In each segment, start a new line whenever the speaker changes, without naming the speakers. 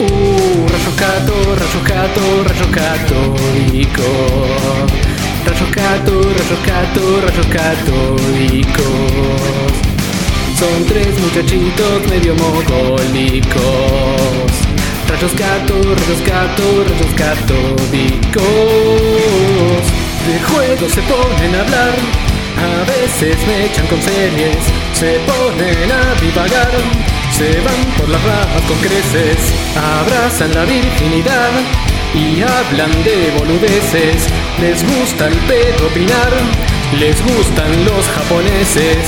Uh, rayos gato, rayos gato, rayos católicos. Rayos gato, rayos gato, rayos católicos. Son tres muchachitos medio mogólicos. Rayos gato, rayos gato, rayos católicos. De juego se ponen a hablar. A veces me echan con series, se ponen a divagar. Se van por las ramas con creces, abrazan la virginidad y hablan de boludeces. Les gusta el pedo opinar, les gustan los japoneses.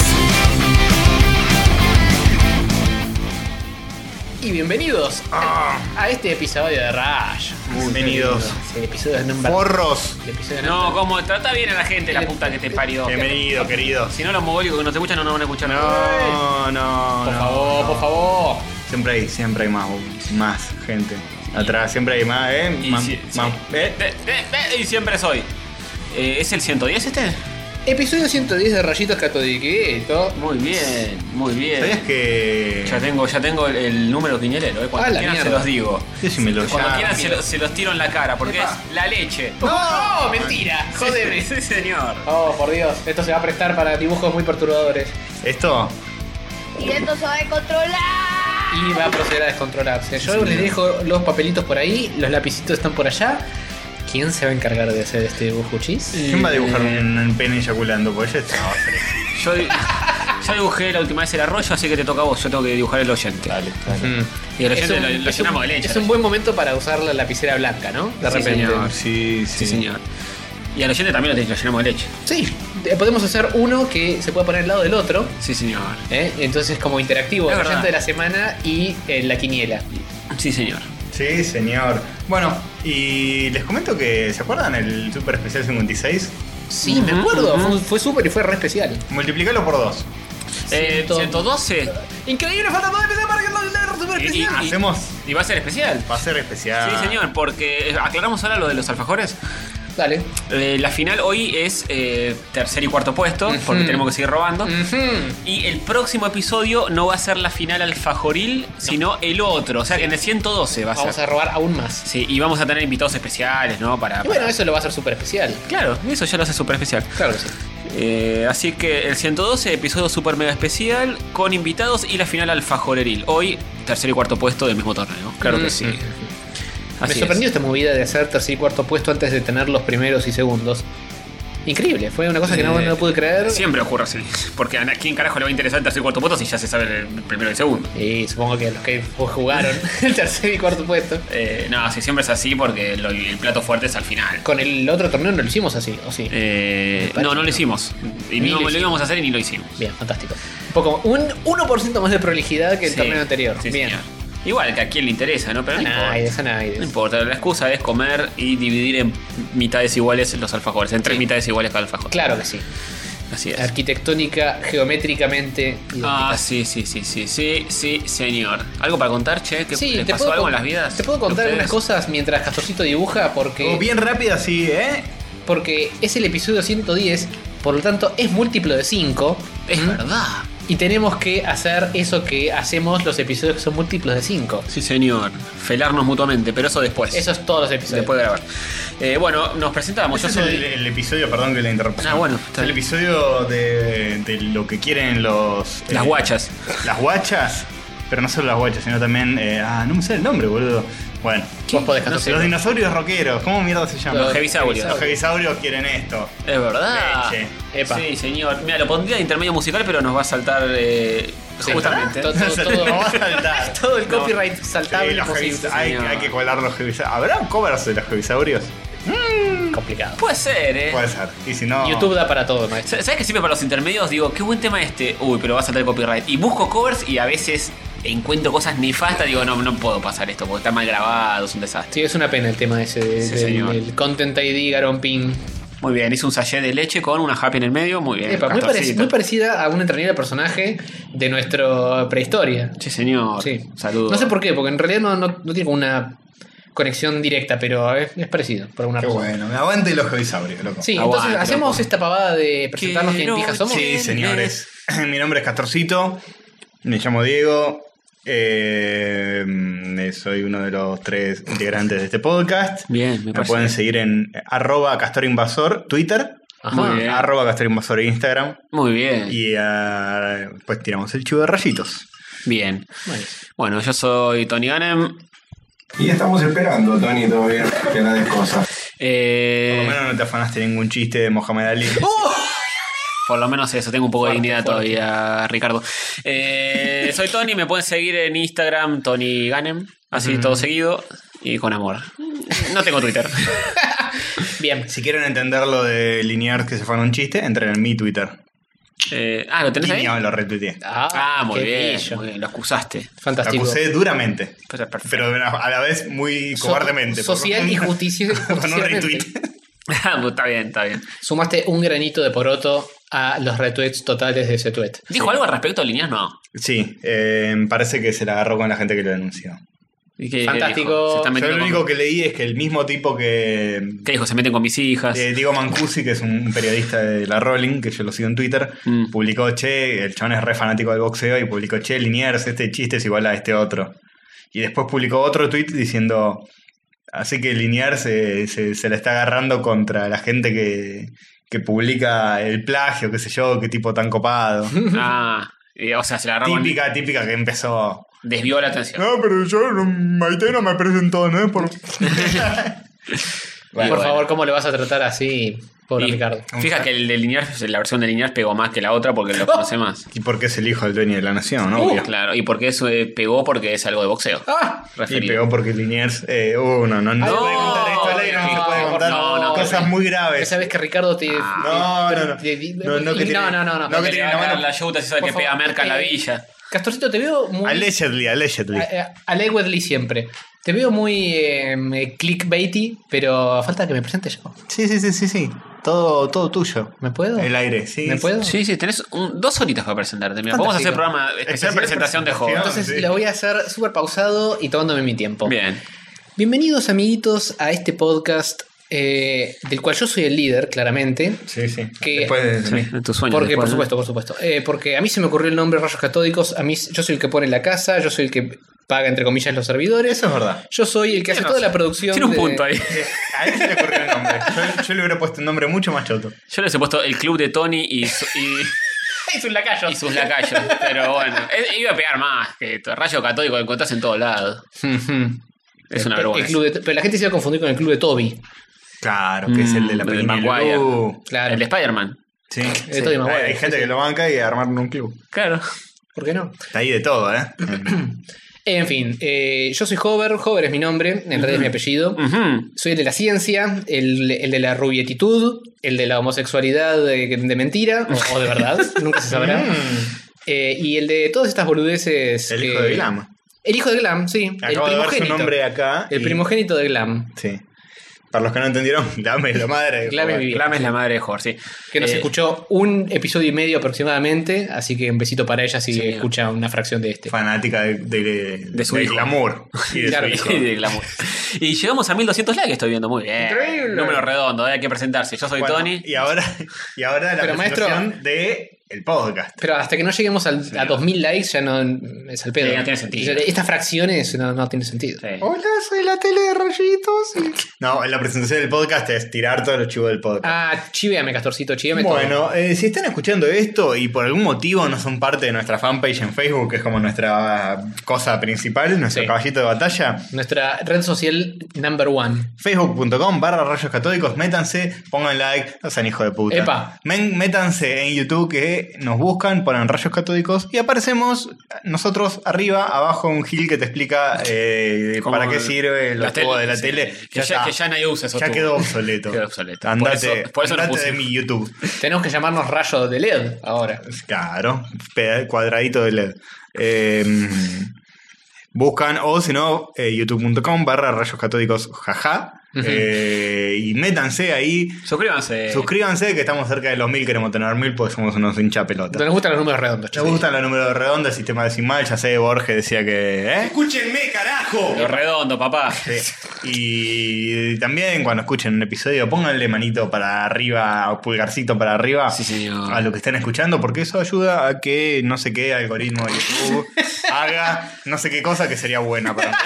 Y bienvenidos a este episodio de Rush.
Bienvenidos.
El episodio de number.
Forros.
el episodio de
No,
number-
como trata bien a la gente, la puta que te parió.
Bienvenido, queridos.
Si no, los mogólicos que nos escuchan no nos van a escuchar.
No, no,
Por
no.
favor, por favor.
Siempre hay, siempre hay más, más gente. Atrás siempre hay más, ¿eh?
Y
Más,
si-
más,
sí.
¿eh?
De- de- de- y siempre soy. Eh, ¿Es el 110 este?
Episodio 110 de Rayitos Catodiqueto.
Muy bien, muy bien.
¿Sabías que.?
Ya tengo, ya tengo el, el número quiñelero, eh.
Ah,
Cuando
la
quieran se
mierda.
los digo.
Decímelo
Cuando
ya.
quieran se, lo- se los tiro en la cara, porque es la leche.
¡No! Oh, ¡Mentira!
Sí,
¡Jodeme!
sí, señor.
Oh, por Dios, esto se va a prestar para dibujos muy perturbadores.
Esto.
Y esto se va a descontrolar.
Y va a proceder a descontrolarse. Yo les dejo los papelitos por ahí, los lapicitos están por allá. ¿Quién se va a encargar de hacer este dibujo chis?
¿Quién va a dibujar
Eh.
un, un pene eyaculando? Porque yo estaba fresco.
Yo, di- yo dibujé la última vez el arroyo, así que te toca a vos. Yo tengo que dibujar el oyente.
Mm.
Y el
Es
oyente
un-
lo, lo
es
llenamos
un-
de leche.
Es un buen momento para usar la lapicera blanca, ¿no? De
Sí,
repente.
señor.
Sí,
Sí, señor. Y al oyente también lo, te- lo llenamos de leche.
Sí, eh, podemos hacer uno que se pueda poner al lado del otro.
Sí, señor.
¿eh? Entonces, como interactivo,
Es
el
verdad.
oyente de la semana y eh, la quiniela.
Sí, señor.
Sí, señor. Bueno, y les comento que. ¿Se acuerdan el Super Especial 56?
Sí, me
Ujú,
acuerdo.
ujú.
Fue- Fue súper y fue re especial.
Multiplicalo por dos.
Eh,
Ciento-
112.
Increíble, falta dos episodios para que no el super
Y- y-
especial.
Hacemos.
Y va a ser especial.
Va a ser especial.
Sí, señor, porque eh, aclaramos ahora lo de los alfajores.
Dale.
Eh, la final hoy es eh, tercer y cuarto puesto, porque
Ujú. Mm.
tenemos que seguir robando.
Ujú.
Y el próximo episodio no va a ser la final alfajoril, sino el otro. O sea, que en el 112 va a
Vamos
ser.
a robar aún más.
Sí, y vamos a tener invitados especiales, ¿no? Para.
Y bueno,
para-
eso lo va a hacer súper especial.
Claro, eso ya lo hace súper especial.
Claro que sí.
Eh, así que el 112, episodio super mega especial, con invitados y la final alfajoreril. Hoy, tercer y cuarto puesto del mismo torneo. Claro que sí.
Ujú.
Así
Me
es.
sorprendió esta movida de hacer tercer y cuarto puesto antes de tener los primeros y segundos. Increíble, fue una cosa que no,
Eh,
no pude creer.
Siempre ocurre así. Porque a quién carajo le va a interesar el tercer y cuarto puesto si ya se sabe el primero y el segundo.
Y supongo que los que jugaron el tercer y cuarto puesto.
Eh, no, sí, siempre es así porque lo- el plato fuerte es al final.
Con el otro torneo no lo hicimos así, ¿o sí?
Eh,
Me
no,
parece
no lo
que
hicimos. Y
Ni
no
lo
lo
hicimos.
íbamos a hacer y ni lo hicimos.
Bien, fantástico. Un poco, un 1% más de prolijidad que el
Sí,
torneo anterior.
sí,
Bien.
señor. Igual que a quién le interesa, ¿no? Pero no importa.
Anaides,
No
Anaides.
importa, la excusa es comer y dividir en mitades iguales los alfajores, en tres
Sí.
mitades iguales cada alfajor.
Claro que sí.
Así es.
Arquitectónica, geométricamente. idéntica.
Ah, sí, sí, sí, sí, sí, sí, señor. ¿Algo para contar, che? ¿Qué
Sí,
¿Les
te
pasó
puedo
algo
con-
en las vidas?
Te puedo
de
contar
ustedes?
unas cosas mientras Castorcito dibuja
O
porque,
bien rápido así, ¿eh?
porque es el episodio 110, por lo tanto es múltiplo de 5.
Es verdad.
Y tenemos que hacer eso que hacemos los episodios que son múltiplos de 5.
Sí, señor. Felarnos mutuamente, pero eso después.
Eso es todos los episodios.
Después de grabar. Eh, bueno, nos presentamos. Yo
Ese es
soy.
el, el episodio, perdón que le interrumpa.
Ah, bueno, está
Es el
bien.
episodio de, de lo que quieren los.
Las
eh,
guachas.
Las guachas. Pero no solo las guachas, sino también. eh, ah, no me sale el nombre, boludo. Bueno.
Vos podés
No sé,
Los
Castorcito.
dinosaurios rockeros. ¿Cómo mierda se llama?
Los hebisaurios.
Los hebisaurios quieren esto.
Es verdad.
Leche.
Epa.
Sí, señor. Mira, lo pondría de intermedio musical, pero nos va a saltar eh,
Sí,
justamente.
¿verdad? Todo, todo,
No
todo.
va a saltar.
Todo el
No.
copyright saltable
Sí, los
posible.
hebisa- hay,
señor.
hay que colar los hebisaurios. ¿Habrá covers de los hebisaurios?
Complicado.
Puede ser, eh.
Puede ser. Y si no.
YouTube da para todo, maestro.
Sa- ¿Sabes que siempre para los intermedios digo, qué buen tema este? Uy, pero va a saltar el copyright. Y busco covers y a veces encuentro cosas nefastas. Digo, no, no puedo pasar esto porque está mal grabado, es un desastre.
Sí, es una pena el tema ese de-
Sí,
del,
señor.
del Content ID Garon Ping.
Muy bien, hice un sachet de leche con una happy en el medio. Muy bien.
Epa, muy, parec-
Eh, Castorcito.
muy parecida a una entrañable personaje de nuestra prehistoria.
Sí, señor.
Sí.
Saludos.
No sé por qué, porque en realidad no, no- no tiene como una conexión directa, pero es, es parecido, por alguna
Qué
razón.
bueno. Me aguante los hebisaurios, loco.
Sí,
Aguante,
entonces hacemos
loco.
esta pavada de presentarnos quién
Quiero
pija somos.
Sí,
¿Quién
señores. Mi nombre es Castorcito. Me llamo Diego. Eh, mm, soy uno de los tres integrantes de este podcast.
Bien, me
me
parece.
pueden seguir en arroba castorinvasor, Twitter,
Ajá. Muy bien.
arroba castorinvasor en Instagram.
Muy bien.
Y ah, pues tiramos el chivo de rayitos.
Bien.
Bueno,
Bueno, yo soy Tony Ganem.
Y estamos esperando, Tony, todavía que la descosa.
Por lo
Eh, Oh.
menos no te afanaste ningún chiste de Mohamed Ali.
por lo menos eso, tengo un poco de
Fuerte,
dignidad
fuerte.
todavía, Ricardo. Eh, soy Tony, me pueden seguir en Instagram, Tony Ganem, así todo seguido y con amor. No tengo Twitter.
bien.
Si quieren entender lo de linear que se fue un chiste, entren en mi Twitter.
Eh, ah, ¿lo tenés ahí?
Linear lo retuiteé.
Ah, muy
qué
bien,
bello.
muy bien, lo excusaste.
Lo
Fantástico.
acusé duramente,
Pues, perfecto.
pero de una- a la vez muy
So-
cobardemente. por-
social y justicia.
Con un
justiciamente.
retweet.
Ah, está bien, está bien.
Sumaste un granito de poroto a los retweets totales de ese tweet.
¿Dijo algo al respecto de Linear? No.
Sí, eh, parece que se la agarró con la gente que lo denunció.
¿Y qué- qué
Fantástico.
dijo? Se
Yo
están
Yo
metiendo
lo
con-
único que leí es que el mismo tipo que
¿Qué dijo? Se meten con mis hijas.
eh, Diego Mancusi, que es un periodista de la Rolling, que yo lo sigo en Twitter,
Mm.
publicó, che, el chabón es re fanático del boxeo y publicó, che, Liniers, este chiste es igual a este otro. Y después publicó otro tweet diciendo, así que Liniers se, se- se la está agarrando contra la gente que, que publica el plagio, qué sé yo, qué tipo tan copado.
Ah, eh, o sea, se la agarró.
típica, típica que empezó...
Desvió la atención.
No, pero yo, no- Maite no me presentó, ¿no? es Por...
Y, por
Bueno.
favor, ¿cómo le vas a tratar así, pobre
Y
Ricardo?
pues,
Fija que el de Liniers, la versión de Liniers pegó más que la otra porque lo conoce más.
¿Y por qué es el hijo del dueño de la nación, no?
Uh, claro, y porque eso eh, pegó porque es algo de boxeo.
Y
Referido.
pegó porque Liniers. Eh, uh, no, no, no,
Ah,
se
no,
puede contar esto al aire, no, se puede
no,
contar
no, no,
cosas
no.
muy
Esa
graves.
Sabes que Ricardo te.
Ah, No,
te-
no, no.
te- te-
No, no, que
y-
tiene-
no, no, no, no.
no,
que
tiene
le va
la
a
mano-
dar la yuta si sabe
Por
que
favor,
pega merca en la
eh,
villa.
Castorcito, te veo muy. Eh,
Allegedly, allegedly.
a- a- Allegedly siempre. Te veo muy eh, clickbaity, pero falta que me presente yo.
Sí, sí, sí, sí, sí. Todo, todo tuyo.
¿Me puedo?
El aire, sí.
¿Me puedo?
Sí, sí, tenés un- dos horitas para presentarte. Mira, vamos a hacer
Fantástico.
programa especial
Especial
presentación de juego.
presentación.
Entonces
sí.
lo voy a hacer súper pausado y tomándome mi tiempo.
Bien.
Bienvenidos, amiguitos, a este podcast eh, del cual yo soy el líder, claramente.
Sí, sí.
Que-
Después de
Sí, en tus sueños.
Porque,
después,
por
¿no?
supuesto, por supuesto. Eh, porque a mí se me ocurrió el nombre Rayos Catódicos. A mí, yo soy el que pone la casa, yo soy el que paga, entre comillas, los servidores.
Eso es verdad.
Yo soy el que hace toda la producción.
Tiene un
de-
punto ahí.
A él se le ocurrió el nombre. Yo, yo le hubiera puesto un nombre mucho más choto.
Yo les he puesto el club de Tony y, su- y,
Es un lacayo.
y sus lacayos. Pero bueno, eh, iba a pegar más. Que esto, rayo católico lo encontrás en todos lados. Es una
El- el
vergüenza.
club de- pero la gente se va a confundir con el club de Toby.
Claro, que es el de la
Mm,
película. Uh,
del Maguire.
Claro.
El de Spider-man.
Sí,
de
sí.
Tobey
Hay,
Maguire,
hay
sí,
gente que lo banca y armaron un club.
Claro.
¿Por qué no?
Está ahí de todo, ¿eh?
En fin, eh, yo soy Hover. Hover es mi nombre, en realidad es mi apellido.
Ujú.
Soy el de la ciencia, el, el de la rubietitud, el de la homosexualidad de, de mentira o, o de verdad, nunca se sabrá. Eh, y el de todas estas boludeces.
Mm. el hijo
que-
de Glam.
El hijo de Glam, sí. el
Acabo de ver su
primogénito.
nombre acá.
el
y-
primogénito de Glam.
Sí. Para los que no entendieron, dame la madre.
Glam es mi vida.
Clam es la madre de Jorge, sí.
Que nos
Eh,
escuchó un episodio y medio aproximadamente, así que un besito para ella si
Sí.
escucha una fracción de este.
Fanática de, de-
De su
del
hijo.
glamour. Y de
Claro.
su hijo.
y de glamour. Y llegamos a 1200 likes, estoy viendo muy bien.
Increíble.
Número redondo, eh, hay que presentarse. Yo soy
Bueno,
Tony.
Y ahora, y ahora la
Pero, maestro-
presentación de el podcast.
Pero hasta que no lleguemos al- a 2000 likes ya no es al pedo.
Sí, no tiene sentido.
Estas fracciones no, no tienen sentido.
Sí.
Hola, soy la tele de rayitos. No, la presentación del podcast es tirar todos los chivos del podcast.
Ah, chiveame, Castorcito, chiveame todo.
Bueno, eh, si están escuchando esto y por algún motivo no son parte de nuestra fanpage en Facebook, que es como nuestra cosa principal, nuestro
Sí.
caballito de batalla,
Nuestra red social number one.
facebook.com barra rayos católicos, métanse, pongan like, no sean hijo de puta.
Epa.
Men- métanse en YouTube que nos buscan, ponen rayos católicos y aparecemos nosotros arriba, abajo un gil que te explica eh,
Como
para qué sirve
la
los tubos
tele,
de la
sí.
tele.
Que ya-
está.
que ya nadie usa esos
Ya
tubos.
quedó obsoleto.
Quedó obsoleto.
Andate,
Por eso- por eso lo
andate
puse.
de mi YouTube.
Tenemos que llamarnos rayo de LED ahora.
Claro, peda- cuadradito de LED. Eh, buscan, o si no, eh, youtube.com barra rayos catódicos, jaja.
Ujú.
Eh, y métanse ahí.
Suscríbanse.
Suscríbanse que estamos cerca de los mil, queremos tener mil porque somos unos hincha pelota.
No nos gustan los números redondos.
¿Te
chicos.
gustan los números redondos, el sistema decimal? Ya sé, Borges decía que. ¿eh?
¡Escúchenme, carajo!
Lo redondo, papá.
Y también cuando escuchen un episodio, pónganle manito para arriba o pulgarcito para arriba
Sí, señor.
a lo que estén escuchando, porque eso ayuda a que no sé qué algoritmo de YouTube haga no sé qué cosa que sería buena para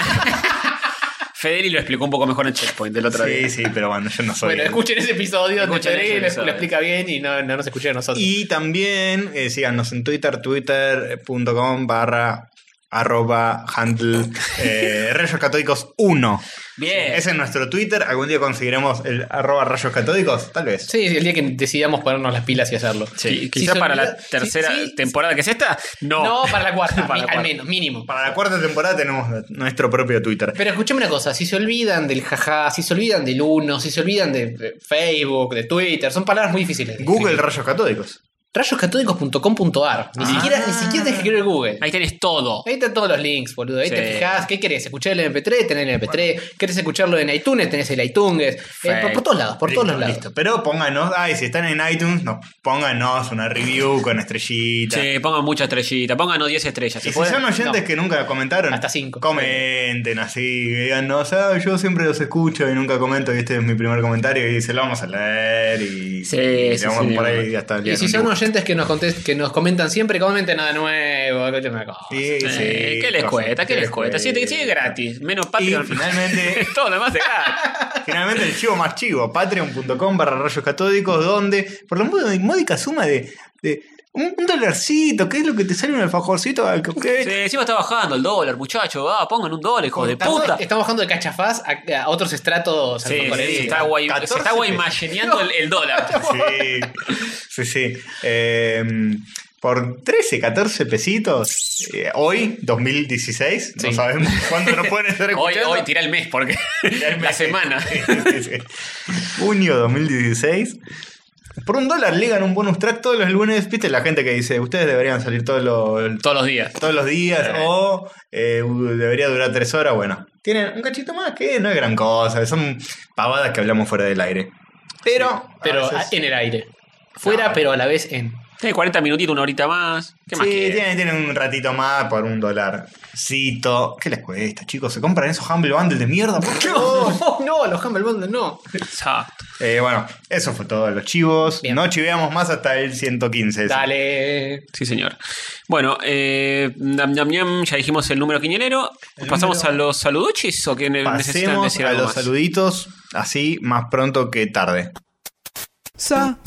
Federi lo explicó un poco mejor en Checkpoint el otro
Sí,
día.
sí, pero bueno, yo no soy.
Bueno,
el-
escuchen ese episodio donde
Escuchen ese
Federico les-
episodio.
lo explica bien y no, no nos escuchen a nosotros.
Y también eh, síganos en Twitter, twitter.com barra arroba handle eh, Rayos Catódicos 1.
Bien.
Ese es nuestro Twitter. ¿Algún día conseguiremos el arroba Rayos Catódicos? Tal vez.
Sí, el día que decidamos ponernos las pilas y hacerlo.
Sí,
Si
quizá
se
para la
olvida- sí,
tercera
sí,
temporada que es esta, no.
No, para la cuarta, mi-
Para la cuarta.
al menos, mínimo.
Para la cuarta temporada tenemos nuestro propio Twitter.
Pero escuchame una cosa, si se olvidan del jaja, si se olvidan del uno, si se olvidan de de Facebook, de Twitter, son palabras muy difíciles. de
Google
escribir.
Rayos Catódicos.
rayoscatódicos.com.ar.
Ah.
Ni siquiera, ni siquiera tenés que escribir Google.
Ahí tenés todo.
Ahí están todos los links, boludo. Ahí
Sí.
te fijas. ¿Qué querés? ¿Escuchar el MP3? Tenés el MP3. ¿Querés escucharlo en iTunes? Tenés el iTunes. Eh, por, por todos lados, por todos los lados.
Listo. Pero pónganos, ay, si están en iTunes, no, pónganos una review con estrellita.
Sí, pongan muchas estrellitas, pónganos 10 estrellas. ¿se
Y si
puede?
son oyentes
No.
que nunca comentaron,
Hasta cinco.
comenten así, que digan, no, o sea, yo siempre los escucho y nunca comento, y este es mi primer comentario, y se lo vamos a leer, y,
Sí,
y le
sí,
vamos
sí,
por
sí.
ahí hasta el día
Y si
de
son
hoy.
oyentes que nos, contest- que nos comentan siempre, comenten de nuevo. escuchen una cosa.
Sí, sí,
Eh, ¿Qué les
cosas,
cuesta? ¿Qué les cuesta? Sí, te- sí, es gratis. Menos Patreon.
Y finalmente-
todo lo demás es gratis.
Finalmente el chivo más chivo, patreon.com barra rayos catódicos, donde por la mó- módica suma de, de un, un dolarcito, ¿qué es lo que te sale un alfajorcito al
Sí,
coquete?
encima está bajando el dólar, muchachos. Va, pongan un dólar, hijo de
Estamos,
puta.
estamos bajando de cachafaz a, a otros estratos.
Sí, sí,
alfajores.
se está guay- se
14
está guaymayeneando el, el dólar.
Sí, sí, sí. Eh, por 13, 14 pesitos, eh, hoy, 2016, no
Sí.
sabemos cuándo nos pueden estar
Hoy,
escuchando.
hoy tira el mes, porque la semana.
Sí, sí, sí. Junio 2016. Por un dólar le ganan un bonus track todos los lunes. Viste la gente que dice, ustedes deberían salir todos los,
Todos los días.
todos los días o eh, debería durar tres horas. Bueno, tienen un cachito más que no es gran cosa. Son pavadas que hablamos fuera del aire. Pero, a
Pero ah,
veces-
en el aire. Fuera,
No.
pero a la vez en.
Tiene 40 minutitos, una horita más. ¿Qué más
sí,
quiere?
tienen, tienen un ratito más por un dolarcito. ¿Qué les cuesta, chicos? ¿Se compran esos Humble Bundle de mierda? por favor?
No, Oh, no, los Humble Bundle no.
Exacto.
Eh, bueno, eso fue todo de los chivos.
Bien.
No chiveamos más hasta el 115. ese.
Dale.
Sí, señor. Bueno, eh, nam, nam, nam, ya dijimos el número quiñonero. ¿Pasamos a los saluduchis o que ne- necesitan
Pasemos
decir
a
algo
los
más?
saluditos, así más pronto que tarde.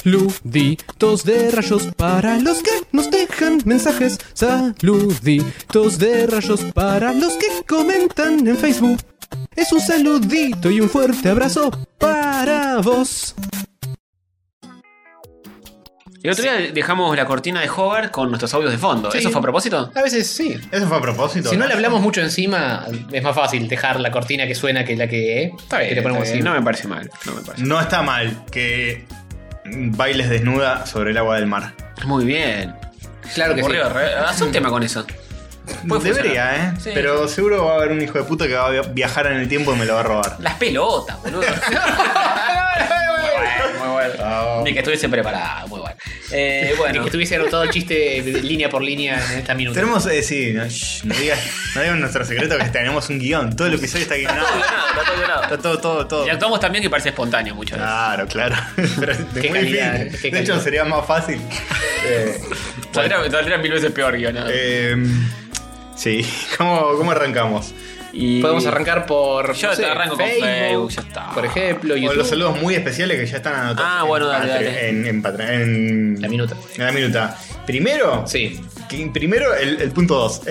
Saluditos de rayos para los que nos dejan mensajes. Saluditos de rayos para los que comentan en Facebook. Es un saludito y un fuerte abrazo para vos.
El otro día dejamos la cortina de Hover con nuestros audios de fondo.
Sí.
¿Eso fue a propósito?
A veces sí.
Eso fue a propósito.
Si no le
¿verdad?
hablamos mucho encima, es más fácil dejar la cortina que suena que la que, eh, que le
Está
ponemos
bien,
encima.
Eh, no me parece mal. No me parece.
No está mal que bailes desnuda sobre el agua del mar.
Muy bien.
Claro que sí.
Ocurrió, re- Haz un tema con eso. Puede
Debería,
funcionar.
¿eh?
Sí.
Pero seguro va a haber un hijo de puta que va a viajar en el tiempo y me lo va a robar.
Las pelotas, boludo. muy bueno. Ni que estuviese preparado. Muy bueno. Eh,
Ni
bueno.
que estuviese anotado el chiste de- de línea por línea en esta minuta.
Tenemos, eh, sí, no, shh, no digas, no digas nuestro secreto que tenemos un guión. Todo el episodio está guionado.
Está todo guionado.
Está todo, todo, todo.
Y actuamos también que parece espontáneo muchas
Ah,
veces.
Claro, claro. Pero es muy
Qué calidad,
difícil.
qué
de hecho,
calidad.
sería más fácil. Eh,
Saldría, saldría mil veces peor guionado.
eh, sí, ¿Cómo, ¿cómo arrancamos?
Y-
Podemos arrancar por.
Yo te arranco con Facebook, ya está.
Por ejemplo,
Con los
YouTube.
saludos muy especiales que ya están anotados.
Ah, bueno,
en
dale,
Patreon-
dale.
En, en Patreon- en-
La minuta.
En la minuta. Primero,
Sí,
que- primero el, el punto 2.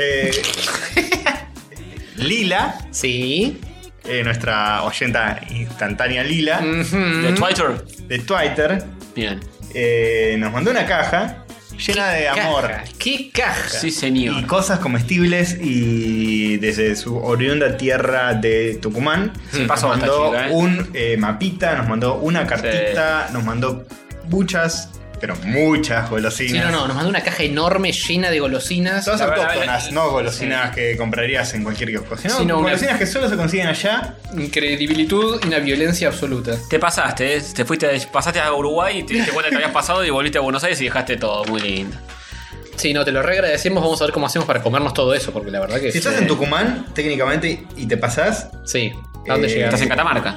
Lila,
sí.
eh, nuestra oyenta instantánea Lila,
Mm. Ujú.
¿De Twitter?
de Twitter,
Bien.
eh, nos mandó una caja llena de amor.
Caja. ¿Qué caja?
Sí,
Y
señor.
cosas comestibles y desde su oriunda tierra de Tucumán
Sí,
nos
pasó basta,
mandó
chica, ¿eh?
un eh, mapita, nos mandó una cartita, nos mandó muchas pero muchas golosinas.
Sí, no, no, nos mandó una caja enorme llena de golosinas.
Todas
La verdad,
autóctonas,
la-
no golosinas que comprarías en cualquier kiosco. Sino
Sino una-
golosinas que solo se consiguen allá.
Incredibilitud y una violencia absoluta.
Te pasaste, ¿eh? te fuiste, pasaste a Uruguay y te diste cuenta que habías pasado y volviste a Buenos Aires y dejaste todo, muy lindo.
Sí, no, te lo reagradecemos. Vamos a ver cómo hacemos para comernos todo eso, porque la verdad que.
Este,
Si estás en Tucumán, técnicamente, y te pasás,
Sí, ¿a dónde
Eh,
llegamos?
Estás en Catamarca.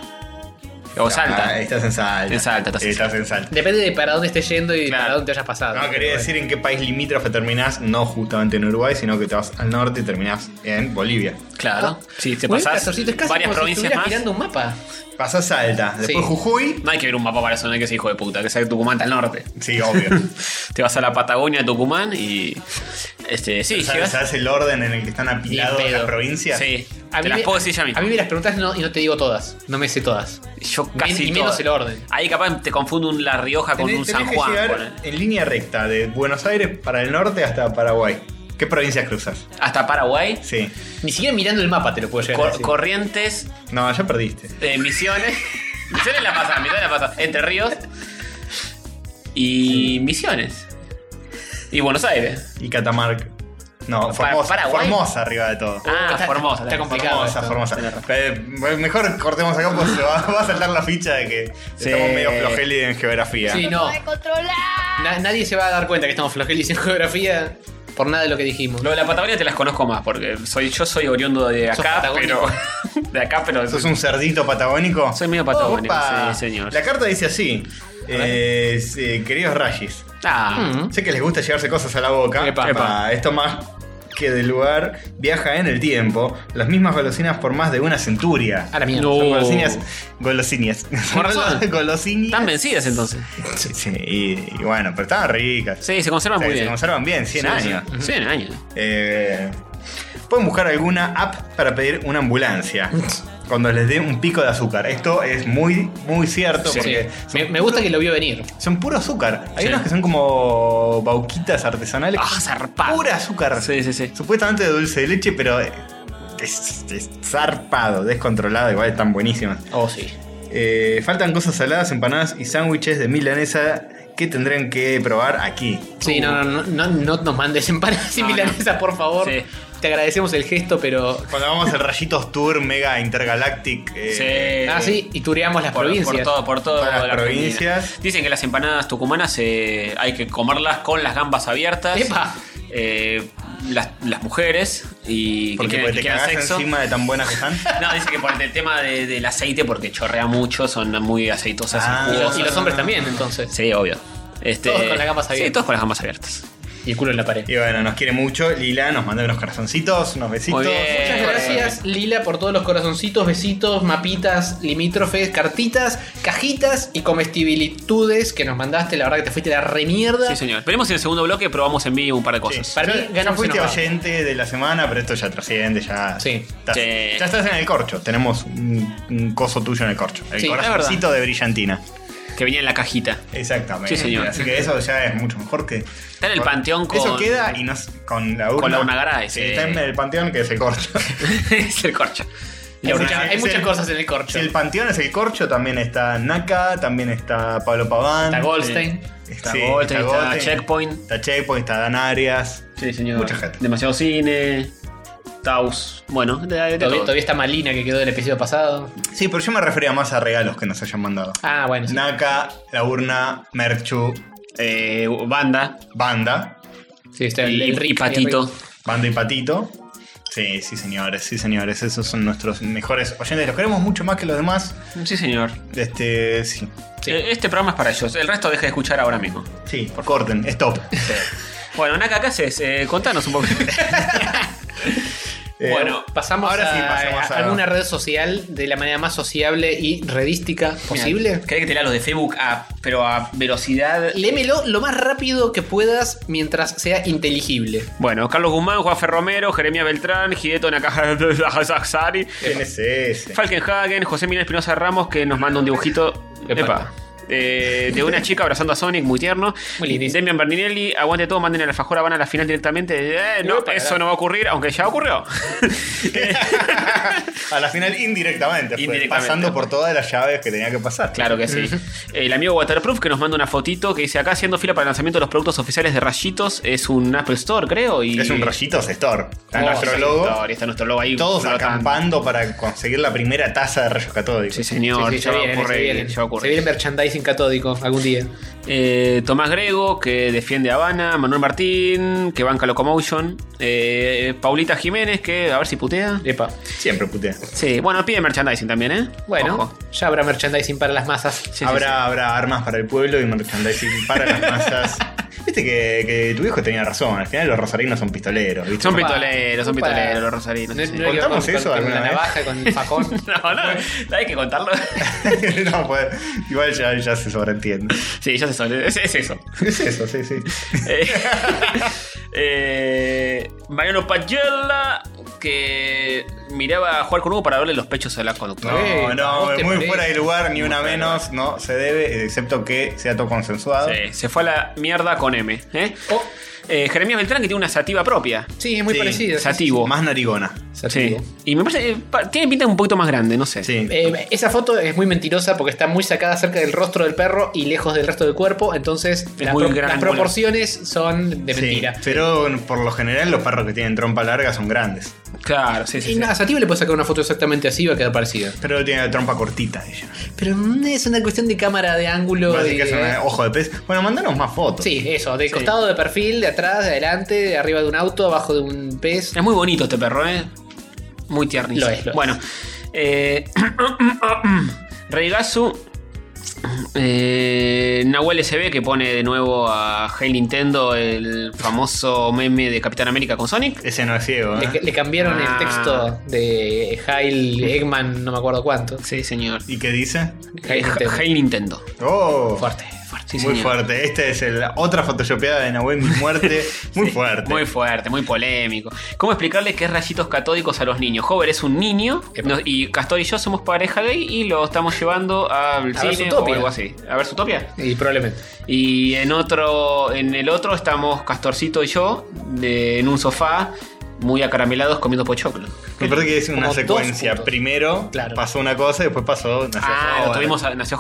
O Salta.
ah, estás en Salta.
En Salta, estás en
Estás en Salta.
Depende de para dónde estés yendo y
Claro.
para dónde te hayas pasado.
No, quería decir en qué país limítrofe terminás, no justamente en Uruguay, sino que te vas al norte y terminás en Bolivia.
Ah.
Claro. Sí, te
Muy
pasás
castorcito, es casi
varias
como si
provincias
estuvieras
más.
mirando un mapa.
Pasás Salta, después
Sí.
Jujuy.
No hay que ver un mapa para eso, no hay que ser hijo de puta, que sea Tucumán al norte.
Sí, obvio.
Te vas a la Patagonia, Tucumán y. Este, sí,
¿Sabes,
llegas-
sabes el orden en el que están apilados
Ni pedo.
las provincias?
Sí.
A
Te
mí
las
me-
puedo decir ya
A mí
mismo.
me las preguntas no- y no te digo todas. No me sé todas.
Yo casi.
y menos
todas.
el orden.
Ahí capaz te confundo un La Rioja con
Tenés-
un
tenés
San
que
Juan.
llegar
ponele.
en línea recta de Buenos Aires para el norte hasta Paraguay. ¿Qué provincias cruzas?
Hasta Paraguay.
Sí.
Ni siquiera mirando el mapa te lo puedo llegar a
Cor-
decir.
corrientes,
No, ya perdiste.
eh, Misiones. misiones la pasas, Misiones la pasas. Entre Ríos. Y Misiones. Y Buenos Aires.
Y Catamarca. No,
Pa-
Formosa.
Paraguay.
Formosa arriba de todo.
Ah,
está-
Formosa.
está complicado.
Formosa,
esto.
Formosa. Eh, bueno, mejor cortemos acá porque se va, va a saltar la ficha de que
Sí.
estamos medio flojeli en geografía.
Sí, no.
de controlar.
Na- nadie se va a dar cuenta que estamos flojelis en geografía por nada de lo que dijimos.
Lo de la Patagonia te las conozco más porque soy yo soy oriundo de
Sos
acá, pero
patagónico.
de acá, pero
¿Sos un cerdito patagónico?
Soy medio patagónico,
Opa.
sí, señor.
La carta dice así. eh, sí, queridos Rayis,
Ah,
Mm.
sé que les gusta llevarse cosas a la boca.
Epa.
Ah, Esto más que del lugar viaja en el tiempo. Las mismas golosinas por más de una centuria.
A la mierda.
Ah, No.
Son golosinas. Golosinias.
Con razón.
Golosinias.
están vencidas entonces.
Sí, sí, y, y bueno, pero estaban ricas.
Sí, se conservan
O sea,
muy
que se
bien.
conservan bien, 100
Sí,
años.
sí, 100 años.
Eh, pueden buscar alguna app para pedir una ambulancia. Cuando les dé un pico de azúcar. Esto es muy, muy cierto.
Sí.
porque son,
Me, me gusta que lo vio venir.
son puro azúcar. Hay
Sí.
unas que son como bauquitas artesanales.
Ah, zarpado.
Pura azúcar.
Sí, sí, sí.
Supuestamente de dulce de leche, pero es, es zarpado, descontrolado. Igual están buenísimas.
Oh, sí.
Eh, faltan cosas saladas, empanadas y sándwiches de milanesa que tendrán que probar aquí.
Sí, no, no, no, no, no nos mandes empanadas y
No, no.
milanesas, por favor.
Sí.
Te agradecemos el gesto, pero.
Cuando vamos al Rayitos Tour Mega Intergalactic. eh,
Sí.
Ah, sí, y tureamos las
Por,
provincias.
por todo, por todo.
Todas las
la Argentina.
provincias.
Dicen que las empanadas tucumanas eh, hay que comerlas con las gambas abiertas.
Epa.
Eh, las, las mujeres y
Porque,
que,
porque
que
te
quieran
cagás
sexo.
encima de tan buenas que están.
No, dice que por el tema de- del aceite, porque chorrea mucho, son muy aceitosas
Ah.
Y,
y
los,
jugosas.
y los hombres también, entonces.
Sí, obvio. Este,
Todos con las gambas abiertas.
Sí, todos con las gambas abiertas.
Y el culo en la pared.
Y bueno, nos quiere mucho. Lila nos manda unos corazoncitos, unos besitos.
Muy bien.
Muchas gracias, Lila, por todos los corazoncitos, besitos, mapitas, limítrofes, cartitas, cajitas y comestibilitudes que nos mandaste. La verdad que te fuiste la remierda.
Sí, señor. Veremos en el segundo bloque, probamos en vivo un par de
Sí.
cosas.
Para mí,
Ya- ya
ganamos
fuiste
y nos vamos.
este oyente de la semana, pero esto ya trasciende, ya.
Sí.
Estás,
Sí.
Ya estás en el corcho. Tenemos un, un coso tuyo en el corcho. El
Sí, es
corazoncito de brillantina.
Que venía en la cajita.
Exactamente.
Sí, señor.
Así que eso ya es mucho mejor que.
Está en el panteón con-
Eso queda y nos, con la urna.
Con la urna Garay,
Sí,
sí.
Está en el panteón que es el corcho.
es el corcho.
Hay,
Sí,
muchas-
sí,
hay
sí.
muchas cosas en el corcho.
Si el panteón es el corcho, también está Naka, también está Pablo Paván.
Está Goldstein.
Está
Sí, está
Goldstein, está
Goldstein.
Checkpoint.
Está Checkpoint, está Dan Arias.
Sí, señor.
Mucha gente.
Demasiado cine. Taus. Bueno, de, de
Todavía,
todo.
todavía está Malina que quedó del episodio pasado.
Sí, pero yo me refería más a regalos que nos hayan mandado.
Ah, bueno. sí.
Naka, la urna, Merchu,
Eh, banda
Banda.
Sí, está el-
y,
el
y
Rick,
Patito.
Banda y Patito. Sí, sí, señores, sí, señores. Esos son nuestros mejores oyentes. Los queremos mucho más que los demás.
Sí, señor.
Este, sí.
Sí.
Eh, Este programa es para ellos. El resto deja de escuchar ahora mismo.
Sí, corten, stop.
Bueno, Naka, ¿qué haces? Eh, contanos un poco.
Eh,
Bueno, pasamos
ahora
a,
sí, pasemos a-
a alguna red social de la manera más sociable y redística posible.
¿Querés que te lea los de Facebook? a- pero a velocidad.
Léemelo lo más rápido que puedas mientras sea inteligible.
Bueno, Carlos Guzmán, Juanfer Romero, Jeremia Beltrán, Gideto Nakahazaksari,
¿Quién es ese?
Falkenhagen, José Miguel Espinosa Ramos, que nos manda un dibujito.
Epa.
Epa. eh, de una chica abrazando a Sonic, muy tierno.
Muy lindo.
Demian Berninelli, aguante todo, manden a la Fajora, van a la final directamente. Eh, no,
Opa,
eso
carajo.
no va a ocurrir, aunque ya ocurrió.
A la final indirectamente, fue,
Indirectamente.
pasando por todas las llaves que tenía que pasar.
Claro que sí. El amigo Waterproof que nos manda una fotito que dice acá haciendo fila para el lanzamiento de los productos oficiales de Rayitos. Es un Apple Store, creo. Y
Es un rayitos store. Está
Oh,
nuestro
sí,
logo.
Store, está nuestro logo ahí.
Todos
flotando.
acampando para conseguir la primera taza de rayos catódicos.
Sí, señor.
Sí, sí,
ya, va a
se
ocurrir,
viene,
ya va a
se viene.
ocurrir.
Se viene merchandising catódico algún día.
Eh, Tomás Grego, que defiende a Habana. Manuel Martín, que banca Locomotion. Eh, Paulita Jiménez, que a ver si putea.
Epa.
Siempre putea.
Sí, bueno, pide merchandising también, ¿eh?
Bueno,
Ojo.
ya habrá merchandising para las masas.
Sí, sí,
habrá, habrá armas para el pueblo y merchandising para las masas. Viste que, que tu viejo tenía razón. Al final los rosarinos son pistoleros. ¿viste?
Son
Opa,
pistoleros, son
opa.
pistoleros los
No,
rosarinos.
no
sí,
hay
sí.
que
¿Contamos
con-
eso
con, con
alguna
la
vez?
navaja, con el facón.
No, no, no hay que contarlo.
No, pues, igual ya, ya se sobreentiende.
sí, ya se sabe. Es, es eso.
Es eso, sí, sí.
Eh, eh, Mariano Pagella, que miraba a jugar con Hugo para verle los pechos a la conductora.
Eh,
No, no,
vos te
muy
parece.
fuera de lugar, ni una menos, no se debe, excepto que sea todo consensuado.
Sí, se fue a la mierda con M. ¿eh?
Oh,
Eh, Jeremías Beltrán, que tiene una sativa propia.
sí, es muy
Sí,
parecido. sí,
Sativo.
Más narigona.
Sativo.
Sí. Y me parece. eh, pa- tiene pinta un poquito más grande, no sé.
Sí.
Eh, esa foto es muy mentirosa porque está muy sacada cerca del rostro del perro y lejos del resto del cuerpo, entonces las,
muy
pro-
gran
las
ángulo.
proporciones son de
Sí,
mentira.
pero por lo general los perros que tienen trompa larga son grandes.
Claro, sí, sí.
Y
sí.
nada, a Sativo le puedes sacar una foto exactamente así y va a quedar parecida.
Pero tiene la trompa cortita ella.
Pero mm, es una cuestión de cámara, de ángulo.
Así
y-
que es un eh, ojo de pez. Bueno, mandanos más fotos.
Sí, eso, de
Sí.
costado, de perfil, de atrás, de adelante, de arriba de un auto, abajo de un pez.
Es muy bonito este perro, ¿eh? Muy tiernito.
Lo es, lo es.
bueno. Eh, Reigasu. eh, Nahuel SB que pone de nuevo a Hey Nintendo el famoso meme de Capitán América con Sonic.
Ese no es ciego, ¿eh?
Le, le cambiaron
Ah.
el texto de Heil Eggman, no me acuerdo cuánto.
Sí, señor.
¿Y qué dice?
Eh, Hey
Hey
Nintendo.
Nintendo.
¡Oh!
Fuerte, fuerte.
Sí,
muy
señor.
fuerte. Esta es el- otra photoshopeada de Nahuel Mi Muerte. Muy fuerte.
Muy fuerte, muy polémico. ¿Cómo explicarle qué es rayitos catódicos a los niños? Hover es un niño nos- y Castor y yo somos pareja gay y lo estamos llevando al
A ver
cine o
Zootopia.
algo así. A ver su topia.
Y probablemente.
Y en otro, en el otro estamos Castorcito y yo de- en un sofá muy acaramelados comiendo pochoclo.
Me parece que es una
Como dos
secuencia.
puntos.
Primero
Claro.
pasó una cosa y después pasó una
Ah, lo tuvimos, a- nació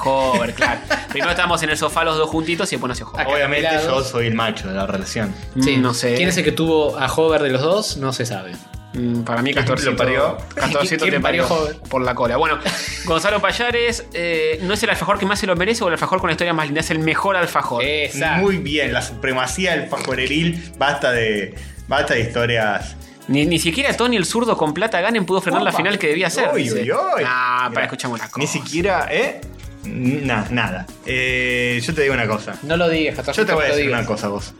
Hover, claro. Primero estábamos en el sofá los dos juntitos y después nació Hover.
Acá.
Obviamente yo
Acaramelados.
soy el macho de la relación.
Mm, no sé.
¿Quién es el que tuvo a Hover de los dos? No se sabe.
Mm, Para mí Castorcito.
Lo parió.
Castorcito
¿Quién
te parió,
parió Hover?
por la cola. Bueno, Gonzalo Payares, eh, ¿no es el alfajor que más se lo merece o el alfajor con la historia más linda? Es el mejor alfajor.
Exacto.
Muy bien, la supremacía del fajoreril. Basta de, basta de historias.
Ni, ni siquiera Tony el zurdo con plata ganen pudo frenar la
Opa.
final que debía hacer.
Uy,
dice.
uy, uy.
Ah,
Mira,
para escuchamos la cosa.
Ni siquiera, ¿eh? Na- nada. Eh, yo te digo una cosa.
No lo digas, Castorcito,
Yo te voy a
no lo
decir
digas.
una cosa, vos.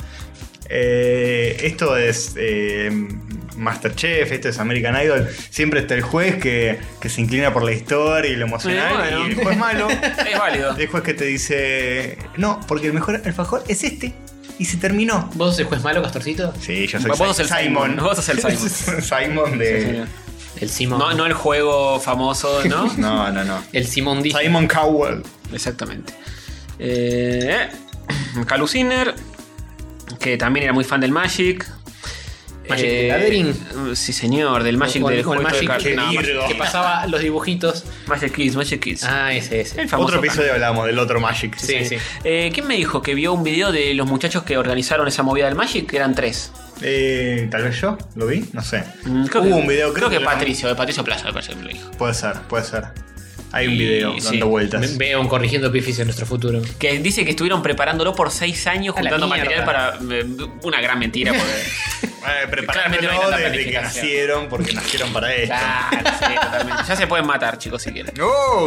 Eh, esto es eh, Masterchef, esto es American Idol. Siempre está el juez que, que se inclina por la historia y lo emocional.
Eh, bueno.
Y el juez malo.
Es válido.
el juez que te dice: No, porque el mejor alfajor es este. Y se terminó.
¿Vos sos juez malo, Castorcito?
Sí, yo soy
Vos
Si-
sos el Simon. Vos sos el
Simon
Simon. Sí, señor.
de.
El Simón.
No, no el juego famoso, ¿no?
No, no, no.
El Simón dice.
Simon Cowell.
Exactamente. Eh, Caluciner, que también era muy fan del Magic. Eh,
Magic the Gathering.
Sí, señor, del Magic
Con-
del
con
juego
el
de
Magic
cartas.
que-
No, Magic-
que pasaba los dibujitos.
Magic Kids, Magic Kids.
Ah, ese, ese.
el famoso.
otro episodio hablamos del otro Magic.
Sí, sí.
Eh, ¿Quién me dijo que vio un video de los muchachos que organizaron esa movida del Magic? Que eran tres.
Eh, Tal vez yo lo vi, no sé.
Mm, creo
Hubo
que-
un video,
Creo que
lo-
Patricio, de Patricio Plaza, me parece que me lo dijo.
Puede ser, puede ser. Hay un
Y-
video
sí.
dando vueltas.
Ve- Veo un corrigiendo pifis en nuestro futuro.
Que dice que estuvieron preparándolo por seis años
A la
juntando material
mierda.
para. eh, Una gran mentira, porque.
Eh,
Claramente no hay
preparándolo
tanta
desde que
planificación.
nacieron, porque nacieron para esto.
Claro, sí, totalmente. Ya se pueden matar, chicos, si quieren.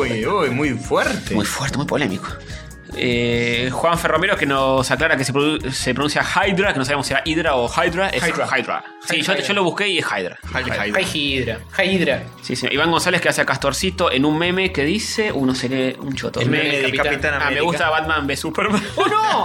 Uy, uy, muy fuerte.
Muy fuerte, muy polémico. Eh, Juan Ferromero que nos aclara que se, produ- se pronuncia Hydra, que no sabemos si era Hydra o Hydra. Es Hydra.
Hydra.
Sí, yo,
Hydra.
yo lo busqué y es Hydra.
Hydra, Hydra.
Hi Hydra. Hi Hydra.
Sí, sí. Iván González que hace a Castorcito en un meme que dice: Uno se lee un choto.
El meme
de Capitán
Ah, me
América.
gusta Batman v Superman. ¡Oh, no!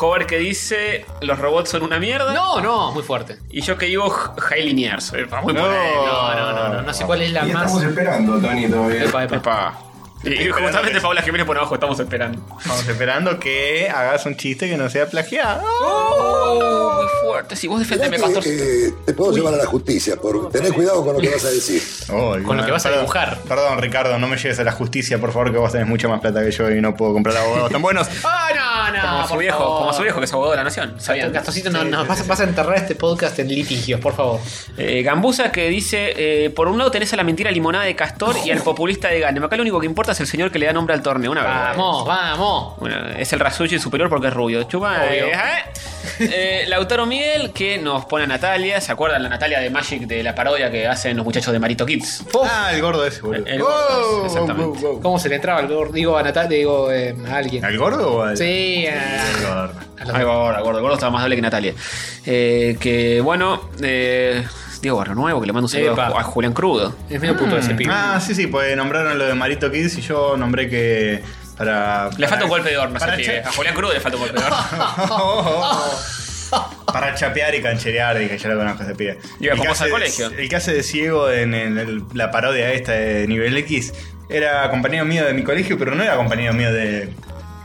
Hover que dice: Los robots son una mierda.
No, no, muy fuerte.
Y yo que digo: Hail Liniers. Muy
No.
polémico.
eh.
Ah,
No, no, no, no, no sé cuál es la
Y
más.
estamos esperando, Tony, todavía.
Epa, epa.
Epa. Y
Esperando
justamente
que-
Paula Jiménez por abajo estamos esperando.
Estamos esperando que hagas un chiste que no sea plagiado.
Oh, muy fuerte. Si vos defendeme,
Mirá que,
pastor.
eh, te puedo llevar a la justicia por tener cuidado con lo que vas a decir.
Oh,
Con lo que vas a
perdón,
dibujar.
Perdón, Ricardo, no me lleves a la justicia, por favor, que vos tenés mucha más plata que yo y no puedo comprar abogados tan buenos.
¡Ah, no, no!
Como su
por
viejo,
favor.
como su viejo que es abogado de la nación.
Gasto-
Sabían.
Gastosito, no, no, vas, vas a enterrar este podcast en litigios, por favor.
Eh, Gambusa que dice: eh, Por un lado tenés a la mentira limonada de Castor y al populista de Ganem. Acá lo único que importa es el señor que le da nombre al torneo. Una vergüenza.
Vamos, vamos.
Bueno, es el Rasucci superior porque es rubio. Chupa.
Obvio.
eh, eh. Eh, Lautaro Miguel, que nos pone a Natalia. ¿Se acuerdan la Natalia de Magic de la parodia que hacen los muchachos de Marito Kids?
Oh.
Ah, el gordo ese, boludo.
El gordo,
Oh,
exactamente.
wow, wow, wow.
¿Cómo se le entraba al gordo? Digo a Natalia, digo eh, a alguien.
¿Al gordo o al.?
Sí, eh. a-
Al gordo.
a los-
Ay, gordo, gordo, gordo estaba más doble que Natalia. Eh, que bueno, eh, Diego Barrio Nuevo, que le mando un saludo
Epa.
a, Ju- a Julián Crudo.
Es medio puto ese pibe.
Ah, sí, sí, pues nombraron lo de Marito Kids y yo nombré que. Para.
Le falta un golpe de horno a ese
para
pibe.
che-
A Julián Crudo le falta un golpe de horno.
Para chapear y cancherear, dije, yo lo conozco ese pibe.
Iba con
que
vos al
hace-
colegio.
El que hace de ciego en el- el- la parodia esta de nivel X era compañero mío de mi colegio, pero no era compañero mío de,
de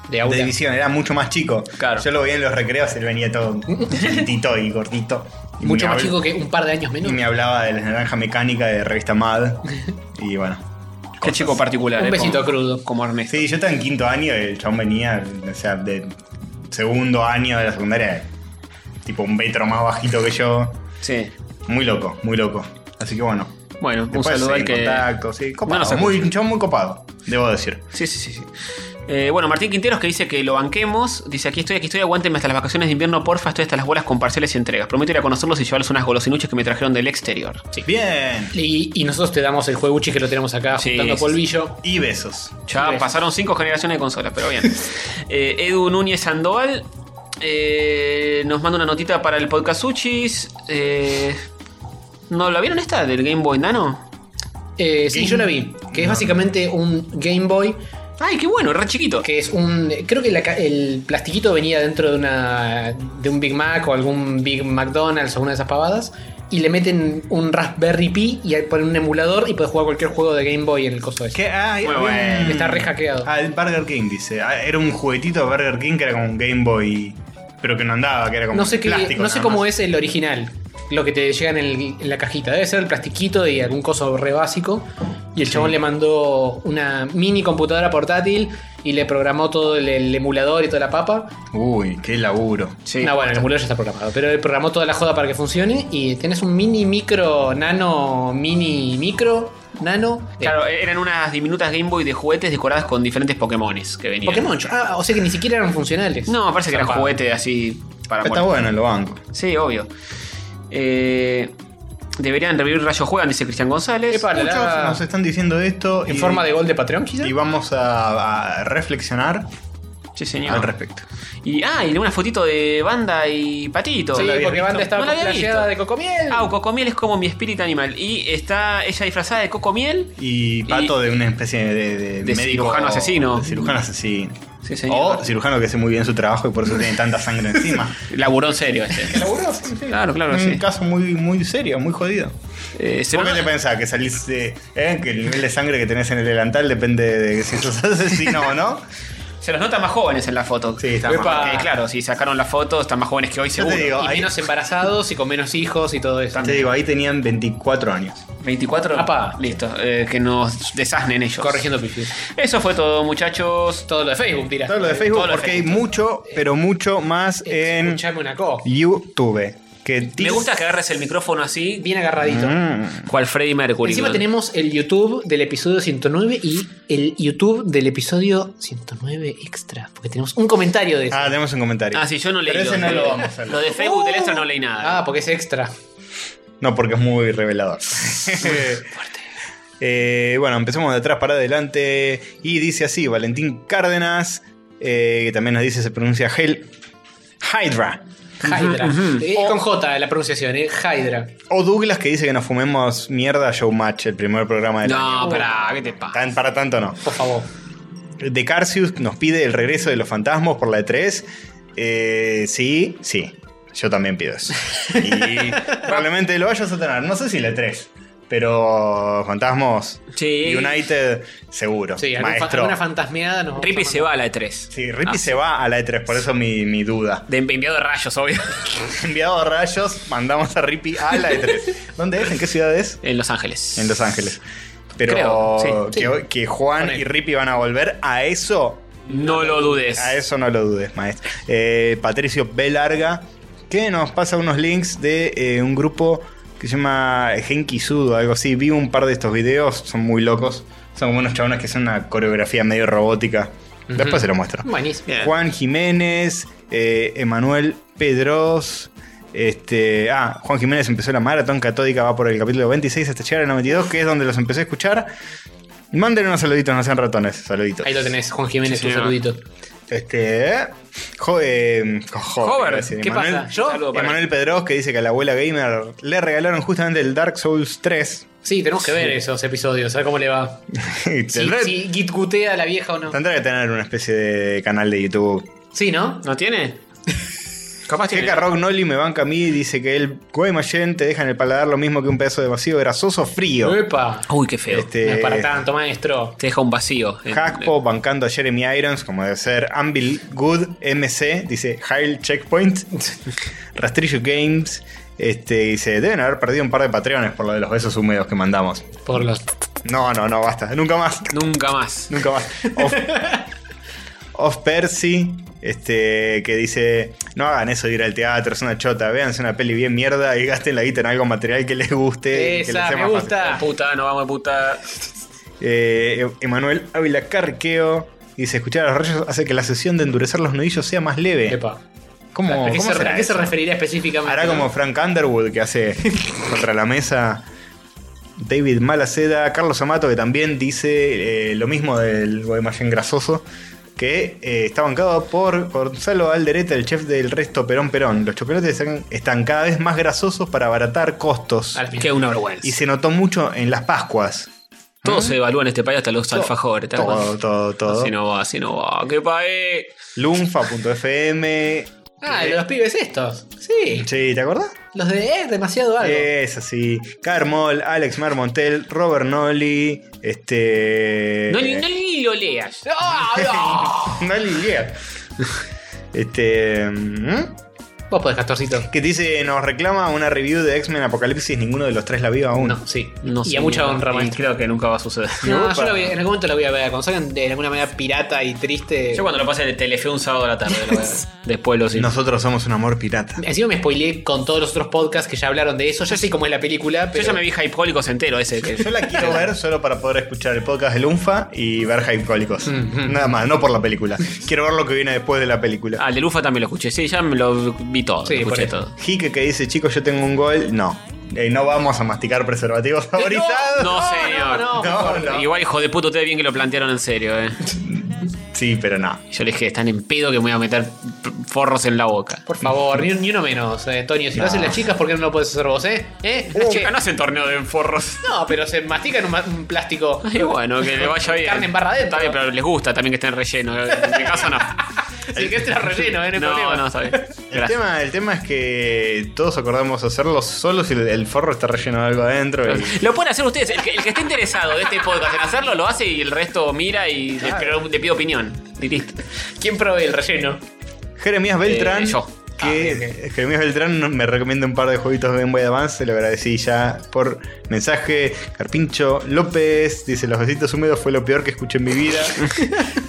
de
aula.
división, era mucho más chico.
Claro.
Yo lo veía en los recreos, él venía todo chiquitito y gordito. Y
Mucho
me
más
habl-
chico que un par de años
Y
menos.
me hablaba de la naranja mecánica de revista Mad. Y bueno.
Qué chico particular.
Un
eh,
besito
como-
crudo.
Como Ernesto.
Sí, yo estaba en quinto año y el chabón venía, o sea, de segundo año de la secundaria, tipo un metro más bajito que yo.
Sí.
Muy loco, muy loco. Así que bueno.
Bueno, un
Después
saludo
en
al que.
contacto, sí. Copado,
No nos
muy,
escucha.
un chabón muy copado, debo decir.
Sí, sí, sí. sí. Eh, bueno, Martín Quinteros que dice que lo banquemos. Dice: Aquí estoy, aquí estoy, aguántenme hasta las vacaciones de invierno, porfa. Estoy hasta las bolas con parcelas y entregas. Prometo ir a conocerlos y llevarles unas golosinuchas que me trajeron del exterior.
Bien.
Y, y nosotros te damos el jueguchi que lo tenemos acá
Sí,
juntando
sí,
polvillo.
Y besos.
Ya
Gracias.
pasaron cinco generaciones de consolas, pero bien. Eh, Edu Núñez Sandoval eh, nos manda una notita para el podcast Uchis. Eh, ¿No la vieron esta del Game Boy Nano?
Eh, sí,
Game-
yo la vi. Que es básicamente un Game Boy.
Ay, qué bueno, re chiquito.
Que es un. Creo que la ca- el plastiquito venía dentro de una. de un Big Mac o algún Big McDonald's o una de esas pavadas. Y le meten un Raspberry Pi y ahí ponen un emulador y puedes jugar cualquier juego de Game Boy en el coso ese.
¿Qué? Ah,
Muy
había
bueno.
un-
Está re hackeado.
Ah, el Burger King dice. Ah, era un juguetito de Burger King que era como un Game Boy, pero que no andaba, que era como
No sé, qué,
plástico.
no sé
nada
cómo
más.
es el original. Lo que te llega en, el- en la cajita. Debe ser el plastiquito y algún coso re básico. Y el chabón le mandó una mini computadora portátil y le programó todo el, el emulador y toda la papa.
Uy, qué laburo.
Sí.
No, bueno, el emulador ya está programado. Pero él programó toda la joda para que funcione. Y tenés un mini micro, nano, mini micro, nano. eh,
Claro, e-, eran unas diminutas Game Boy de juguetes decoradas con diferentes Pokémones que venían.
Pokémon. Ah, o sea que ni siquiera eran funcionales.
No, me parece que eran
Zarpado.
juguetes así para
Está
bueno.
bueno, lo banco.
Sí, obvio. Eh, deberían revivir Rayo Juegan, dice Cristian González.
Epa, la-
Muchos
la-
nos están diciendo esto.
En
y-
forma de gol de Patreon, quizás.
Y vamos a, a reflexionar
Sí,
al
señor.
respecto.
Y, ah, y una fotito de Banda y Patito.
Sí,
la había
porque
visto.
Banda estaba
No la había
cosplayada
visto.
de Cocomiel.
Ah, Cocomiel es como mi espíritu animal. Y está ella disfrazada de Cocomiel.
Y pato de una especie de, de,
De
médico-
cirujano asesino.
de cirujano asesino.
Sí, señor.
O cirujano que hace muy bien su trabajo y por eso tiene tanta sangre encima.
Laburó en serio este. Claro, claro,
Un
sí.
caso muy, muy serio, muy jodido.
Eh, se
¿Vos qué
nota-
te pensás? ¿Que salís de- eh, que el nivel de sangre que tenés en el delantal depende de si sos asesino o no?
Se los nota más jóvenes en la foto.
Sí, están
Porque,
más-
claro, si sacaron la foto, están más jóvenes que hoy,
Yo
seguro.
te digo,
y
ahí,
menos embarazados y con menos hijos y todo eso.
te digo, ahí tenían 24 años.
24.
Apa.
Listo. eh, que nos desasnen ellos.
Corrigiendo pifis.
Eso fue todo, muchachos.
Todo lo de Facebook, dirás.
Todo lo de Facebook,
Todo lo de
porque
Facebook.
hay mucho, pero mucho más en
Escuchame una co.
YouTube. Que
Me gusta que agarres el micrófono así,
Bien agarradito.
Mm.
cual Freddy Mercury.
Encima
man.
tenemos el YouTube del episodio 109 y el YouTube del episodio 109 extra. Porque tenemos un comentario de eso.
Ah, tenemos un comentario.
Ah, sí, yo no leí.
Pero ese
los
no
de-
lo vamos a leer.
Lo de Facebook del extra no leí nada.
Ah, porque es extra.
No, porque es muy revelador. Fuerte. bueno, empezamos de atrás para adelante. Y dice así: Valentín Cárdenas, eh, que también nos dice se pronuncia Hel Hydra.
Hydra. Eh, con J la pronunciación, ¿eh? Hydra.
O Douglas, que dice que nos fumemos mierda Showmatch, el primer programa del año.
no, pará, ¿qué te pasa?
Tan- para tanto no.
Oh, Por favor.
De Carcius nos pide el regreso de los fantasmas por la E3. Eh, sí, sí. Yo también pido eso. Y probablemente lo vayas a tener. No sé si la E3. Pero Fantasmos,
Sí.
United, seguro.
Sí, algún fa-
Maestro.
alguna fantasmeada nos vamos
Rippy
a
se va a la E3.
Sí, Rippy
Ah,
se va a la E3, por eso mi, mi duda.
De enviado de rayos, obvio.
Enviado a rayos, mandamos a Rippy a la E3. ¿Dónde es? ¿En qué ciudad es?
en Los Ángeles.
En Los Ángeles. Pero
Creo,
sí,
que,
sí.
que Juan
Ponele.
y Rippy van a volver a eso.
No lo dudes.
A eso no lo dudes, maestro. Eh, Patricio B. Larga, que nos pasa unos links de eh, un grupo que se llama Genkisudo, algo así. Vi un par de estos videos, son muy locos. Son como unos chabones que hacen una coreografía medio robótica. Después se lo muestro.
Buenísimo.
Bien.
Juan Jiménez, eh, Emanuel Pedros. Este, ah, Juan Jiménez empezó la maratón catódica, va por el capítulo 26 hasta llegar al 92, que es donde los empecé a escuchar. Manden unos saluditos, no sean ratones, saluditos.
Ahí lo tenés, Juan Jiménez,
Sí,
un
señor.
saludito.
Este. jo- eh, jo- jo- iba
Hover,
a decir,
¿qué
Emanuel-
pasa? Yo- Saludo para
Emanuel Pedros que dice que a la abuela gamer le regalaron justamente el Dark Souls 3.
Sí, tenemos que ver esos episodios, a ver cómo le va. Si,
Tendrá-
si Git gutea a la vieja o no.
Tendrá que tener una especie de canal de YouTube.
Sí, ¿no?
¿No tiene? Capaz tiene.
Checa Rock Nolly me banca a mí y dice que el Guaymallén te deja en el paladar lo mismo que un pedazo de vacío grasoso frío.
Epa.
Uy, qué feo.
Este,
No es para tanto, maestro.
Te deja un vacío.
Eh,
En-
Hackpo bancando a Jeremy Irons, como debe ser. Ambil Good MC, dice Hile Checkpoint. Rastrillo Games, este, dice: Deben haber perdido un par de patreones por lo de los besos húmedos que mandamos.
Por los.
No, no, no, basta. Nunca más.
Nunca más.
Nunca más. Off, Off Percy, este, que dice: No hagan eso de ir al teatro, es una chota. Véanse una peli bien mierda y gasten la guita en algo material que les guste. y que les
Esa,
sea
me
más fácil".
gusta.
Puta, no vamos de puta.
Eh, Emanuel Ávila Carqueo dice: Escuchar a los rayos hace que la sesión de endurecer los nudillos sea más leve.
Epa.
¿Cómo,
¿A qué,
cómo
se,
será
a qué se
eso?
referiría específicamente?
Hará como Frank Underwood que hace contra la mesa. David Malaceda, Carlos Amato, que también dice eh, lo mismo del Guaymallén grasoso, que eh, está bancado por Gonzalo Alderete, el chef del resto Perón Perón. Los chocolates están, están cada vez más grasosos para abaratar costos.
Al fin.
Qué una vergüenza.
Y se notó mucho en las Pascuas.
Todo se devalúa en este país, hasta los alfajores. ¿te das
Todo,
cuenta?
todo, todo.
Así no va, así no va. eh, ¡Qué país!
Lunfa.fm.
Ah, los pibes estos. Sí.
Sí, ¿te acordás?
Los de eh, demasiado algo.
Es así. Carmol, Alex Marmontel, Robert Nolly, este.
No, ni, no ni lo leas.
¡Ah,
Nolly Lier. Este. ¿mm?
no! Vos podés, Castorcito.
Que dice, nos reclama una review de X-Men Apocalipsis, ninguno de los tres la vio aún.
No, sí.
No
y
sé,
a mucha
no.
honra,
Y
maestro.
Creo que nunca va a suceder.
No, yo
Upa.
la voy- en algún momento la voy a ver. Cuando salgan de alguna manera pirata y triste.
Yo cuando lo pasé de Telefe un sábado a la tarde, lo voy a ver. Después lo sigo.
Nosotros somos un amor pirata.
Encima me spoileé con todos los otros podcasts que ya hablaron de eso. Ya sé cómo es la película,
Yo
pero.
ya me vi Hypólicos entero ese. que-
Yo la quiero ver solo para poder escuchar el podcast de Lunfa y ver Hype Cólicos. Nada más, no por la película. Quiero ver lo que viene después de la película.
Ah, el de Lufa también lo escuché. Sí, ya me lo vi todo.
Sí,
lo escuché
por eso.
todo.
Jique que dice, chicos, yo tengo un gol. No. Eh, no vamos a masticar preservativos favorizados.
No, señor.
no,
no, no.
Igual, hijo de puto, ustedes bien que lo plantearon en serio, eh.
Sí, pero no.
Yo les dije, están en pedo que me voy a meter p- forros en la boca.
Por favor, ni, ni uno menos, eh, Antonio. Si lo hacen las chicas, ¿por qué no lo puedes hacer vos, eh? ¿Eh?
Las
Che,
chicas no hacen torneo de forros.
No, pero se mastican un, ma- un plástico.
Y bueno, que le vaya bien.
Carne en barra adentro.
Está bien, pero les gusta también que estén relleno. En mi caso no.
El que este era relleno, ¿eh? No, hay
No,
problema.
no, está bien.
El
Gracias.
tema, el tema es que todos acordamos hacerlo solo si el, el forro está relleno de algo adentro. y-
Lo pueden hacer ustedes. El que, el que esté interesado de este podcast en hacerlo, lo hace y el resto mira y le- pero le, pide opinión. Y listo.
¿Quién provee el relleno?
Jeremías Beltrán.
Eh, yo.
Que Jeremías Beltrán me recomienda un par de jueguitos de Game Boy Advance. Se lo agradecí ya por mensaje. Carpincho López dice: Los besitos húmedos fue lo peor que escuché en mi vida.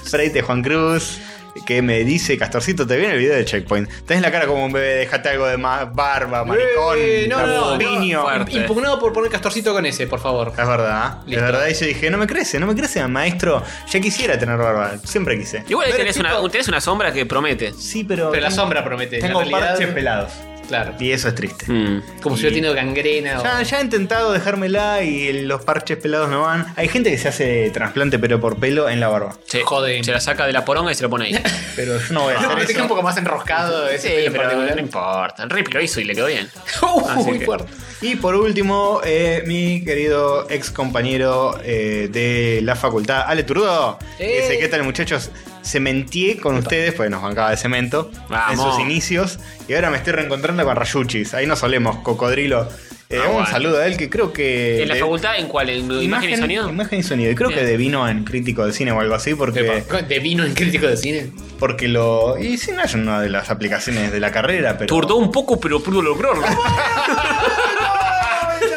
Freite Juan Cruz. Que me dice, Castorcito, te viene el video de Checkpoint. Tenés la cara como un bebé, dejate algo de ma- barba, maricón,
Eh, no, no, no,
piño.
no.
Fuerte.
Impugnado por poner castorcito con ese, por favor.
Es verdad, ¿eh?
Listo.
es verdad. Y yo dije, no me crece, no me crece, maestro. Ya quisiera tener barba, siempre quise.
Igual ahí
Pero,
tenés una,
tipo-
tenés una sombra que promete.
Sí, pero.
Pero la
tengo-
sombra promete. la
Tengo
realidad-
parches pelados.
Claro.
Y eso es triste.
Mm.
Como si yo tenido gangrena o.
Ya, ya he intentado dejármela y los parches pelados no van. Hay gente que se hace trasplante pero por pelo en la barba.
Se,
Joder.
se la saca de la poronga y se la pone ahí.
Pero yo no voy a
No,
hacer
me queda un
eso.
poco más enroscado ese
Sí,
pelo en
pero
particular.
no importa. El Rip lo hizo y le quedó bien.
Uh,
Así
muy
que-
fuerte.
Y por último, eh, mi querido ex compañero eh, de la facultad, Ale Turdo.
Eh.
Dice, ¿qué tal muchachos? Cementié con ustedes, pues nos bancaba de cemento
Vamos.
en sus inicios. Y ahora me estoy reencontrando con Rayuchis. Ahí no solemos, cocodrilo. Eh,
Ah,
un
bueno.
saludo a él que creo que.
¿En la
le-
facultad en cuál? ¿En imagen, y sonido?
Imagen y sonido. Y creo
Bien.
que devino en crítico de cine o algo así, porque,
De vino en crítico de cine.
porque lo. Y sí, no es una de las aplicaciones de la carrera, pero.
Tardó un poco, pero pudo lograrlo.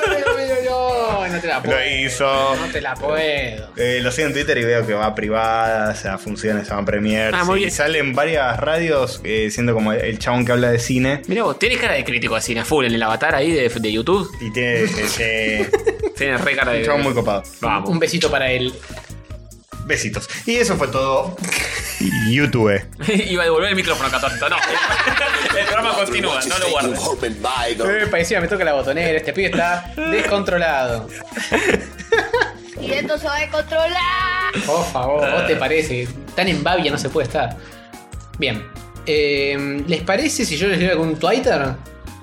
No te la puedo.
Lo hizo.
No te la puedo.
Eh, lo sigo en Twitter y veo que va a privadas, a funciones, a van premier.
Ah, muy
y
bien.
salen varias radios eh, siendo como el chabón que habla de cine.
Mirá vos, tenés cara de crítico así, a full, en el avatar ahí de, de YouTube.
Y tiene. tiene-
Tienes re cara
un
de.
chabón muy copado.
Vamos.
Un besito para él.
Besitos. Y eso fue todo. YouTube.
Iba a devolver el micrófono, 14. No. el programa continúa, no lo guardes.
Eh, parecía, me toca la botonera. Este pibe está descontrolado.
Y esto se va a descontrolar.
Por favor, ¿vos te parece? Tan en babia no se puede estar. Bien. Eh, ¿Les parece si yo les leo algún Twitter?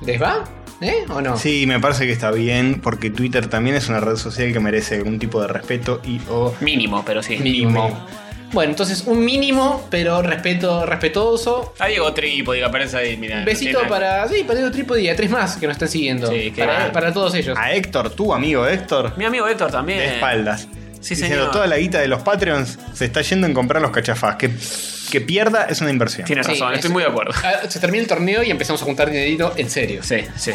¿Les va? ¿Eh? ¿O
Ah.
no?
Sí, me parece que está bien, porque Twitter también es una red social que merece algún tipo de respeto y o.
Mínimo, pero sí.
Mínimo. Bueno, entonces un mínimo, pero respeto, respetuoso.
Ah, Diego Tripo, diga, aparece ahí, mira.
Besito para. Sí, para Diego Trípode y a tres más que nos están siguiendo.
Sí, que-
para, para todos ellos.
A Héctor, tu amigo Héctor,
Mi amigo Héctor también.
de espaldas.
Eh, Sí,
diciendo,
señor.
toda la guita de los Patreons se está yendo en comprar los cachafás. Que, que pierda es una inversión.
Tienes
Sí,
razón,
es-
estoy muy de acuerdo.
Ah, Se termina el torneo y empezamos a juntar dinerito en serio.
Sí, sí.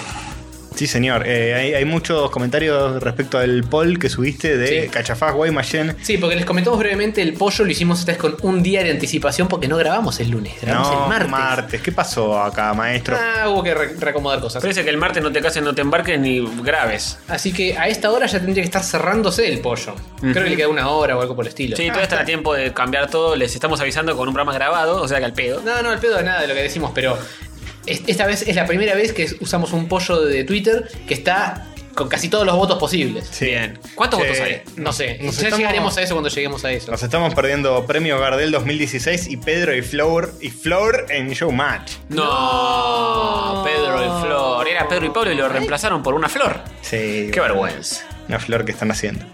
Sí, señor. Eh, hay, hay muchos comentarios respecto al poll que subiste de
Sí.
Cachafaz Guaymallén.
Sí, porque les comentamos brevemente, el pollo lo hicimos esta vez con un día de anticipación porque no grabamos el lunes, grabamos
No,
el martes.
¿Qué pasó acá, maestro?
Ah, hubo que re- reacomodar cosas.
Parece que el martes no te cases, no te embarques ni graves.
Así que a esta hora ya tendría que estar cerrándose el pollo. Creo que le queda una hora o algo por el estilo.
Sí, todavía está a tiempo de cambiar todo. Les estamos avisando con un programa grabado, o sea que al pedo.
No, no, el pedo de nada de lo que decimos, pero es- esta vez es la primera vez que usamos un pollo de Twitter que está con casi todos los votos posibles.
Sí.
Bien. ¿Cuántos
Sí.
votos hay?
No sé, ya
Nos estamos-
llegaremos a eso cuando lleguemos a eso.
Nos estamos perdiendo Premio Gardel 2016 y Pedro y Flor y Flor en Showmatch.
No, Pedro y Flor. Era Pedro y Pablo y lo reemplazaron por una flor.
Sí.
Qué vergüenza.
Una flor que están haciendo.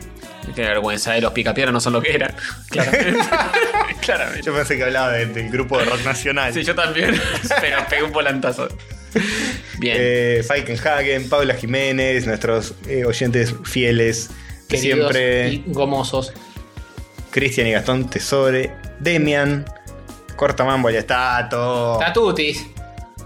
Qué vergüenza, eh, los picapieras no son lo que eran. Claramente. Claramente.
Yo pensé que hablaba de- del grupo de rock nacional.
Sí, yo también, pero pegué un volantazo. Bien.
Eh, Falkenhagen, Paula Jiménez, nuestros eh, oyentes fieles, que
Queridos
siempre.
y gomosos.
Cristian y Gastón Tesore, Demian, Cortamambo ya está, todo.
Tatutis.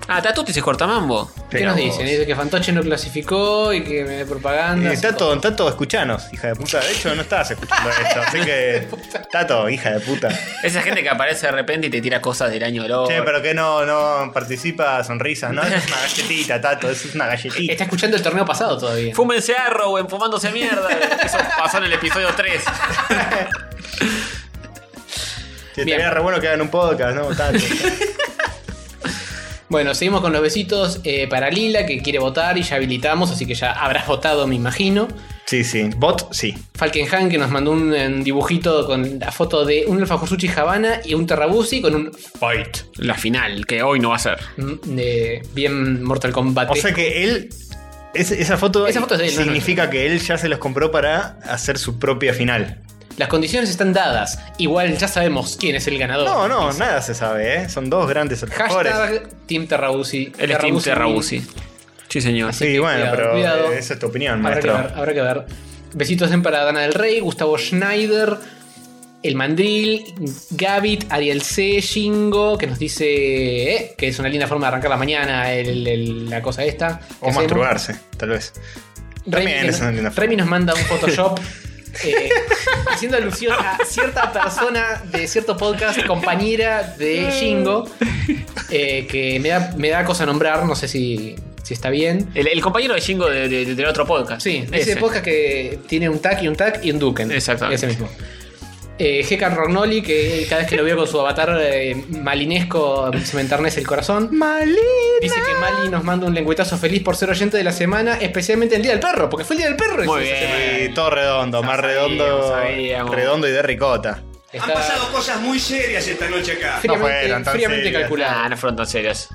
Ah, Tatuti se corta mambo.
¿Qué nos dicen? Dice que Fantoche no clasificó y que me dé propaganda.
Eh, Tato, Tato, escuchanos, hija de puta. De hecho, no estabas escuchando esto, así que. Tato, hija de puta.
Esa gente que aparece de repente y te tira cosas del año del oro.
Che, pero que no, no participa sonrisas, ¿no? Es una galletita, Tato, es una galletita.
Está escuchando el torneo pasado todavía.
Fúmense a Rowen, fumándose mierda. Eso pasó en el episodio 3.
Che, Estaría re bueno que hagan un podcast, ¿no? Tato.
Bueno, seguimos con los besitos eh, para Lila, que quiere votar y ya habilitamos, así que ya habrás votado, me imagino.
Sí, sí. Bot, sí.
Falkenhan, que nos mandó un, eh, dibujito con la foto de un alfajor sushi Habana y un terrabusi con un
Fight.
La final, que hoy no va a ser.
mm, de bien Mortal Kombat.
O sea que él. es- esa foto,
Esa foto es de él, no, no,
significa que él ya se los compró para hacer su propia final.
Las condiciones están dadas. Igual ya sabemos quién es el ganador.
No, no, nada se sabe, ¿eh? Son dos grandes alfajores.
Oh, Hashtag Team Terrabusi.
El Steam Terrabusi. Sí, señor.
Así
Sí,
que
bueno,
cuidado,
pero
cuidado.
eh, esa es tu opinión,
Habrá que
maestro.
ver, habrá que ver. Besitos en para Dana del Rey, Gustavo Schneider, El Mandril, Gavit, Ariel C, Shingo, que nos dice eh, que es una linda forma de arrancar la mañana el- el- la cosa esta.
O masturbarse, tal vez.
Remy,
También
que
es
no-
una linda forma.
Remy nos manda un Photoshop. eh, haciendo alusión a cierta persona de cierto podcast, compañera de Shingo, eh, que me da, me da cosa nombrar, no sé si, si está bien.
El, el compañero de Jingo de- de- del otro podcast.
Sí, ese, podcast que tiene un tac y un tac y un duken.
Exactamente.
Ese mismo. Eh, Hekan Rognoli, que cada vez que lo veo con su avatar eh, malinesco se me enternece el corazón. Dice que Mali nos manda un lengüetazo feliz por ser oyente de la semana, especialmente el Día del Perro, porque fue el Día del Perro.
Muy
esa
bien.
semana.
Sí, todo redondo,
Ya
más
sabíamos,
redondo.
sabíamos.
Redondo y de ricota.
Está
cosas muy serias esta noche acá.
fríamente,
fueron tan
fríamente
serias.
calculado.
Nah, no fueron tan serios.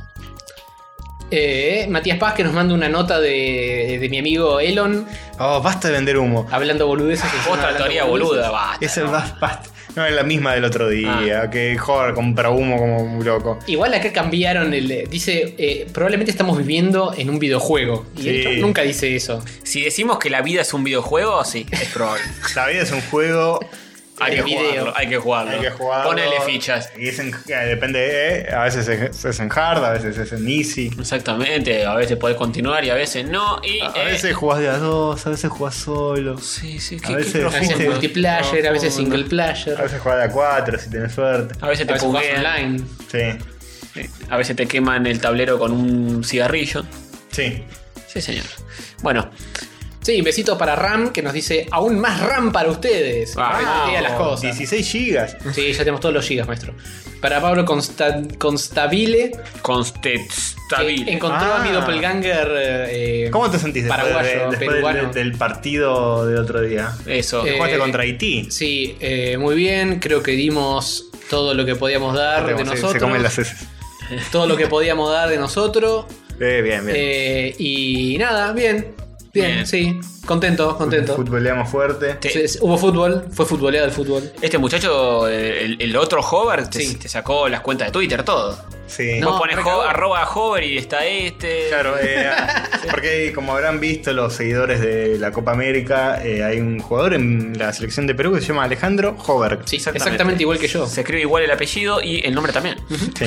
Eh, Matías Paz, que nos manda una nota de, de mi amigo Elon,
Oh, basta de vender humo.
hablando boludeces. y yo no
Otra
hablando
teoría
boludeces.
boluda, va.
Ese basta. No, es la misma del otro día,
Ah.
que joder, compra humo como un loco.
Igual acá cambiaron el. Dice, eh, probablemente estamos viviendo en un videojuego. Y de
Sí.
hecho nunca dice eso.
Si decimos que la vida es un videojuego, sí, es probable.
La vida es un juego.
Hay que
El video.
jugarlo, hay que jugarlo.
Hay que jugar.
Ponele fichas.
Y es en- eh, depende de. A veces es, es en hard, a veces es en easy.
Exactamente, a veces podés continuar y a veces no. Y,
A, a
eh,
veces jugás de a dos, a veces jugás solo.
Sí, sí,
A
qué-
veces-
qué
A veces
Viste,
multiplayer, a veces
no,
single
A
player.
veces jugás de a cuatro si tenés suerte.
A veces
A
te
veces jugás
puguean, eh,
online.
Sí.
a veces te queman el tablero con un cigarrillo.
Sí.
Sí, señor. Bueno,
Sí, besito para Ram que nos dice aún más Ram para ustedes.
Ah,
Wow.
Para que diga las cosas.
16 gigas.
Sí, ya tenemos todos los gigas, maestro. Para Pablo Consta- Constabile, que
Constable.
encontró a mi
Ah.
doppelganger. eh, eh,
¿Cómo te sentís después, de-
Paraguayo,
después del-
peruano.
del, partido del otro día?
Eso.
Eh,
Jugaste contra Haití.
Sí, eh, muy bien. Creo que dimos todo lo que podíamos dar de
Se-
nosotros.
Se comen las heces.
Todo lo que podíamos dar de nosotros.
Eh, bien, bien.
Eh, y nada, bien. Bien,
Bien.
sí. Contento, contento.
Futboleamos fuerte.
Te-
Sí, sí, Hubo fútbol, fue futboleado el fútbol.
Este muchacho, eh, el, el otro Hover, te,
Sí.
te sacó las cuentas de Twitter, todo.
Sí.
No,
Vos pones
recabó.
ho- arroba Hover y está este.
Claro, eh, porque como habrán visto los seguidores de la Copa América, eh, hay un jugador en la selección de Perú que se llama Alejandro Hoberg.
Sí,
Exactamente.
exactamente, igual que yo.
Se escribe igual el apellido y el nombre también.
Sí.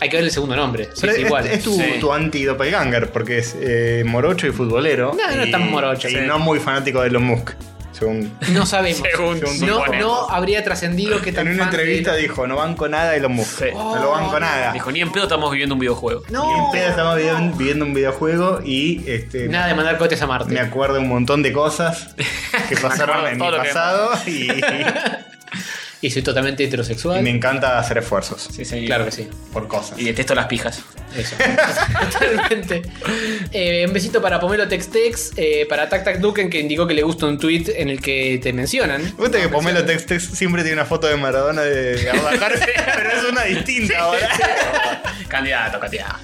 Hay que ver el segundo nombre. Sí,
Pero
sí,
es,
igual.
es tu,
Sí.
tu anti-doppelganger, porque es eh, morocho y futbolero.
No, no es
y-
tan morocho,
Y
sí.
no muy fanático de los Musk. Según,
No sabemos.
Según- según
no,
suponemos.
no habría trascendido que tan
en una
fan de-
entrevista dijo, no banco nada de los Musk.
Sí.
No lo banco nada.
Dijo, ni en pedo estamos viviendo un videojuego.
Y en
No.
pedo estamos viviendo, viviendo un videojuego y este,
Nada de mandar cohetes a Marte.
me acuerdo un montón de cosas que pasaron
acuerdo
en mi
todo lo que-
pasado y,
Y soy totalmente heterosexual.
y me encanta hacer esfuerzos
Sí, señor.
Claro que sí.
por cosas.
Y detesto las pijas.
Eso. Totalmente. Eh, un besito para Pomelo Textex, eh, para Tac Tac Duken, que indicó que le gusta un tweet en el que te mencionan.
Me gusta que Pomelo Textex siempre tiene una foto de Maradona de abajarse, pero es una distinta ahora.
Candidato, candidato.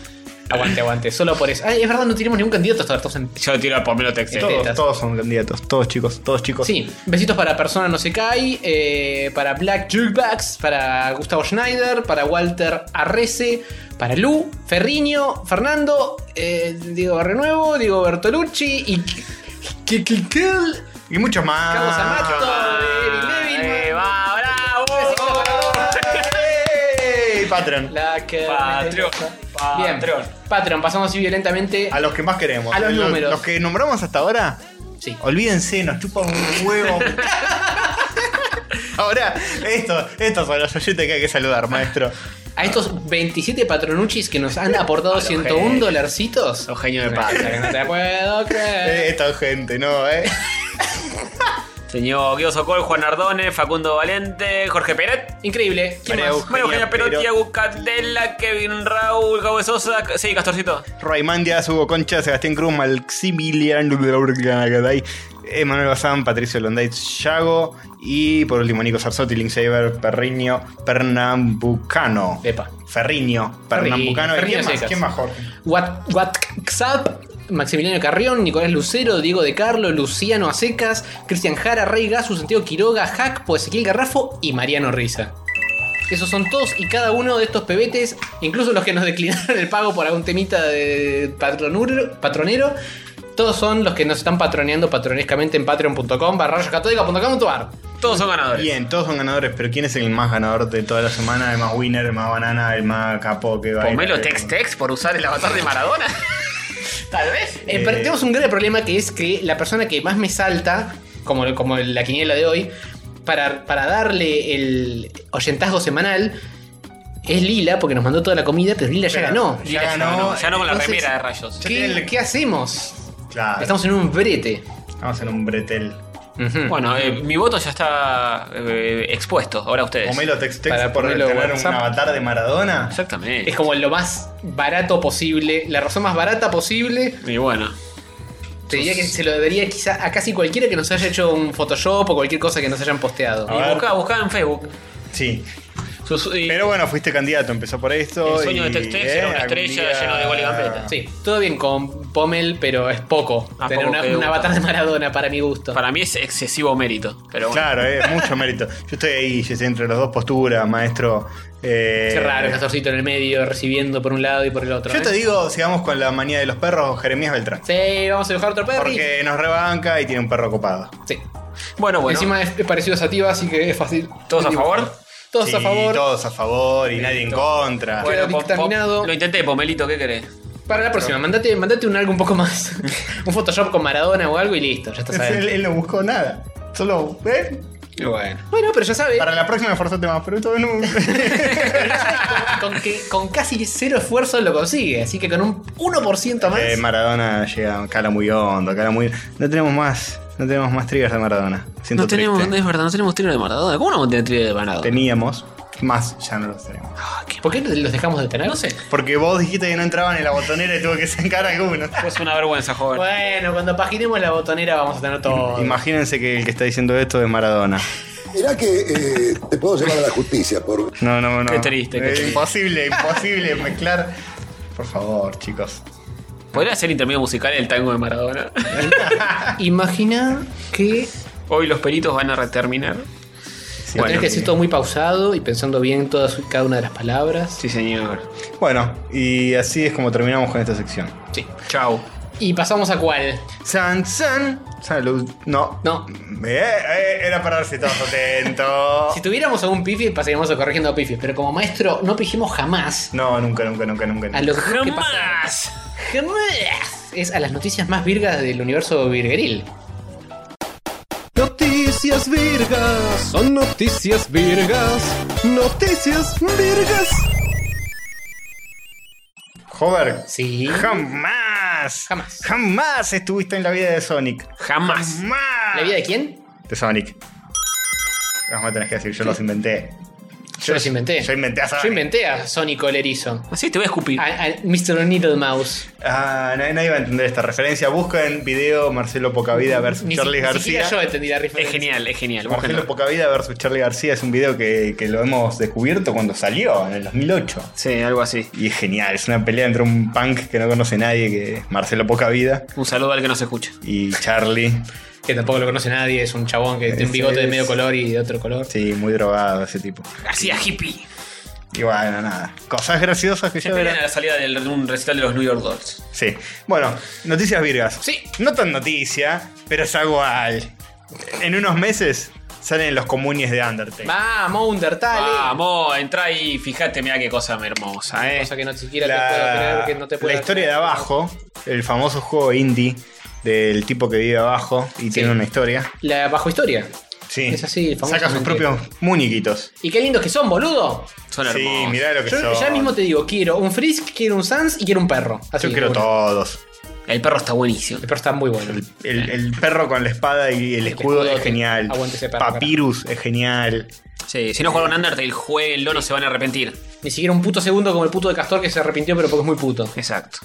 Aguante, aguante. Solo por eso. Ay, es verdad, no tenemos ningún candidato hasta ahora. estamos en-
Yo tiro a Pomelo Texas.
Todo.
Todos, todos son candidatos, todos chicos, todos chicos.
Este, Sí, besitos para Persona No Se Cae, eh, para Black Jukebox, para Gustavo Schneider, para Walter Arrece, para Lu, Ferriño, Fernando, eh, Diego Renuevo, Diego Bertolucci y. K- K- K- Kill.
Y muchos más.
Cabo Zamato, Evil Evil,
Ah, Eh,
man.
va, bravo.
¡Ey! Patreon.
La que-
Patreon,
Bien,
Patreon.
Patreon, pasamos así violentamente.
A los que más queremos.
A los números.
Los que nombramos hasta ahora,
Sí.
olvídense, nos chupa un huevo. ahora, esto, estos son los oyentes que hay que saludar, maestro.
A estos 27 patronuchis que nos han aportado
los
101
genios.
dolarcitos.
Los genios de
Pasa que
Patreon.
no te puedo
Eh,
creer.
Esta gente, no, eh.
Señor Guido Socol, Juan Ardone, Facundo Valente, Jorge Peret.
Increíble. ¿Quién
María
más?
Eugenia
Bueno, Eugenia Perotti,
Perotti.
Agus Candela, Kevin Raúl, Gabo de Sosa. Sí, Castorcito.
Raimandias, Hugo Concha, Sebastián Cruz, Maximilian, Emanuel Bazán, Patricio Londay, Yago y por último Nico Sarsotti, Linksaber, Perriño, Pernambucano.
Epa.
Ferriño, Pernambucano. ¿Y
Ferriño
¿Quién más?
secas.
¿Quién más, Jorge?
What- WhatsApp, Maximiliano Carrión, Nicolás Lucero, Diego De Carlo, Luciano Acecas, Cristian Jara, Rey Gasu, Santiago Quiroga, Hack, Ezequiel Garrafo y Mariano Risa. Esos son todos y cada uno de estos pebetes, incluso los que nos declinaron el pago por algún temita de patronuro- patronero, todos son los que nos están patroneando patronescamente en patreon.com barra rayoscatólica.com.ar.
Todos son ganadores.
Bien, todos son ganadores, pero ¿quién es el más ganador de toda la semana? El más winner, el más banana, el más capo que va a ir?
Pomelo Tex Tex por usar el avatar de Maradona. Tal vez.
Eh, pero
Eh.
tenemos un grave problema que es que la persona que más me salta, como, como la quiniela de hoy, para, para darle el oyentazgo semanal, es Lila, porque nos mandó toda la comida, pero Lila ya
Pero,
ganó.
Ya ganó,
Ya no con la
entonces-
remera de rayos.
¿Qué,
ya tiene el-
qué hacemos?
Claro.
Estamos
Estamos...
en un brete.
en un bretel.
Ujú.
Bueno, eh, mi voto ya está eh, expuesto. Ahora ustedes.
Pomelo Tex Tex
Para
por
Pomelo
tener un
WhatsApp.
avatar de Maradona.
Exactamente.
Es como lo más barato posible, la razón más barata posible.
Y bueno.
Te diría que se lo debería quizá a casi cualquiera que nos haya hecho un Photoshop o cualquier cosa que nos hayan posteado.
A ver.
Y buscá, buscá en Facebook.
Sí.
Sus- y-
Pero bueno, fuiste candidato, empezó por esto.
El sueño de
y, eh,
Tex Tex era una
algún
estrella lleno de gol y gambeta.
Sí, todo bien con Pommel, pero es poco.
Ah,
Tener
poco
una-
que
un
gusta.
avatar de Maradona, para mi gusto.
Para mí es excesivo mérito. Pero bueno.
Claro, es mucho mérito. Yo estoy ahí, yo estoy entre las dos posturas, maestro. Eh,
Qué raro, el castorcito en el medio, recibiendo por un lado y por el otro.
Yo
¿eh?
te digo, sigamos con la manía de los perros, Jeremías Beltrán.
Sí, vamos a dibujar otro perro.
Porque nos rebanca y tiene un perro copado.
Sí.
Bueno, bueno.
Encima es es parecido a Sativa, así que es fácil.
¿Todos a
dibujar.
favor?
Todos
Sí,
a favor.
Todos a favor y nadie en contra.
Bueno.
pom- pom-
dictaminado.
Lo intenté, Pomelito, ¿qué querés?
Para la próxima, mandate, mandate un algo un poco más. un Photoshop con Maradona o algo y listo, ya estás
él,
adentro.
él no buscó nada. Solo, ¿ven?
Bueno.
Bueno, pero ya sabes,
Para la próxima esforzate más, pero esto no.
con, que- con casi cero esfuerzo lo consigue, así que con un 1% más.
Eh, Maradona llega, cala muy hondo, cala muy. No tenemos más, no tenemos más triggers de Maradona. Siento
No tenemos,
triste.
es verdad, no tenemos tiro de Maradona. ¿Cómo no tenemos tiro de Maradona?
Teníamos, más ya no los tenemos.
Ah, qué
¿Por qué los dejamos de tener?
No sé.
Porque vos dijiste que no entraban en la botonera y tuve que sacar algunos.
Es una vergüenza, joven.
Bueno, cuando paginemos la botonera vamos a tener todo.
Imagínense que el que está diciendo esto es Maradona.
Mirá que eh, te puedo llevar a la justicia por.
No, no, no.
Qué triste,
Eh,
qué triste.
Imposible, imposible mezclar. Por favor, chicos.
¿Podría ser intermedio musical el tango de Maradona?
Imagina que
Hoy los peritos van a terminar.
Sí,
lo tenés
Bueno,
que decir todo muy pausado y pensando bien todas y cada una de las palabras.
Sí, señor.
Bueno, y así es como terminamos con esta sección.
Sí.
Chau.
Y pasamos a cuál.
San, san. Salud. No.
No.
Eh, eh, era para ver si estabas atento.
Si tuviéramos algún pifi, pasaríamos corrigiendo a pifis. Pero como maestro, no pijimos jamás
No, nunca, nunca, nunca, nunca.
a lo que pasa.
¡Jamás!
Jamás. Es a las noticias más virgas del universo virgeril.
Noticias virgas, son noticias virgas, noticias virgas.
Joder.
Sí.
Jamás.
Jamás.
Jamás estuviste en la vida de Sonic.
¡Jamás!
Jamás.
¿La vida de quién?
De Sonic. Vamos a tener que decir, yo los inventé.
Yo los inventé.
Yo inventé a Sonic.
Yo inventé a Sonic Olerizo.
Así te voy a escupir.
A, a Mr. Needle Mouse.
Ah, nadie, nadie va a entender esta referencia. Busquen video Marcelo Pocavida versus
Ni, si-
Charlie
ni siquiera
García.
yo entendí la
Es
referencia.
genial, es genial.
Marcelo
Búsquenlo.
Pocavida versus Charlie García es un video que, que lo hemos descubierto cuando salió en el 2008.
Sí, algo así.
Y es genial, es una pelea entre un punk que no conoce nadie, que es Marcelo Pocavida,
Un saludo al que nos escucha.
y Charlie.
Que tampoco lo conoce nadie, es un chabón que tiene un
Ese
bigote de
es.
medio color y de otro color.
Sí, muy drogado ese tipo.
García hippie.
Y bueno, nada. Cosas graciosas que
Se
yo
pelean a
verán.
la salida del- de un recital de los New York Dolls.
Sí. Bueno, noticias virgas.
Sí.
No tan noticia, pero es igual. En unos meses salen los comunes de Undertale.
Vamos, Undertale.
Vamos, entra y fíjate, mira qué cosa hermosa, eh.
Cosa que no siquiera te puedo
la,
creer que no te
la
puedo
historia de abajo, el famoso juego indie del tipo que vive abajo y tiene una historia.
La bajo historia.
Sí.
Es así,
Saca sus
famosamente.
propios muñequitos.
Y qué lindos que son, boludo.
Son
Sí,
hermosos.
mirá lo que
Yo
son.
ya mismo te digo, quiero un Frisk, quiero un Sans y quiero un perro. Así,
Yo quiero
bueno.
todos.
El perro está buenísimo.
El perro está muy bueno.
El, el- el perro con la espada y el escudo
escudo
es
que
genial.
aguante ese perro,
Papyrus es genial.
Sí, si no jugaron Undertale, jueguenlo, no se van a arrepentir.
Ni siquiera un puto segundo como el puto de Castor que se arrepintió, pero porque es muy puto.
Exacto.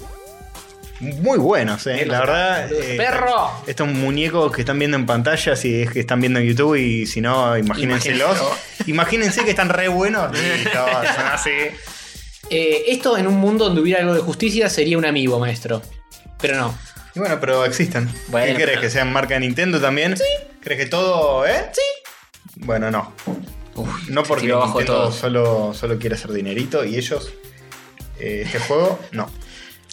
Muy buenos, eh. La verdad. eh,
¡Perro!
Estos muñecos que están viendo en pantalla, si es que están viendo en YouTube y si no, imagínenselos. Imagínense que están re buenos. Listo, son así.
Eh, esto en un mundo donde hubiera algo de justicia sería un amigo, maestro. Pero no.
Y bueno, pero existen.
Bueno,
¿Qué crees?
pero-
¿Que sean marca Nintendo también? Sí. ¿Crees que todo, eh?
Sí.
Bueno, no.
Uf,
No
se
porque
tiró abajo
Nintendo
todo.
Solo, solo quiere hacer dinerito y ellos. eh, este juego, no.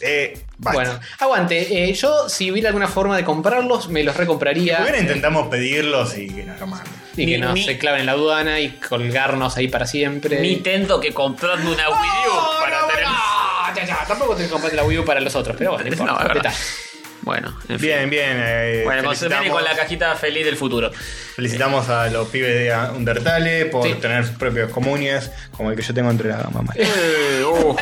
Eh, basta.
Bueno, aguante. Eh, yo, si hubiera alguna forma de comprarlos, me los recompraría.
¿Por qué
eh.
no intentamos pedirlos y que nos lo manden?
Y que
Mi-
no
mi-
se claven en la aduana y colgarnos ahí para siempre.
Nintendo que comprando una Wii U para tener.
Ah, ya, ya. Tampoco te compras la Wii U para los otros, pero bueno, no importa.
No, es verdad.
Detalle.
Bueno, en fin.
Bien, bien. eh,
Bueno, con-
felicitamos,
viene con la cajita feliz del futuro.
felicitamos a los pibes de Undertale por
Sí.
tener sus propios comunes, como el que yo tengo entre la mamá.
Eh, uh,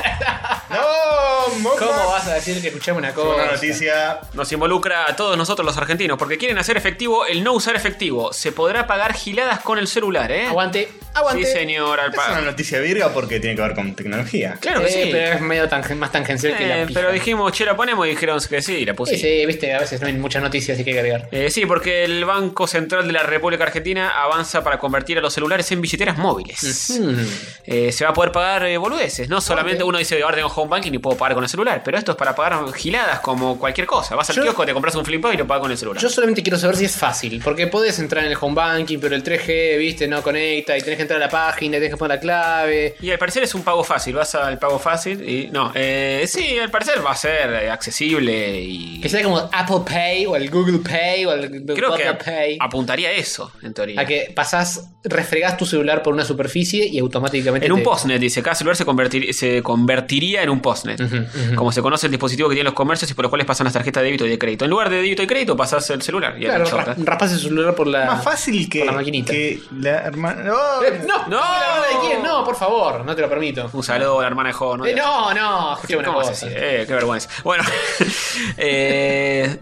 ¡No! moca!
¿Cómo vas a decir que escuchamos una cosa?
Una noticia.
nos involucra a todos nosotros los argentinos porque quieren hacer efectivo el no usar efectivo. Se podrá pagar giladas con el celular, ¿eh?
Aguante. Aguante.
Sí, señor, al
Es una
pa-
noticia virga porque tiene que ver con tecnología.
Claro que
Eh,
sí.
Pero es medio tangen- más tangencial que la
Eh,
pija.
pero dijimos, che, la ponemos y dijeron que sí, y la
Sí,
puse.
sí, viste, a veces no hay muchas noticias y que agregar.
Eh, sí, porque el Banco Central de la República Argentina avanza para convertir a los celulares en billeteras móviles.
Mm.
Eh, se va a poder pagar eh, boludeces. No solamente uno dice, ahora tengo home banking y puedo pagar con el celular, pero esto es para pagar giladas como cualquier cosa. Vas al
Yo-
kiosco, te compras un flip y lo pagas con el celular.
Yo solamente quiero saber si es fácil, porque podés entrar en el home banking, pero el 3G, viste, no conecta y tenés que entrar a la página, y tenés que poner la clave.
Y al parecer es un pago fácil. Vas al pago fácil y. No, eh, sí, al parecer va a ser eh, accesible y.
Que sea como Apple Pay o el Google Pay o el
Creo que
Google
ap-
Pay.
apuntaría a eso, en teoría.
A que pasás, refregás tu celular por una superficie y automáticamente.
En un
te-
postnet, dice, cada celular se, convertir- se convertiría en un postnet.
Ujú, ujú.
Como se conoce el dispositivo que tienen los comercios y por los cuales pasan las tarjetas de débito y de crédito. En lugar de débito y crédito, pasas el celular y a
Claro,
la chota.
ras- raspás el celular por la.
Más fácil que,
Con la maquinita.
que la hermana. ¡Oh!
Eh, No,
¡No!
no, la verdad de quién, no, por favor, no te lo permito.
Un saludo a la hermana de Joe.
Eh, no, no, escuchame una
¿Cómo
cosa.
haces así? Eh, qué vergüenza. Bueno, eh,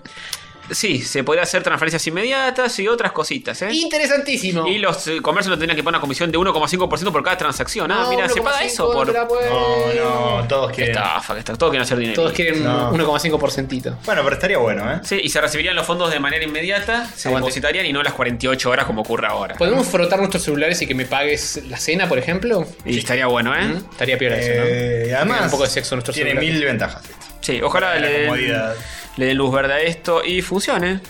sí, se podría hacer transferencias inmediatas y otras cositas, ¿eh?
Interesantísimo.
Y los eh, comercios no tenían que pagar una comisión de 1,5% por cada transacción. Ah,
No,
mira, se paga
1,5
eso por.
de la web.
No, no, todos
Qué
quieren.
estafa, que está. Todos quieren hacer dinero.
Todos quieren
No.
1,5%.
Bueno, pero estaría bueno, ¿eh?
Sí, y se recibirían los fondos de manera inmediata,
Aguante.
se
Pues,
depositarían y no las 48 horas como ocurre ahora.
¿Podemos frotar nuestros celulares y que me pagues la cena, por ejemplo?
Y estaría bueno, ¿eh?
¿Mm? Estaría peor eso, ¿no?
Eh, además,
Tiene un poco de sexo en nuestro
tiene
celular.
mil ventajas esto.
Sí, ojalá
La
le den,
comodidad.
le den luz verde a esto y funcione.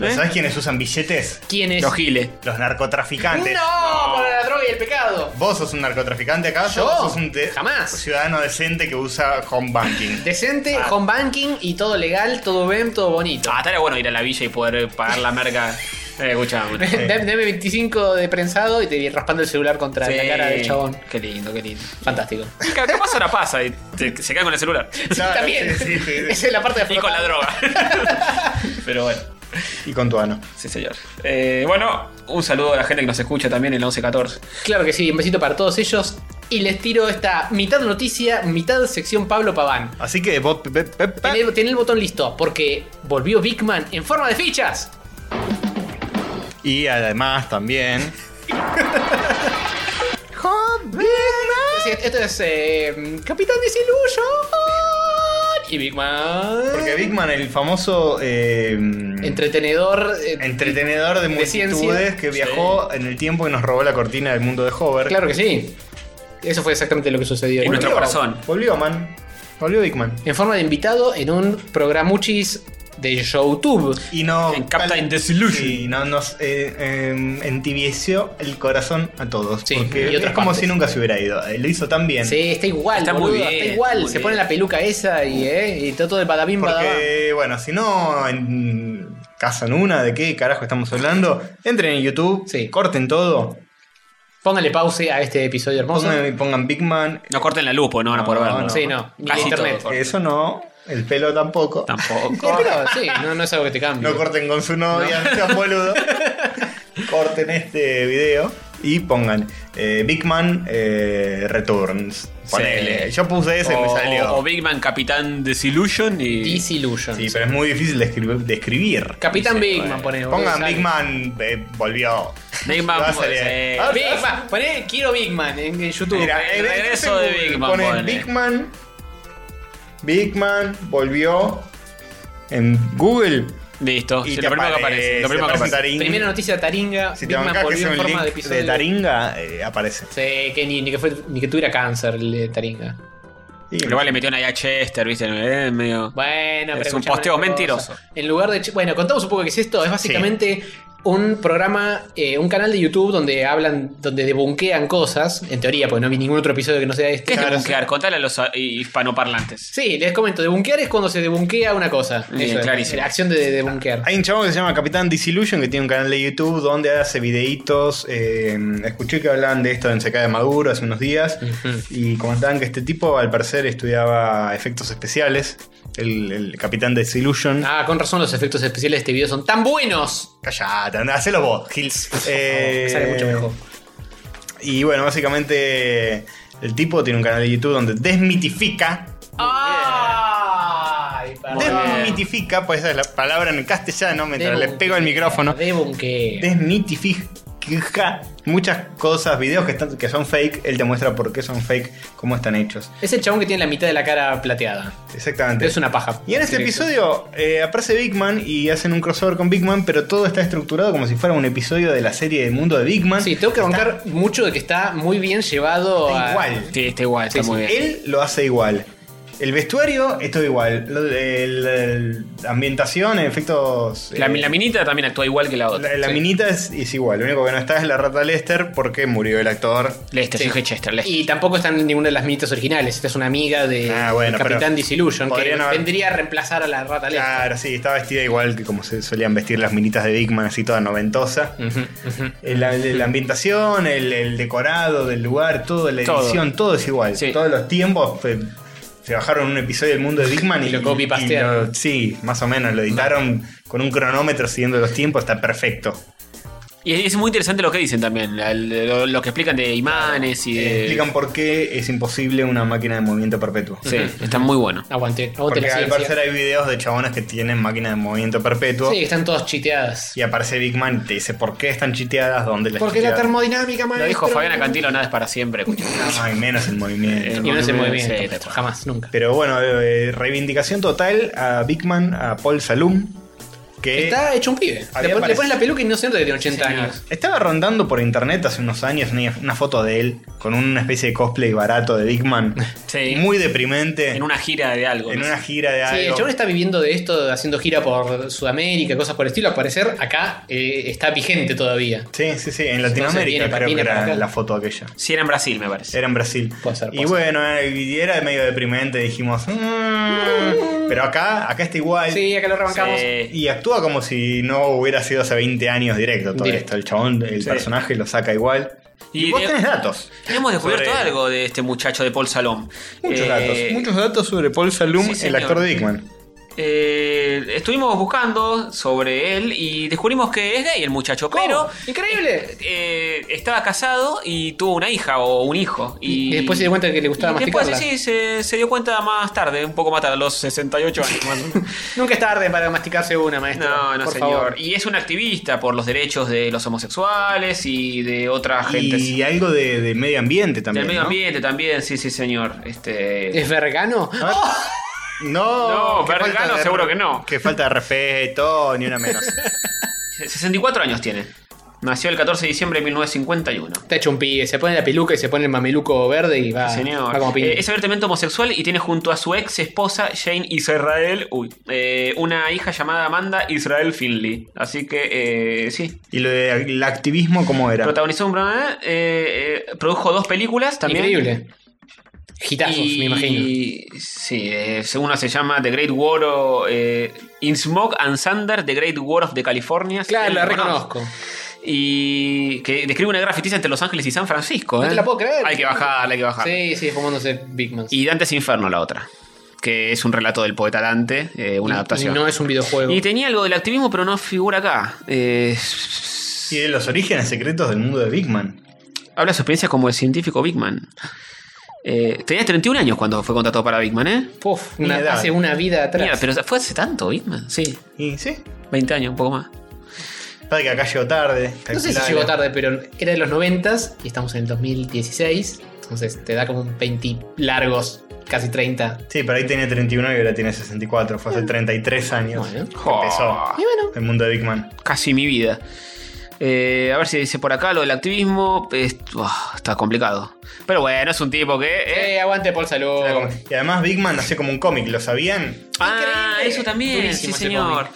¿eh?
¿Sabes quiénes usan billetes?
¿Quién es?
Los giles.
Los narcotraficantes.
¡No! Por la droga y el pecado.
¿Vos sos un narcotraficante acaso?
Yo,
¿O sos un de-
jamás.
ciudadano decente que usa home banking?
Decente,
Ah.
home banking y todo legal, todo bien, todo bonito.
Ah, estaría bueno ir a la villa y poder pagar la merca. Eh, escuchame.
Ah,
Sí.
Dame dame 25 de prensado y te vi raspando el celular contra la cara del chabón.
Qué lindo, qué lindo.
Fantástico.
Y ca- capaz ahora pasa y te- se cae con el celular.
Claro,
También.
sí, sí, sí.
Esa es la parte de
Y con la
flotar.
droga. Pero bueno,
Y con tu ano.
sí, señor. Eh, bueno, un saludo a la gente que nos escucha también en la 1114.
Claro que sí, un besito para todos ellos. Y les tiro esta mitad noticia, mitad sección Pablo Paván.
Así que vos. pe- pe- pe-
Tené, tené el botón listo, porque volvió Big Man en forma de fichas.
Y además también.
Sí, Esto es eh, Capitán Desilusion y Big Man.
Porque Big Man, el famoso. eh,
Entretenedor. eh,
entretenedor de
de ciencia.
multitudes que viajó en el tiempo y nos robó la cortina del mundo de Hover.
Claro que sí. Eso fue exactamente lo que sucedió.
En nuestro corazón.
Volvió, man. Volvió Big Man.
En forma de invitado en un programuchis de YouTube.
Y no.
En Captain Disillusion.
Y no nos eh, eh, entibieció el corazón a todos.
Sí,
porque
y otras
es como
partes.
si nunca se hubiera ido. Eh, Lo hizo tan bien.
Sí, está igual,
Está muy
boludo,
bien,
está igual.
muy
Se
bien.
pone la peluca esa y, eh, y todo de badabim badabam.
Porque, bueno, si no en, casan una, ¿de qué carajo estamos hablando? Entren en YouTube,
Sí.
corten todo,
Póngale pause a este episodio hermoso.
pongan, pongan Big Man.
No corten la luz porque no van a poder
No,
verlo.
no.
Sí, no, ni
Casi
el internet.
todo corta.
Eso no, el pelo tampoco.
Sí,
Tampoco.
pero sí, no, no es algo que te cambie.
No corten con su novia, no sean boludo. corten este video y pongan eh, Big Man eh, Returns. Ponele. Yo puse ese y me
O-
salió.
O, Big Man Capitán Disillusion y.
Disillusion.
sí, pero es muy difícil de escribir. de escribir.
Capitán
Sí,
Big
bueno.
Man, pone. boludo,
Pongan
sale.
Big Man eh, volvió.
Big Man.
Va a salir.
eh,
Ah,
Big Man, poné quiero Big Man en, en YouTube.
Mira,
el
eh,
regreso de Big Man,
Ponen
pone.
Big Man. Big Man volvió en Google.
Listo.
Y
Sí,
te
lo primero que aparece. Lo primero
aparece
que aparece.
Taringa.
Primera noticia Taringa.
Si te
Big Man
bancás que
volvió
sea
en
un
forma de
link
episodio.
de Taringa, eh, aparece.
Sí, que ni, ni que fue- ni que tuviera cáncer el de Taringa.
Sí.
Pero igual le metió una IA Chester, ¿viste? Eh, medio.
Bueno,
Es
pero
un
escuchame
posteo
una cosa.
mentiroso.
En lugar de. ch- Bueno, contamos un poco qué es esto. Es básicamente un programa, eh, un canal de YouTube donde hablan, donde debunquean cosas. En teoría, porque no vi ningún otro episodio que no sea
¿Qué
este.
es debunquear? Contale a los ah, hispanoparlantes.
Sí, les comento. Debunquear es cuando se debunkea una cosa.
Bien,
Eso es,
clarísimo.
la acción de debunquear.
Hay un chabón que se llama Capitán Disillusion que tiene un canal de YouTube donde hace videitos. eh, escuché que hablaban de esto en Seca de Maduro hace unos días y comentaban que este tipo al parecer estudiaba efectos especiales. El, el Capitán Disillusion.
Ah, con razón los efectos especiales de este video son tan buenos. Oh,
Callate, andá, hacelo vos, Hills. Eh,
me sale mucho mejor.
Y bueno, básicamente el tipo tiene un canal de YouTube donde desmitifica.
¡Ay!
Desmitifica, pues esa es la palabra en castellano, mientras le
Debunquea,
pego el micrófono.
Debunquea.
Desmitifica queja. Muchas cosas, videos que, están, que son fake, él te muestra por qué son fake, cómo están hechos.
Es el chabón que tiene la mitad de la cara plateada.
Exactamente.
Es una paja.
Y en este
Directo.
episodio eh, aparece Big Man y hacen un crossover con Big Man, pero todo está estructurado como si fuera un episodio de la serie del mundo de Big Man.
Sí, tengo que
Está-
bancar mucho de que está muy bien llevado
Está
a-
igual.
Sí, está igual, está
Sí, sí.
muy bien.
Él lo hace igual. El vestuario es todo igual. Lo- el- el- la ambientación, efectos.
La,
eh,
la minita también actúa igual que la otra.
la- la
Sí.
minita es, es igual. Lo único que no está es la rata Lester porque murió el actor.
Lester,
Sí.
Jorge Este, Chester, Lester.
Y tampoco están en ninguna de las minitas originales. Esta es una amiga de
Ah,
del
bueno,
Capitán
pero
Disillusion que
podrían haber-
vendría a reemplazar a la rata Lester.
Claro, sí, está vestida igual que como se solían vestir las minitas de Big Man, así toda noventosa.
Ujú, ujú.
El- La, la ambientación, el, el decorado del lugar, todo, la
Todo.
edición, todo, es igual.
Sí.
Todos los tiempos fue- se bajaron un episodio del mundo de Big Man y,
Y lo copy-pastearon.
y lo- Sí, más o menos. Lo editaron con un cronómetro siguiendo los tiempos, está perfecto.
Y es es muy interesante lo que dicen también, la- lo, lo que explican de imanes y de...
Eh, Explican por qué es imposible una máquina de movimiento perpetuo.
Sí, está muy bueno.
Aguante, aguante
Porque
la
al
ciencia.
parecer hay videos de chabones que tienen máquina de movimiento perpetuo.
Sí, están todas chiteadas.
Y aparece Big Man y te dice por qué están chiteadas, dónde las
Porque la
chitearon.
termodinámica,
Lo
maestro.
dijo Fabiana Cantilo, nada es para siempre.
Ay, menos el movimiento.
Y no se mueve
Sí,
bien.
tal cual.
Jamás, nunca.
Pero bueno, eh, reivindicación total a Big Man, a Paul Salum, que
Está hecho un pibe. Le,
había
pon- le
parecido-
pones la peluca y no se nota que tiene 80
señor.
años.
estaba rondando por internet hace unos años una, una foto de él con una especie de cosplay barato de Big Man.
Sí.
Muy deprimente.
En una gira de algo.
en
no sé.
una gira
Ah,
Sí,
de
el
algo.
chabón está viviendo de esto, haciendo gira por Sudamérica, cosas por el estilo. Al parecer, acá eh, está vigente todavía.
sí, sí, sí, en
Entonces
Latinoamérica
viene para-
creo que
viene para
era
acá.
la foto aquella.
Sí, era en Brasil, me parece.
Era en Brasil.
Puede ser, puede
y
ser.
bueno, eh, y era medio deprimente, dijimos. "Mm". pero acá, acá está igual.
Sí, acá lo rebancamos.
Sí.
Y actúa como si no hubiera sido hace 20 años directo todo
Directo.
esto. El chabón, el
Sí.
personaje lo saca igual. Y,
Y
vos
de-
tenés datos.
Hemos descubierto
Sobre-
algo de este muchacho de Paul Salom.
Muchos
Eh,
datos. Muchos datos sobre Paul Salum,
sí,
el
señor.
actor de Dickman.
eh, estuvimos buscando sobre él y descubrimos que es gay el muchacho, pero
¡Increíble!
eh, estaba casado y tuvo una hija o un hijo. Y,
Y después se dio cuenta que le gustaba
y Después
masticarla.
sí, se, se dio cuenta más tarde, un poco más tarde, a los 68 años más o menos.
Nunca es tarde para masticarse una, maestro.
No, no,
por
señor.
favor.
Y es un activista por los derechos de los homosexuales y de otra gente.
Y algo de, de medio ambiente también.
del medio
¿no?
ambiente también, sí, sí, señor. Este.
¿Es vergano?
A ver. No,
No,
qué
vergano
falta de-
seguro que no.
Qué falta de respeto, ni una menos.
64 años tiene. Nació el 14 de diciembre de 1951.
Está hecho un pibe. Se pone la peluca y se pone el mameluco verde y va,
Sí, señor.
va Ah, como pibe.
Eh, es abiertamente homosexual y tiene junto a su ex esposa Jane Israel, uy, eh, una hija llamada Amanda Israel Finley. Así que, eh, sí.
¿Y lo del activismo cómo era?
Protagonizó un programa, eh, eh, produjo dos películas también.
Increíble. Gitazos, me imagino.
Sí, eh, según uno se llama The Great War o, eh, In Smoke and Thunder, The Great War of the California.
Claro,
Sí,
la
lo conoce.
reconozco.
Y que describe una guerra ficticia entre Los Ángeles y San Francisco.
No
¿eh?
te la puedo creer.
Hay que bajar, hay que bajar.
Sí, sí, fumándose Big Man.
Y Dante's Inferno, la otra. Que es un relato del poeta Dante, eh, una adaptación.
No es un videojuego.
Y tenía algo del activismo, pero no figura acá. Eh,
Y de los orígenes secretos del mundo de Big Man.
habla de su experiencia como el científico Bigman. Eh, tenía 31 años cuando fue contratado para Bigman, ¿eh?
Puf,
Ni
una-
edad.
hace una vida atrás.
Mira, pero fue hace tanto, Bigman. Sí,
Y sí,
20 años, un poco más.
para que acá llegó tarde.
no sé si
calculalo.
llegó tarde, pero era de los 90 y estamos en el 2016. Entonces te da como un 20 largos, casi 30.
Sí, pero ahí tiene 31 y ahora tiene 64. Fue hace 33 años.
Bueno.
que Empezó
Jo.
Y bueno,
el mundo de Big Man.
Casi mi vida. Eh, a ver si dice por acá lo del activismo. Es- uah, está complicado. Pero bueno, es un tipo que. eh,
eh, aguante por salud.
Era Ah, como- Y además Big Man nació como un cómic, ¿lo sabían?
Ah,
Increíble.
eso también,
Durísimo
sí
ese
señor.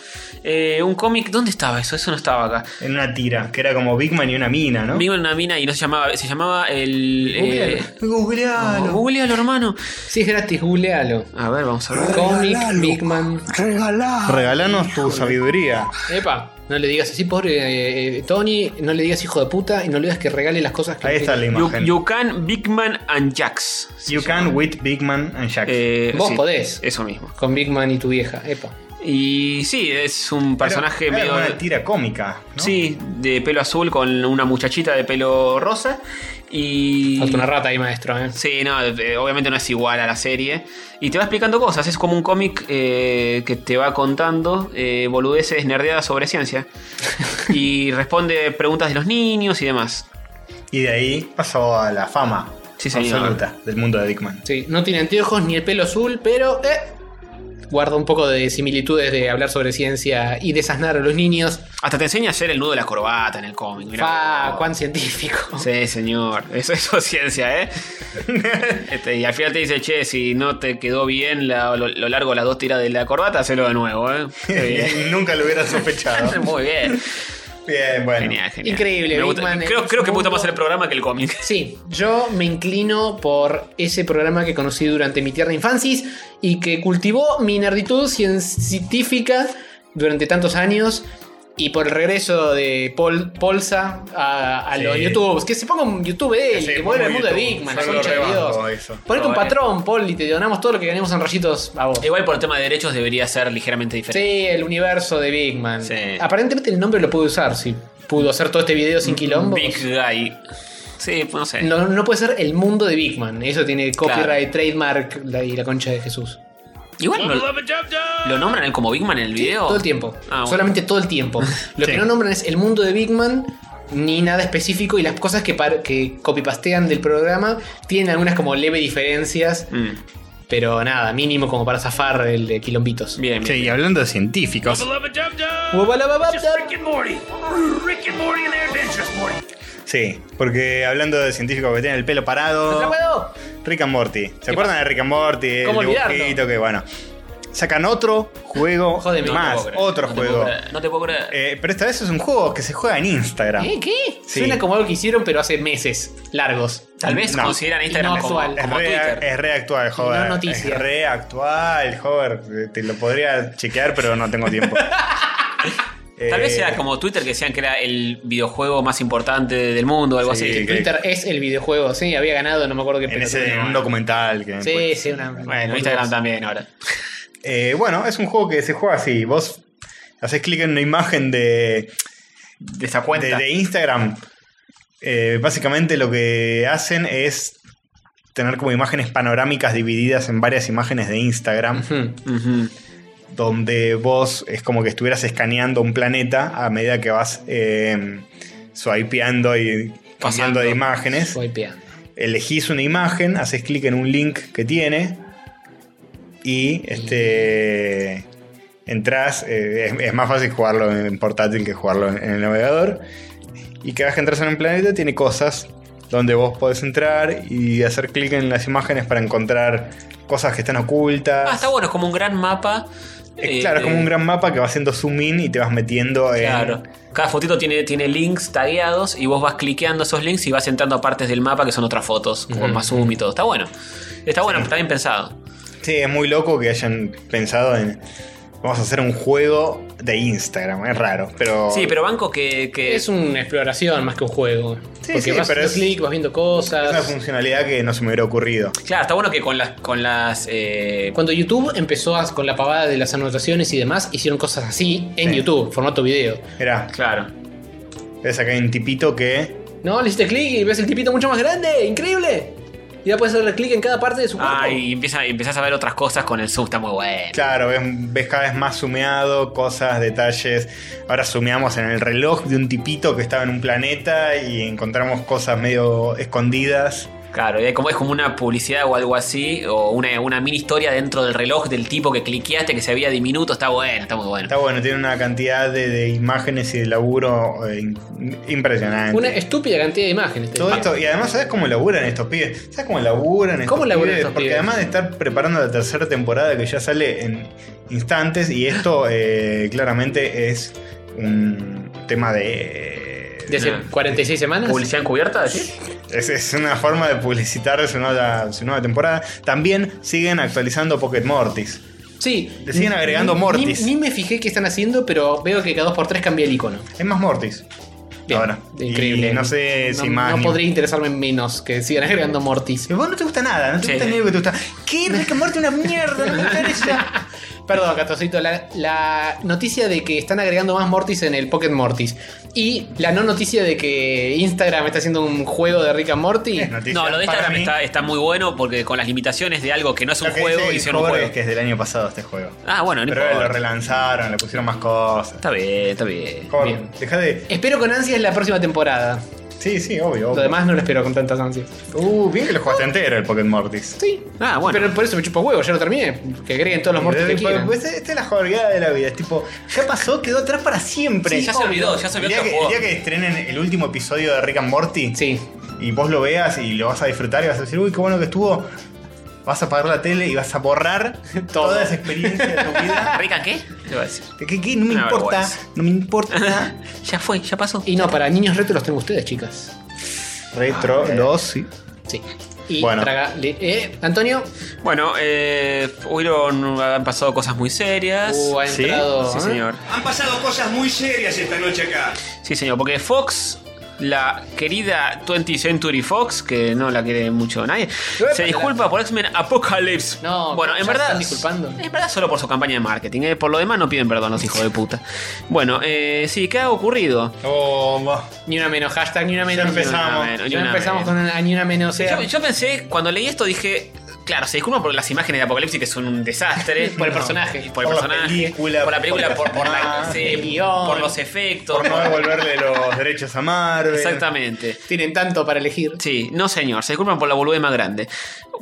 Eh, un cómic, ¿dónde estaba eso? Eso no estaba acá.
En una tira, que era como Big Man y una mina, ¿no?
Vivo en una mina y no se llamaba, se llamaba el... eh,
Googlealo.
Googlealo, hermano.
Si es gratis, googlealo.
A ver, vamos a ver.
Comic,
Regalalo.
Big Man.
Regalá.
Regalanos tu sabiduría.
Epa, no le digas así, pobre eh, eh, Tony. No le digas hijo de puta y no le digas que regale las cosas que
Ahí está la
You,
imagen. You,
you Can, Big Man and Jax.
can with Big Man and Jack.
Eh,
Vos podés.
Eso mismo.
Con Big Man y tu vieja. Epa.
Y sí, es un personaje
Era- era
medio.
una tira cómica. ¿no?
Sí, de pelo azul con una muchachita de pelo rosa. Y.
Falta una rata ahí, maestro, ¿eh?
Sí, no, eh, obviamente no es igual a la serie. Y te va explicando cosas, es como un cómic eh, que te va contando eh, boludeces nerdeadas sobre ciencia. y responde preguntas de los niños y demás.
Y de ahí pasó a la fama
Sí, señor.
absoluta del mundo de Dickman.
Sí, no tiene anteojos ni el pelo azul, pero eh, guarda un poco de similitudes de hablar sobre ciencia y desasnar a los niños.
Hasta te enseña a hacer el nudo de la corbata en el cómic. mirá.
Fa, cuán científico.
Sí, señor. Eso, eso es ciencia, ¿eh? Este, y al final te dice, che, si no te quedó bien la- lo, lo largo de las dos tiras de la corbata, hacelo de nuevo, ¿eh? Qué bien.
Nunca lo hubiera sospechado.
Muy bien.
Bien, bueno.
Genial, genial.
Increíble,
Me gusta-
Bigman,
creo,
es
creo que me gusta
mundo-
más el programa que el cómic.
Sí, yo me inclino por ese programa que conocí durante mi tierna infancia y que cultivó mi nerditud cien- científica durante tantos años y por el regreso de Paul Polsa a, a
Sí.
los YouTubes. Que se ponga un YouTube él,
Sí,
que
pongo
vuelve al
un
mundo de
YouTube.
Big Man,
Yo lo
concha de
rebanco
Dios.
eso.
Ponete un
Bueno.
patrón, Paul, y te donamos todo lo que ganemos en rayitos a vos.
Igual por tema de derechos debería ser ligeramente diferente.
Sí, el universo de Big Man.
Sí.
Aparentemente el nombre lo pude usar, si pudo hacer todo este video sin quilombo.
Mm, Big Guy. Sí, no sé.
No, no puede ser el mundo de Big Man. Eso tiene copyright,
Claro.
trademark la- y la concha de Jesús.
Igual no- lo nombran él como Big Man en el video.
Todo el tiempo.
Ah, bueno.
Solamente todo el tiempo. Lo
Sí.
que no nombran es el mundo de Big Man, ni nada específico. Y las cosas que, par- que copypastean del programa tienen algunas como leve diferencias.
Mm,
Pero nada, mínimo como para zafar el de quilombitos.
bien, bien.
Che, y hablando de científicos, sí, porque hablando de científicos que tienen el pelo parado,
¡Atrapado!
Rick and Morty. ¿Se acuerdan de Rick and Morty?
¿Cómo
el
olvidarlo?
dibujito que bueno. Sacan otro juego
Jódeme, no te
más,
puedo creer.
otro
No te
juego.
puedo creer, No te puedo creer.
Eh, pero esta vez es un juego que se juega en Instagram.
¿Eh? ¿Qué?
Sí.
Suena como algo que hicieron, pero hace meses largos.
Tal vez
no.
consideran Instagram
Y no
como,
actual.
como
Es re,
Twitter.
es re actual, joder.
no noticia.
Es re actual, joder. Te lo podría chequear, pero no tengo tiempo.
Tal vez
Eh,
sea como Twitter que decían que era el videojuego más importante del mundo o algo
Sí,
así.
que-
Twitter es el videojuego, sí, había ganado, no me acuerdo qué
En
pelotudo.
ese, en un documental que.
Sí, sí, una.
Bueno, Instagram también ahora.
Eh, bueno, es un juego que se juega así. Vos haces clic en una imagen de,
De esa
de,
cuenta.
de Instagram. Eh, básicamente lo que hacen es tener como imágenes panorámicas divididas en varias imágenes de Instagram.
Hmm.
Ujú.
donde vos es como que estuvieras escaneando un planeta a medida que vas eh, swipeando y
Pasando.
pasando de imágenes.
Swipeando.
Elegís una imagen, haces clic en un link que tiene y este entras. eh, es, es más fácil jugarlo en portátil que jugarlo en, en el navegador. Y cada vez que entras en un planeta tiene cosas donde vos podés entrar y hacer clic en las imágenes para encontrar cosas que están ocultas.
Ah, está bueno, es como un gran mapa.
Eh,
eh,
claro, es como un gran mapa que va haciendo zoom in y te vas metiendo en.
Claro. Eh, Cada fotito tiene, tiene links tagueados y vos vas cliqueando esos links y vas entrando a partes del mapa que son otras fotos, con más zoom y todo. Está bueno. Está bueno, está bien pensado.
Sí, es muy loco que hayan pensado en. Vamos a hacer un juego de Instagram, es raro, pero.
Sí, pero banco que. que-
Es una exploración más que un juego.
Sí,
Porque
sí,
vas haciendo
pero es-
clic, vas viendo
Es una
cosas.
funcionalidad que no se me hubiera ocurrido.
Claro, está bueno que con las. Con las eh,
Cuando YouTube empezó a- con la pavada de las anotaciones y demás, hicieron cosas así en
Sí.
YouTube, formato video.
Mirá,
Claro.
ves acá hay un tipito que.
No, le hiciste clic y ves el tipito mucho más grande, increíble. Y ya puedes hacerle clic en cada parte de su cuerpo.
Ah, y empieza, y empezás a ver otras cosas con el zoom, está muy bueno.
Claro, ves, ves cada vez más sumeado, cosas, detalles. Ahora sumeamos en el reloj de un tipito que estaba en un planeta y encontramos cosas medio escondidas.
Claro, y hay como, es como una publicidad o algo así, o una, una mini historia dentro del reloj del tipo que cliqueaste que se había diminuto, está bueno, está muy bueno.
Está bueno, tiene una cantidad de, de imágenes y de laburo eh, in- impresionante.
Una estúpida cantidad de imágenes. te
Todo
diría.
esto, y además, ¿sabes cómo laburan estos pibes? ¿Sabes cómo laburan estos
¿Cómo laburan
pibes?
estos
Porque
pibes?
además de estar preparando la tercera temporada que ya sale en instantes, y esto eh, claramente es un tema de.
De hace
Nah.
46 semanas.
¿Publicidad encubierta, decís?
Es, es una forma de publicitar su nueva, su nueva temporada. También siguen actualizando Pocket Mortis.
Sí.
Le siguen
Ni-
agregando
ni-
Mortis.
Ni, ni me fijé qué están haciendo, pero veo que cada 2x3 cambia el icono.
Hay más Mortis.
Bien,
ahora.
Increíble.
Y no sé si
No-
más.
No
ni-
podría interesarme menos que sigan agregando Mortis.
Pero vos no te gusta nada, no te
Sí.
gusta ni lo que te gusta. ¿Qué? Rick and Morty una mierda, no me interesa.
Perdón, Catorcito, la, la noticia de que están agregando más Mortis en el Pocket Mortis. Y la no noticia de que Instagram está haciendo un juego de Rick and Morty.
Es noticia.
No, lo de
Para
Instagram
mí,
está, está muy bueno porque con las limitaciones de algo que no es un
lo que
juego,
dice el
hicieron un
cover
juego.
Es que es del año pasado este juego.
Ah, bueno, no
Pero ahora lo
importa.
relanzaron, le pusieron más cosas.
Está bien, está bien.
Cover,
Bien.
Deja de.
Espero con ansias la próxima temporada.
Sí, sí, obvio.
Lo
obvio.
demás no lo espero con tantas ansias.
Uh, bien que lo jugaste entero el Pocket Mortis.
Sí.
Ah, bueno.
Pero por eso me chupo huevo, ya lo terminé. Que agreguen todos los Mortis que
Eh, pues,
quieran.
pues, esta es la jornada de la vida. Es tipo, ya pasó, quedó atrás para siempre.
Sí, ya se olvidó, ya se olvidó
El día,
que
que,
jugó.
el día que estrenen el último episodio de Rick and
pues.
Morty
Sí.
y vos lo veas y lo vas a disfrutar y vas a decir, uy, qué bueno que estuvo. Vas a apagar la tele y vas a borrar toda esa experiencia de tu vida.
¿Rica qué? Te iba a decir.
¿Qué, qué? No me
Una
importa,
vergüenza.
no me importa.
Ya fue, ya pasó.
Y no, para niños retro los tengo ustedes, chicas.
Retro 2, sí.
Sí. Y
Bueno.
traga- le- eh, Antonio,
Bueno, eh, hubieron, han pasado cosas muy serias.
uh, ha
Sí,
entrado.
sí,
¿eh?
señor.
Han pasado cosas muy serias esta noche acá.
Sí, señor, porque Fox, la querida 20th Century Fox, que no la quiere mucho nadie, se disculpa por X-Men Apocalypse.
No,
bueno,
ya
en
se
verdad.
están disculpando.
En verdad, solo por su campaña de marketing. eh, Por lo demás, no piden perdón los hijos de puta. Bueno, eh, sí, ¿qué ha ocurrido?
Oh, va.
Ni una menos, hashtag ni una menos.
Ya empezamos.
Ni una menos, ni
Ya
una
empezamos
menos.
con una- ni una menos. O sea,
Yo, yo pensé, cuando leí esto, dije. Claro, se disculpa por las imágenes de Apocalipsis que son un desastre.
Por el personaje.
Por
Por
el
la
personaje.
película,
por la película,
por-
por, por la- sí,
el guión.
por los efectos.
Por no devolverle los derechos a Marvel.
Exactamente.
tienen tanto para elegir.
Sí, no señor, se disculpan por la boludez más grande.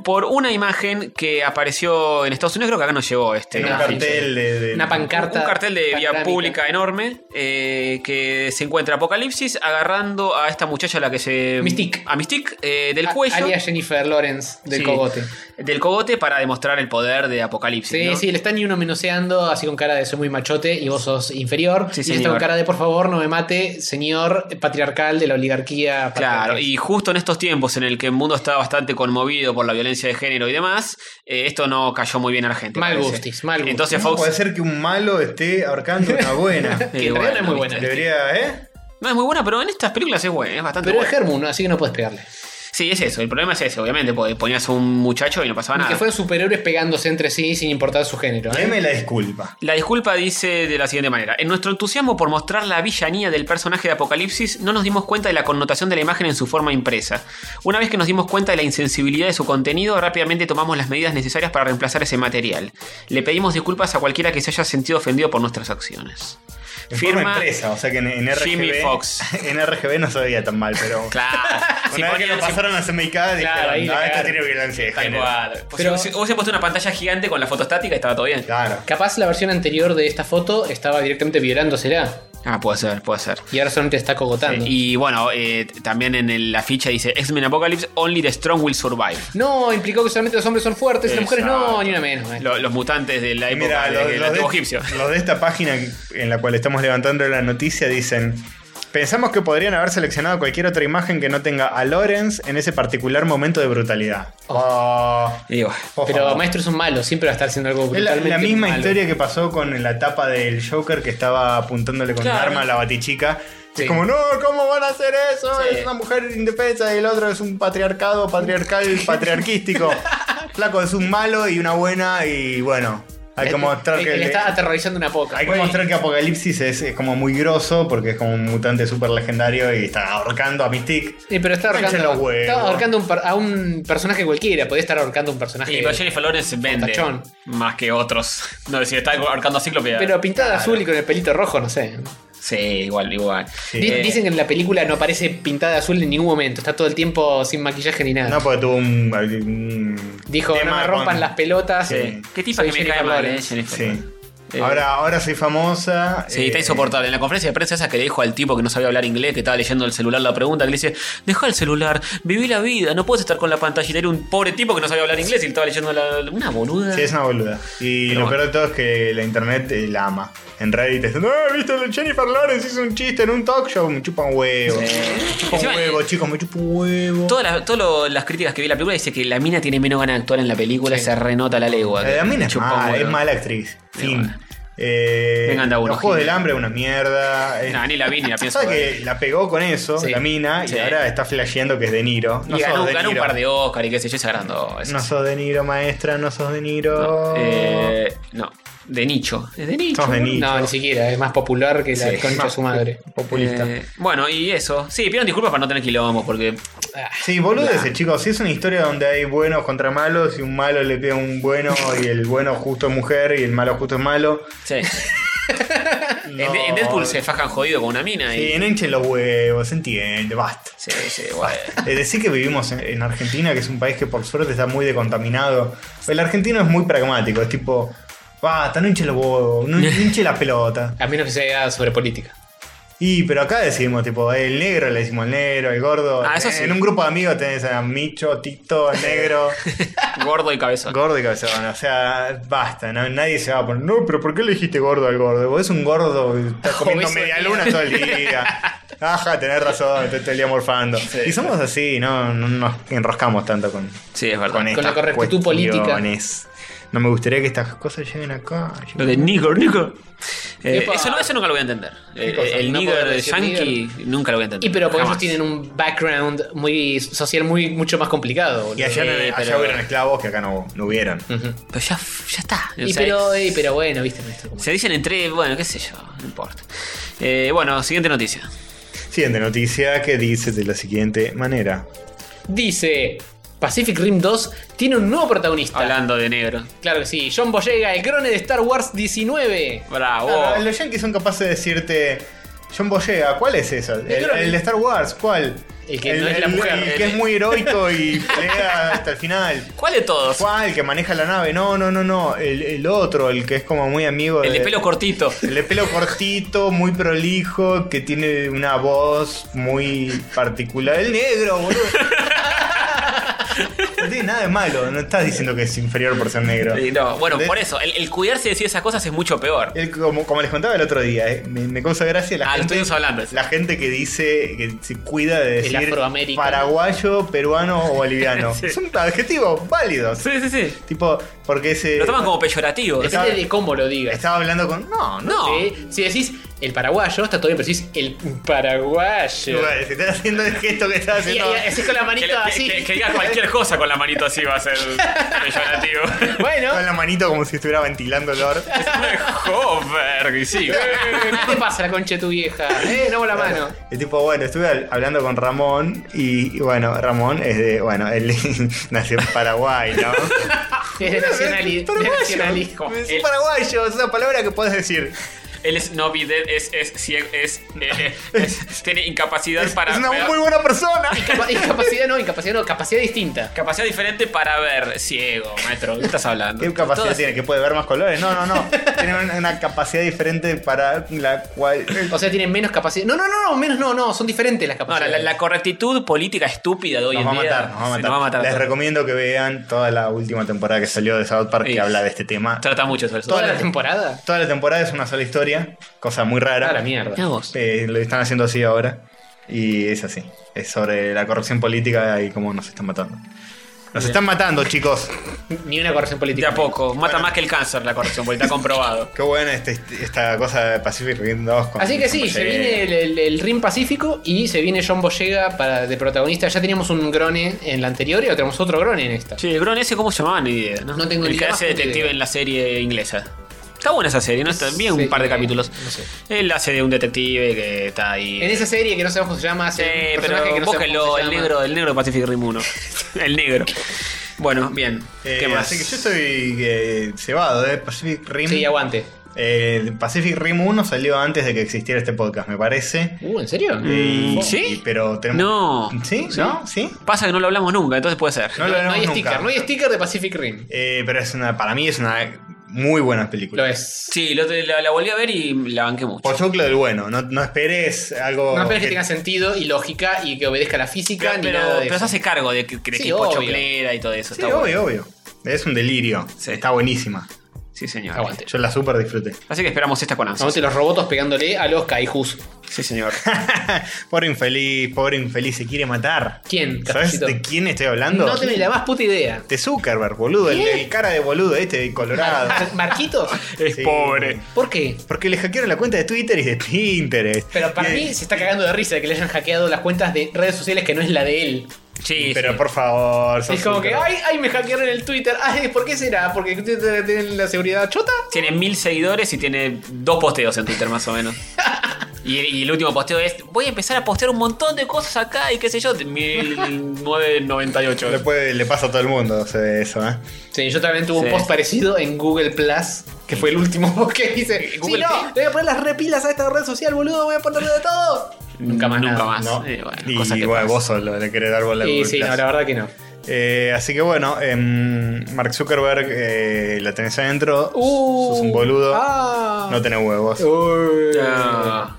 Por una imagen que apareció en Estados Unidos, creo que acá no llegó este.
En un
¿no?
Ah,
cartel de. de-
Una pancarta.
Un cartel de vía
panorámica.
pública enorme eh, que se encuentra Apocalipsis agarrando a esta muchacha a la que se...
Mystique.
A Mystique, eh, del
A-
cuello.
Alias Jennifer Lawrence del
Sí,
cogote.
Del cogote para demostrar el poder de Apocalipsis.
Sí,
¿no?
sí, le están ni uno menoseando, así con cara de soy muy machote y vos sos inferior. y
Sí,
está con
señor.
cara de por favor no me mate, señor patriarcal de la oligarquía.
Claro,
patriarcal".
y justo en estos tiempos en el que el mundo está bastante conmovido por la violencia de género y demás, eh, esto no cayó muy bien a la gente.
Mal
parece.
gustis, mal gustis.
Entonces
¿Cómo
Fox...
puede ser que un malo esté ahorcando una buena?
Que en realidad no
Eh, bueno,
es muy buena.
Debería, ¿eh?
No es muy buena, pero en estas películas es buena, es bastante
Pero es
buena.
Germu, ¿no? así que no puedes pegarle.
Sí, es eso, el problema es ese, obviamente, porque ponías a un muchacho y no pasaba
Ni
nada.
que fueran superhéroes pegándose entre sí sin importar su género. ¿eh?
Deme la disculpa.
La disculpa dice de la siguiente manera: En nuestro entusiasmo por mostrar la villanía del personaje de Apocalipsis, no nos dimos cuenta de la connotación de la imagen en su forma impresa. Una vez que nos dimos cuenta de la insensibilidad de su contenido, rápidamente tomamos las medidas necesarias para reemplazar ese material. Le pedimos disculpas a cualquiera que se haya sentido ofendido por nuestras acciones.
En forma impresa, o sea que en, en RGB.
Jimmy Fox.
En RGB no se veía tan mal, pero.
Claro.
Una
Si
vez que
ponían-
lo
si-
pasaron a CMYK, dijeron,
ahí le
ah, esto
cagaron".
tiene violencia de
Tal
género.
cual. Pues
Pero-
si hubiese puesto una pantalla gigante con la foto estática, estaba todo bien.
Claro.
Capaz la versión anterior de esta foto estaba directamente violándosela
Ah, puede ser, puede ser.
y ahora solamente está cogotando.
Y bueno, eh, t- también en el- la ficha dice X-Men Apocalypse, only the strong will survive.
No, implicó que solamente los hombres son fuertes y las mujeres no,
Exacto.
ni una menos. eh.
Lo- los mutantes de la
Y
época
Mira,
de-
los,
del
los
antiguo
de,
egipcio.
los de esta página en la cual estamos levantando la noticia dicen. Pensamos que podrían haber seleccionado cualquier otra imagen que no tenga a Lorenz en ese particular momento de brutalidad. Oh,
Y digo,
por
Pero
favor.
Maestro es un malo, siempre va a estar haciendo algo
Es la,
brutalmente
la misma
malo.
historia que pasó con la tapa del Joker que estaba apuntándole con un
Claro.
arma a la batichica.
Sí.
Es como, no, ¿cómo van a hacer eso?
Sí.
Es una mujer indefensa y el otro es un patriarcado, patriarcal, patriarquístico. Flaco es un malo y una buena y bueno, hay que mostrar
Él-
que...
él está aterrorizando una poca.
Hay que mostrar que Apocalipsis es, es como muy grosso porque es como un mutante súper legendario y está ahorcando a Mystique.
Sí, pero está
Cancha los
ahorcando,
huevos.
está ahorcando un per- a un personaje cualquiera. Podría estar ahorcando un personaje.
y pero Jennifer Lawrence vende
Fortachón.
más que otros. No, si está ahorcando a Cíclope.
pero pintada azul y con el pelito rojo, no sé.
Sí, igual, igual.
Di-
Eh,
Dicen que en la película no aparece pintada azul en ningún momento. Está todo el tiempo sin maquillaje ni nada.
No, porque tuvo un... un
Dijo, no
tema
me rompan
con-
las pelotas.
Sí.
Qué tipa
Soy
que me
Jennifer
cae mal, eh,
Lawrence.
Jennifer.
Sí.
Eh,
Ahora, ahora soy famosa.
Sí, está
eh,
insoportable. En la conferencia de prensa esa que le dijo al tipo que no sabía hablar inglés, que estaba leyendo el celular la pregunta, que le dice, deja el celular, viví la vida, no puedes estar con la pantalla. Y era un pobre tipo que no sabía hablar inglés y le estaba leyendo la... Una boluda.
Sí, es una boluda. Y
Pero
lo
bueno.
peor de todo es que la internet eh, la ama. En Reddit dicen, no, viste, Jennifer Lawrence hizo un chiste en un talk show, me chupa un huevo. Me chupa un
Encima, eh,
huevo, chicos, me chupa un huevo.
Todas las, todas lo- las críticas que vi de la película dice que la mina tiene menos ganas de actuar en la película, se renota la legua.
Eh, La mina es
Chupa un
mala,
huevo.
es mala actriz. Fin.
bueno.
Eh,
Vengan de a uno,
los Juegos
Gil.
del Hambre, una mierda. Eh,
Nah, ni la vi ni la pienso.
Pasa
ver.
que la pegó con eso,
Sí.
la mina,
Sí.
y ahora está flasheando que es De Niro. No
y
sos
ganó,
de
ganó un
Niro.
par de Oscar y qué sé yo, se agrandó. Es-
No sos De Niro, maestra, no sos De Niro.
no, eh, no, de nicho. Es de nicho.
Sos de Niro.
No, ni siquiera, es más popular que la
Sí.
concha de su madre.
Populista.
Eh, bueno, y eso. Sí, pidan disculpas para no tener quilombo, porque
Sí, boludeces, chicos. Si es una historia donde hay buenos contra malos y un malo le pega a un bueno y el bueno justo es mujer y el malo justo es malo.
Sí. En-
No.
En Deadpool se fajan jodido con una mina
Sí,
y.
enhenchen los huevos, entiende, basta.
Sí, sí, bueno.
Eh, Decir que vivimos en, en Argentina, que es un país que por suerte está muy decontaminado. El argentino es muy pragmático, es tipo, basta, no hinche los huevos, no hinche la pelota.
A menos que sea sobre política.
Y pero acá decimos, tipo, el negro le decimos el negro, el gordo.
Ah, eso
Eh,
sí.
En un grupo de amigos tenés a Micho, Tito, el negro,
Gordo y cabezón.
gordo y cabezón. O sea, basta, no- nadie se va a poner, no, pero ¿por qué le dijiste gordo al gordo? Vos es un gordo, que estás comiendo
Obeso
media
de
luna
mierda.
todo el día. Ajá, tenés razón, te estoy el día morfando. Y somos así, no, no nos enroscamos tanto con,
sí, es verdad.
con
Con la
estas
correctitud política.
cuestiones. No me gustaría que estas cosas lleguen acá.
Lo de nigger, nigger. Eh,
Epa.
eso, no, eso nunca lo voy a entender. Eh,
cosa?
el
No
nigger
poder
de
decir
Yankee nunca lo voy a entender.
Y pero porque ellos
Jamás.
tienen un background muy social muy mucho más complicado. boludo.
Y allá, no-
Eh,
allá
pero-
hubieron esclavos que acá no, no hubieron.
Pero ya, ya está. O
Y
sea,
pero, y pero bueno, viste maestro. como-
Se dicen entre. Bueno, qué sé yo, no importa. Eh, bueno, siguiente noticia.
Siguiente noticia que dice de la siguiente manera.
Dice, Pacific Rim 2 tiene un nuevo protagonista.
Hablando de negro.
Claro que sí, John Boyega, el crone de Star Wars 19.
Bravo.
Ah, los yankees son capaces de decirte. John Boyega, ¿cuál es eso? El,
creo-
el de Star Wars, ¿cuál?
El que no es la mujer.
el que es muy heroico y pelea hasta el final.
¿Cuál de todos?
¿Cuál? El que maneja la nave. No, no, no, no. El, el otro, el que es como muy amigo
El de pelo cortito.
El de pelo cortito, muy prolijo, que tiene una voz muy particular. El negro, boludo. No tiene nada de malo. No estás diciendo que es inferior por ser negro.
Eh, no, bueno,
¿Entendés?
por eso. El, el cuidarse de decir esas cosas es mucho peor.
El- como, como les contaba el otro día, eh, me, me causa gracia la,
Ah, lo
gente,
estuvimos hablando.
la gente que dice que se cuida de
El
decir
afroamericano.
paraguayo, peruano o boliviano.
Sí.
Son adjetivos válidos.
Sí, sí, sí.
Tipo, porque se
Lo toman como peyorativo.
Está-
Depende de cómo lo
Este
digas.
estaba hablando con. No, no.
No.
Sí, Si decís el paraguayo, está todo bien, pero si decís el paraguayo.
Igual, si estás haciendo el gesto que estás
Y, y,
haciendo.
así con la
Que,
manito
que-
así.
que- que digas cualquier cosa con la manito así va a ser peyorativo.
Bueno,
Con la manito como si estuviera ventilando el olor.
Joder, y sí.
¿qué te pasa la concha de tu vieja? Eh, no la mano.
El tipo, bueno, estuve al- hablando con Ramón y, y bueno, Ramón es de, bueno, él nació en Paraguay, ¿no?
Es de nacionali- de nacionalismo.
Es un paraguayo, es una palabra que puedes decir.
Él es no vidente, es, es, ciego, es, eh, es- es- tiene incapacidad para
es una
ver.
muy buena persona.
Incapa- Incapacidad no, incapacidad no, capacidad distinta.
Capacidad diferente para ver ciego, maestro. ¿Qué estás hablando?
¿Qué capacidad
Todas-
tiene? ¿Que puede ver más colores? No, no, no. tiene una, una capacidad diferente para la cual.
O sea, tienen menos capacidad. No, no, no, no, menos no, no, son diferentes las
No, la,
capacidades.
la- la correctitud política estúpida de hoy
Nos
en
va a
día
matar, nos va a
sí,
matar.
nos va a matar.
Les recomiendo que vean toda la última temporada que salió de South Park
Sí.
que habla de este tema.
Trata mucho sobre eso.
Toda
toda
la
la-
temporada.
Toda la temporada es una sola historia, cosa muy rara.
A la mierda.
Mirá vos.
Eh, lo están haciendo así ahora. Y es así. Es sobre la corrupción política y cómo nos están matando. Nos están matando, chicos.
Ni una corrección
De
política.
a poco. Mata más que el cáncer la corrección política, comprobado.
Qué buena este- este- esta cosa de Pacific Rim 2.
pues,
con-
Así que sí,
con
eh.
se
Boyega.
viene el, el- el Rim Pacífico y se viene John Boyega para, de protagonista. Ya teníamos un grone en la anterior y ahora tenemos otro grone en esta.
Che, el Gron ese, ¿cómo se llamaba? Ni idea, ¿no?
No tengo
El
ni
que
idea,
hace
bastante
detective
idea.
en la serie inglesa. Está buena esa serie, ¿no? Está bien
Sí,
un par de capítulos.
no sé.
Él hace de un detective que está ahí.
En esa serie que no sabemos cómo se llama, hace
Sí,
un
pero
personaje que no sabemos
búsquenlo,
cómo se
el
llama.
negro, el negro de Pacific Rim 1. el negro. Bueno, bien.
Eh,
¿Qué más?
Así que yo estoy eh, cebado, ¿eh? Pacific Rim.
Sí, aguante.
Eh, Pacific Rim 1 salió antes de que existiera este podcast, me parece. Eh,
Uh, ¿en serio?
Y-
¿sí?
y- pero tenemos.
No.
¿Sí? ¿No? ¿Sí?
Pasa que no lo hablamos nunca, entonces puede ser.
No lo
hay
haremos nunca.
sticker, no hay sticker de Pacific Rim.
Eh, pero es una, para mí es una muy buena película.
Lo es.
Sí, lo- la, la volví a ver y la banqué mucho.
Por choclo del bueno, no, no esperes algo.
No esperes que
que-
tenga sentido y lógica y que obedezca a la física
pero
ni nada de
pero se
eso.
hace cargo de que, de que
Sí,
es
obvio.
pochoclera y todo eso.
Sí,
está bueno.
obvio, obvio. Es un delirio.
Sí.
Está buenísima.
Sí, señor.
Aguante.
Yo la super disfruté.
Así que esperamos esta con ansias.
Vamos a ver los robotos pegándole a los kaijus.
Sí, señor.
pobre infeliz, pobre infeliz, se quiere matar.
¿Quién,
¿Sabes
Cafecito?
de quién estoy hablando?
No tenés la más puta idea.
De Zuckerberg, boludo. El, el cara de boludo este, de colorado.
Mar- ¿Marquitos?
Es
Sí.
pobre.
¿Por qué?
Porque le hackearon la cuenta de Twitter y de Pinterest.
Pero para
Y-
mí se está cagando de risa de que le hayan hackeado las cuentas de redes sociales que no es la de él.
Sí,
Pero
sí.
por favor, sos
es como que,
Zuckerberg.
ay, ay, me hackearon el Twitter. Ay, ¿por qué será? ¿Porque Twitter tiene la seguridad chota?
Tiene mil seguidores y tiene dos posteos en Twitter más o menos. Y, y el último posteo es, voy a empezar a postear un montón de cosas acá y qué sé yo, de 1998.
Le, puede- le pasa a todo el mundo se ve eso, ¿eh?
Sí, yo también tuve
Sí.
un post parecido en Google Plus, que fue el último post que hice.
¿Google
sí, no,
qué?
le voy a poner las repilas a esta red social, boludo, voy a ponerle de todo. Nunca más
Nunca
nada,
más.
¿No?
Eh, bueno,
y
cosas que
bueno,
pasan.
vos solo le querés dar bola a
Y
Google
sí,
Plus.
no, la verdad que no.
Eh, así que bueno, em, Mark Zuckerberg eh, la tenés adentro. sos un boludo.
Uh. Ah.
No tenés huevos.
Uy.
Ah,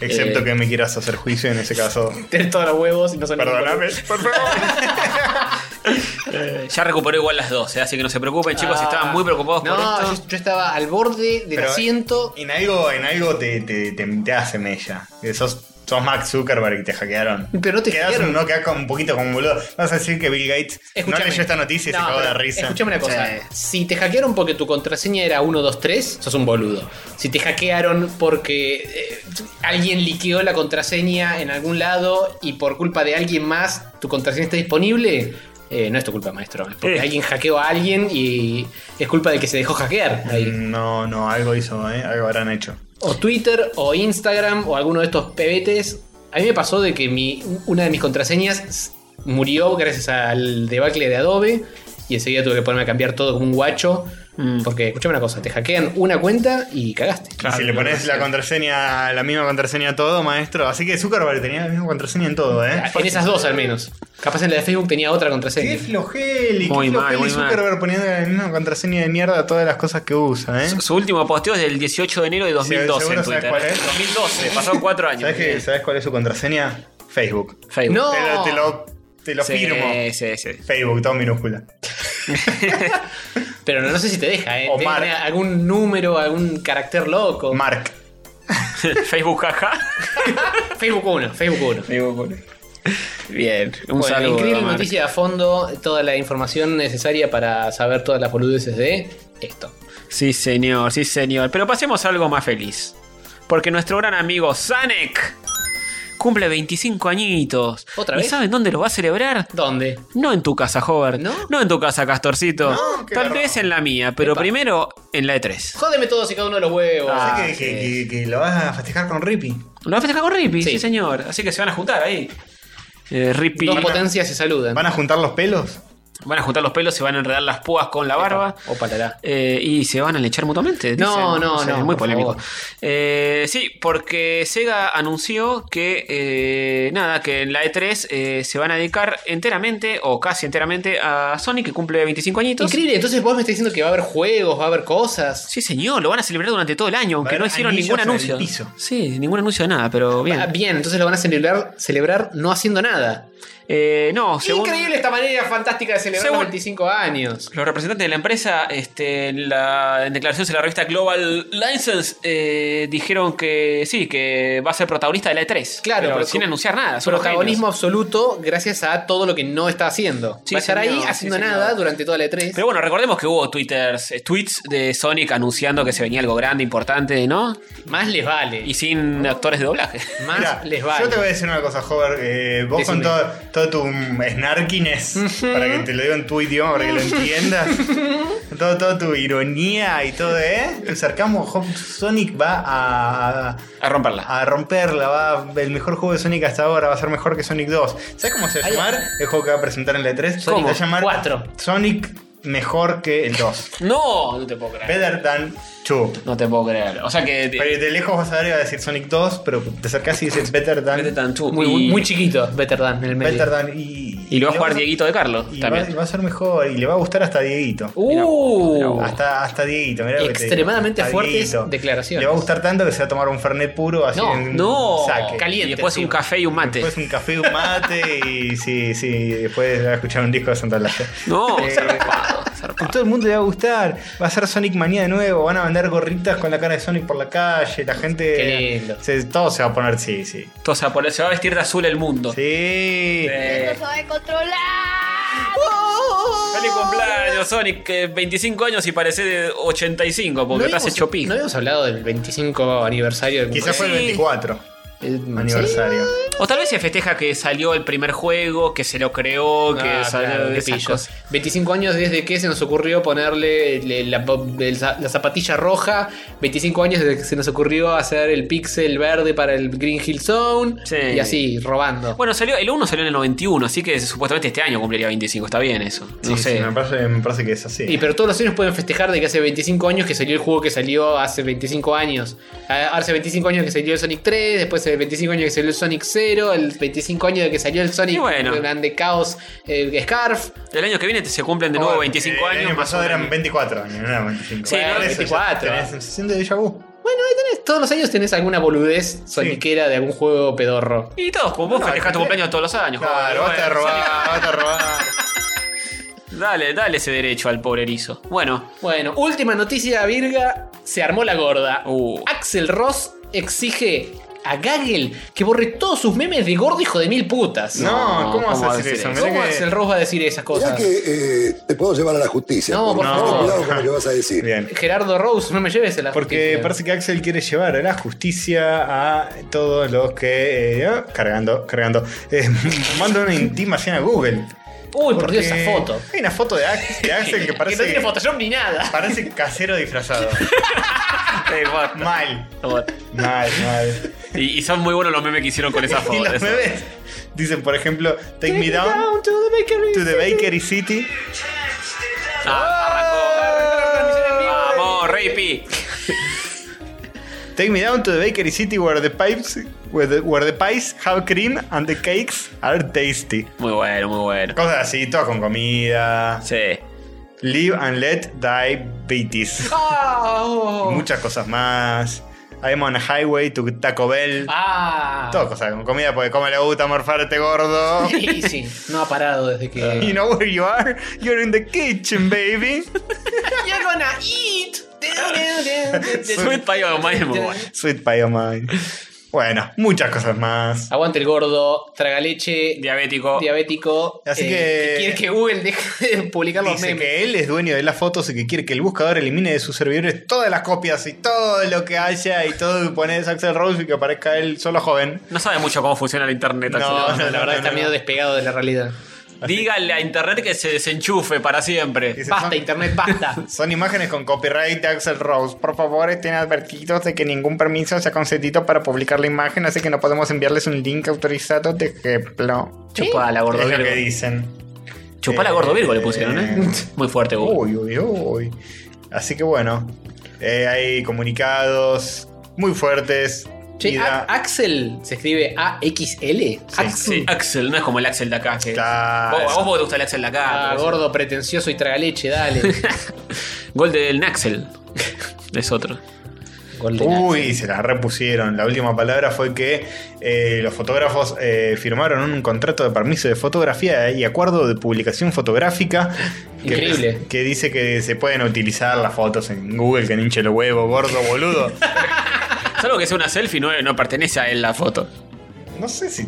excepto
eh.
que me quieras hacer juicio en ese caso.
Tenés todos los huevos y no son
Perdóname, por favor.
eh, ya recuperó igual las dos, eh, así que no se preocupen, chicos, si
Ah.
estaban muy preocupados
no,
por esto.
Yo, yo estaba al borde del
Pero-
asiento.
En algo, en algo te, te, te, te hace mella. Que Sos, sos Mark Zuckerberg y te hackearon.
Pero no te
Quedás-
hackearon.
No quedás como un poquito como un boludo. Vas a decir que Bill Gates
Escuchame.
no leyó esta noticia y
No,
se cagó de
pero
risa.
Escuchame una cosa.
Sí.
Si te hackearon porque tu contraseña era 123, sos un boludo. Si te hackearon porque eh, alguien liqueó la contraseña en algún lado y por culpa de alguien más tu contraseña está disponible, eh, no es tu culpa, maestro. Es porque
Eh.
alguien hackeó a alguien y es culpa del que se dejó hackear. Ahí.
mm, No, no, algo hizo, ¿eh? Algo habrán hecho.
O Twitter, o Instagram, o alguno de estos pebetes. A mí me pasó de que mi, una de mis contraseñas s- murió gracias al debacle de Adobe. Y enseguida tuve que ponerme a cambiar todo como un guacho.
Mm.
Porque, escuchame una cosa, te hackean una cuenta y cagaste.
Y si le pones la contraseña, la misma contraseña a todo, maestro. Así que Zuckerberg tenía la misma contraseña en todo, ¿eh?
En esas dos al menos. Capaz en la de Facebook tenía otra contraseña.
Qué flojeli,
Muy
qué
mal,
flojeli
muy mal.
Zuckerberg poniendo la misma contraseña de mierda a todas las cosas que usa, ¿eh?
Su- Su último posteo es del 18 de enero de 2012 en
seguro sabes
Twitter.
cuál es.
2012, pasaron cuatro años.
¿Sabes, qué- sabes cuál es su contraseña? Facebook.
Facebook.
No.
Te lo, te lo, te lo
Sí,
firmo.
sí, sí.
Facebook, todo en minúscula.
Pero no, no sé si te deja, ¿eh?
O
Debe
Mark.
tener algún número, algún carácter loco.
Mark.
Facebook, jaja.
Facebook 1, Facebook 1.
Bien, un
Bueno,
saludo.
increíble
Mark.
noticia a fondo, toda la información necesaria para saber todas las boludeces de esto.
Sí, señor, sí, señor. Pero pasemos a algo más feliz. Porque nuestro gran amigo Zanek cumple 25 añitos.
¿Otra
¿Y
vez?
saben dónde lo va a celebrar?
¿Dónde?
No en tu casa, Hobart.
¿No?
en tu casa, Castorcito.
No, qué
Tal
garrón.
vez en la mía, pero primero en la E E3.
Jódeme todos y cada uno de los huevos.
Así
Ah,
que, que-
sí.
que- que lo vas a festejar con Rippy.
Lo va a festejar con Rippy, sí.
Sí.
señor. Así que se van a juntar ahí. Eh, Rippy.
Dos potencias se saludan.
¿Van a juntar los pelos?
Van a juntar los pelos, se van a enredar las púas con la barba.
O palará.
Eh, y se van a lechar mutuamente.
No,
dicen.
no, no,
Es muy
por
polémico.
favor.
Eh, sí, porque Sega anunció que eh, nada, que en la E3 eh, se van a dedicar enteramente o casi enteramente a Sony, que cumple 25 añitos.
Increíble, entonces vos me estás diciendo que va a haber juegos, va a haber cosas.
Sí, señor, lo van a celebrar durante todo el año, aunque
haber
no hicieron
anillos
ningún
en el
anuncio.
piso.
Sí, ningún anuncio de nada, pero
Ah,
bien.
Bien, entonces lo van a celebrar, celebrar no haciendo nada.
Eh, no, según.
Increíble esta manera fantástica de celebrar
Según-
los 25 años.
Los representantes de la empresa, este, en la, en declaraciones de la revista Global License, eh, dijeron que sí, que va a ser protagonista de la E3.
Claro,
pero
pero
sin
con-
anunciar nada. son unos
Protagonismo
genios.
absoluto gracias a todo lo que no está haciendo.
Sí,
va a estar
señor,
ahí haciendo
sí, señor.
nada durante toda la E E3.
Pero bueno, recordemos que hubo twitters, eh, tweets de Sonic anunciando que se venía algo grande, importante, ¿no?
Más les vale.
Y sin actores de doblaje.
más
Mirá,
les vale.
Yo te voy a decir una cosa, Hover. eh, vos
Decime.
con todo, todo tu mm, snarkiness, para que te lo digo en tu idioma, para que lo entiendas, todo, toda tu ironía y todo, ¿eh? El sarcasmo, Hop- Sonic va a,
A romperla.
a romperla. Va, el mejor juego de Sonic hasta ahora va a ser mejor que Sonic 2. ¿Sabes cómo se va a
Ahí-
llamar el juego que va a presentar en la E3?
¿Cómo?
Se va a llamar
Cuatro.
Sonic mejor que el 2.
No, no te puedo creer.
Better than 2.
No te puedo creer. O sea que.
Pero de lejos vas a ver y va a decir Sonic 2, pero te acercás y dices Better than
Better than two.
Muy,
Y-
muy chiquito, Better Dan, en el medio.
Better than- y,
Y lo va a jugar
le
Dieguito de Carlos
y va, y
también.
va a ser mejor y le va a gustar hasta a Dieguito.
Uh,
Hasta, hasta Dieguito, mirá lo que te digo.
Extremadamente
A
fuertes
Dieguito.
declaraciones.
Le va a gustar tanto que se va a tomar un fernet puro así
No,
en un
No,
saque.
caliente.
Y después un
encima.
café y un mate.
Después un café, un mate y sí, sí, después va a escuchar un disco de Santa Laura.
No,
Eh,
zarpado.
A
zarpado.
todo el mundo le va a gustar. Va a ser Sonic Manía de nuevo. Van a vender gorritas con la cara de Sonic por la calle. La gente.
Qué lindo.
se- todo se va a poner, sí, sí.
Entonces, a poner- se va a vestir de azul el mundo.
Sí.
Usted
Eh,
no sabe controlar.
Feliz cumpleaños, Sonic. que 25 años y parece de 85, porque te has
habíamos-
hecho pico.
No habíamos hablado del 25 aniversario del
Quizás fue el
Sí.
24
cumpleaños. Eh,
aniversario.
O tal vez se festeja que salió el primer juego, que se lo creó, que
Ah,
salió
claro,
de
qué
esas
pillos.
cosas.
25 años desde que se nos ocurrió ponerle le- la, el za- la zapatilla roja. 25 años desde que se nos ocurrió hacer el pixel verde para el Green Hill Zone.
Sí.
Y así, robando.
Bueno, salió, el 1 salió en el 91, así que supuestamente este año cumpliría 25. Está bien eso. No
Sí,
sé.
sí, me, parece, me parece que es así.
Y pero todos los años pueden festejar de que hace 25 años que salió el juego que salió hace 25 años. Ah, Hace 25 años que salió el Sonic 3, después hace 25 años que salió el Sonic 0, el 25 años de que salió el
Y
Sonic
bueno.
Grande Chaos eh, Scarf.
El año que viene se cumplen de nuevo 25
El
años.
año
más
pasado
o menos.
eran 24 años, no eran 25.
Sí, no,
Por eso ya
24.
Tenés sensación de déjà vu.
Bueno, ahí tenés, todos los años tenés alguna boludez soniquera de algún juego pedorro.
Y todos, como vos
No,
festejás tu
que-
cumpleaños todos los años.
Claro,
joder,
basta de
bueno.
robar, basta de robar.
Dale, dale ese derecho al pobre erizo. Bueno,
Bueno, última noticia, Virga. Se armó la gorda.
Uh.
Axel Ross exige a Gagel que borre todos sus memes de gordo hijo de mil putas.
No,
No,
¿cómo vas a decir eso? Mirá
¿Cómo
que-
Axel Ross va a decir esas
Mirá
cosas?
que eh, te puedo llevar a la justicia.
No, por
ten
favor.
cuidado con lo que vas a decir.
Bien.
Gerardo Rose, no me lleves a la
Porque
justicia.
parece que Axel quiere llevar a la justicia a todos los que. eh, ah, cargando, cargando. eh, manda una intimación a Google.
Uy, por
Porque
Dios, esa foto.
Hay una foto de Axel, de Axel que
Que no
parece.
tiene Photoshop ni nada.
parece casero disfrazado. mal. Mal, mal.
y, y son muy buenos los memes que hicieron con esa
Y
foto.
los
eso.
bebés dicen, por ejemplo, Take, me down,
to the bakery.
to the Bakery City.
Ah, arrancó. Vamos, Rey Pi.
Take me down to the bakery city where the pipes where the, where the pies have cream and the cakes are tasty.
Muy bueno, muy bueno.
Cosas así, todo con comida.
Sí.
Live and let diabetes.
Ah, oh.
Muchas cosas más. I'm on a highway to Taco Bell.
Ah.
Todo cosas con comida, porque como le gusta morfarte gordo.
Y sí, no ha parado desde que.
You know where you are? You're in the kitchen, baby.
You're gonna eat.
Sweet Pie of Mine es muy bueno.
Sweet pie of mine. Bueno, muchas cosas más.
Aguante el gordo, traga leche,
Diabético.
diabético.
Así
eh,
que-
Quiere que Google deje de publicar los
Dice
memes.
que él es dueño de las fotos y que quiere que el buscador elimine de sus servidores todas las copias y todo lo que haya y todo y pones Axel Rose y que aparezca él solo joven.
No sabe mucho cómo funciona el internet. así
No,
No,
que-
no, la verdad
no,
está
no.
medio despegado de la realidad.
Dígale a internet que se desenchufe para siempre.
Dice,
Basta,
son,
internet, basta.
son imágenes con copyright de Axel Rose. Por favor, estén advertidos de que ningún permiso se ha concedido para publicar la imagen, así que no podemos enviarles un link autorizado de ejemplo.
Chupala, gordo
Es lo que
Virgo.
dicen.
Chupala,
Eh,
gordo Virgo le pusieron, ¿eh? Muy fuerte, Google.
Uy, uy, uy. Así que bueno, eh, hay comunicados muy fuertes.
Che,
ida-
A- Axel se escribe AXL. Axel.
Sí, Axel, no es como el Axel de acá. que-
Claro.
Vos- a vos te gusta el Axel de acá.
Ah,
pero-
gordo, pretencioso y traga leche, dale.
Gol del Naxel. es otro.
Golden
Uy, se las repusieron. La última palabra fue que eh, los fotógrafos eh, firmaron un contrato de permiso de fotografía y acuerdo de publicación fotográfica. que-
Increíble.
Que, dice que se pueden utilizar las fotos en Google, que ninche los huevos, gordo, boludo.
Salvo que sea una selfie, no, no pertenece a él la foto.
No sé si.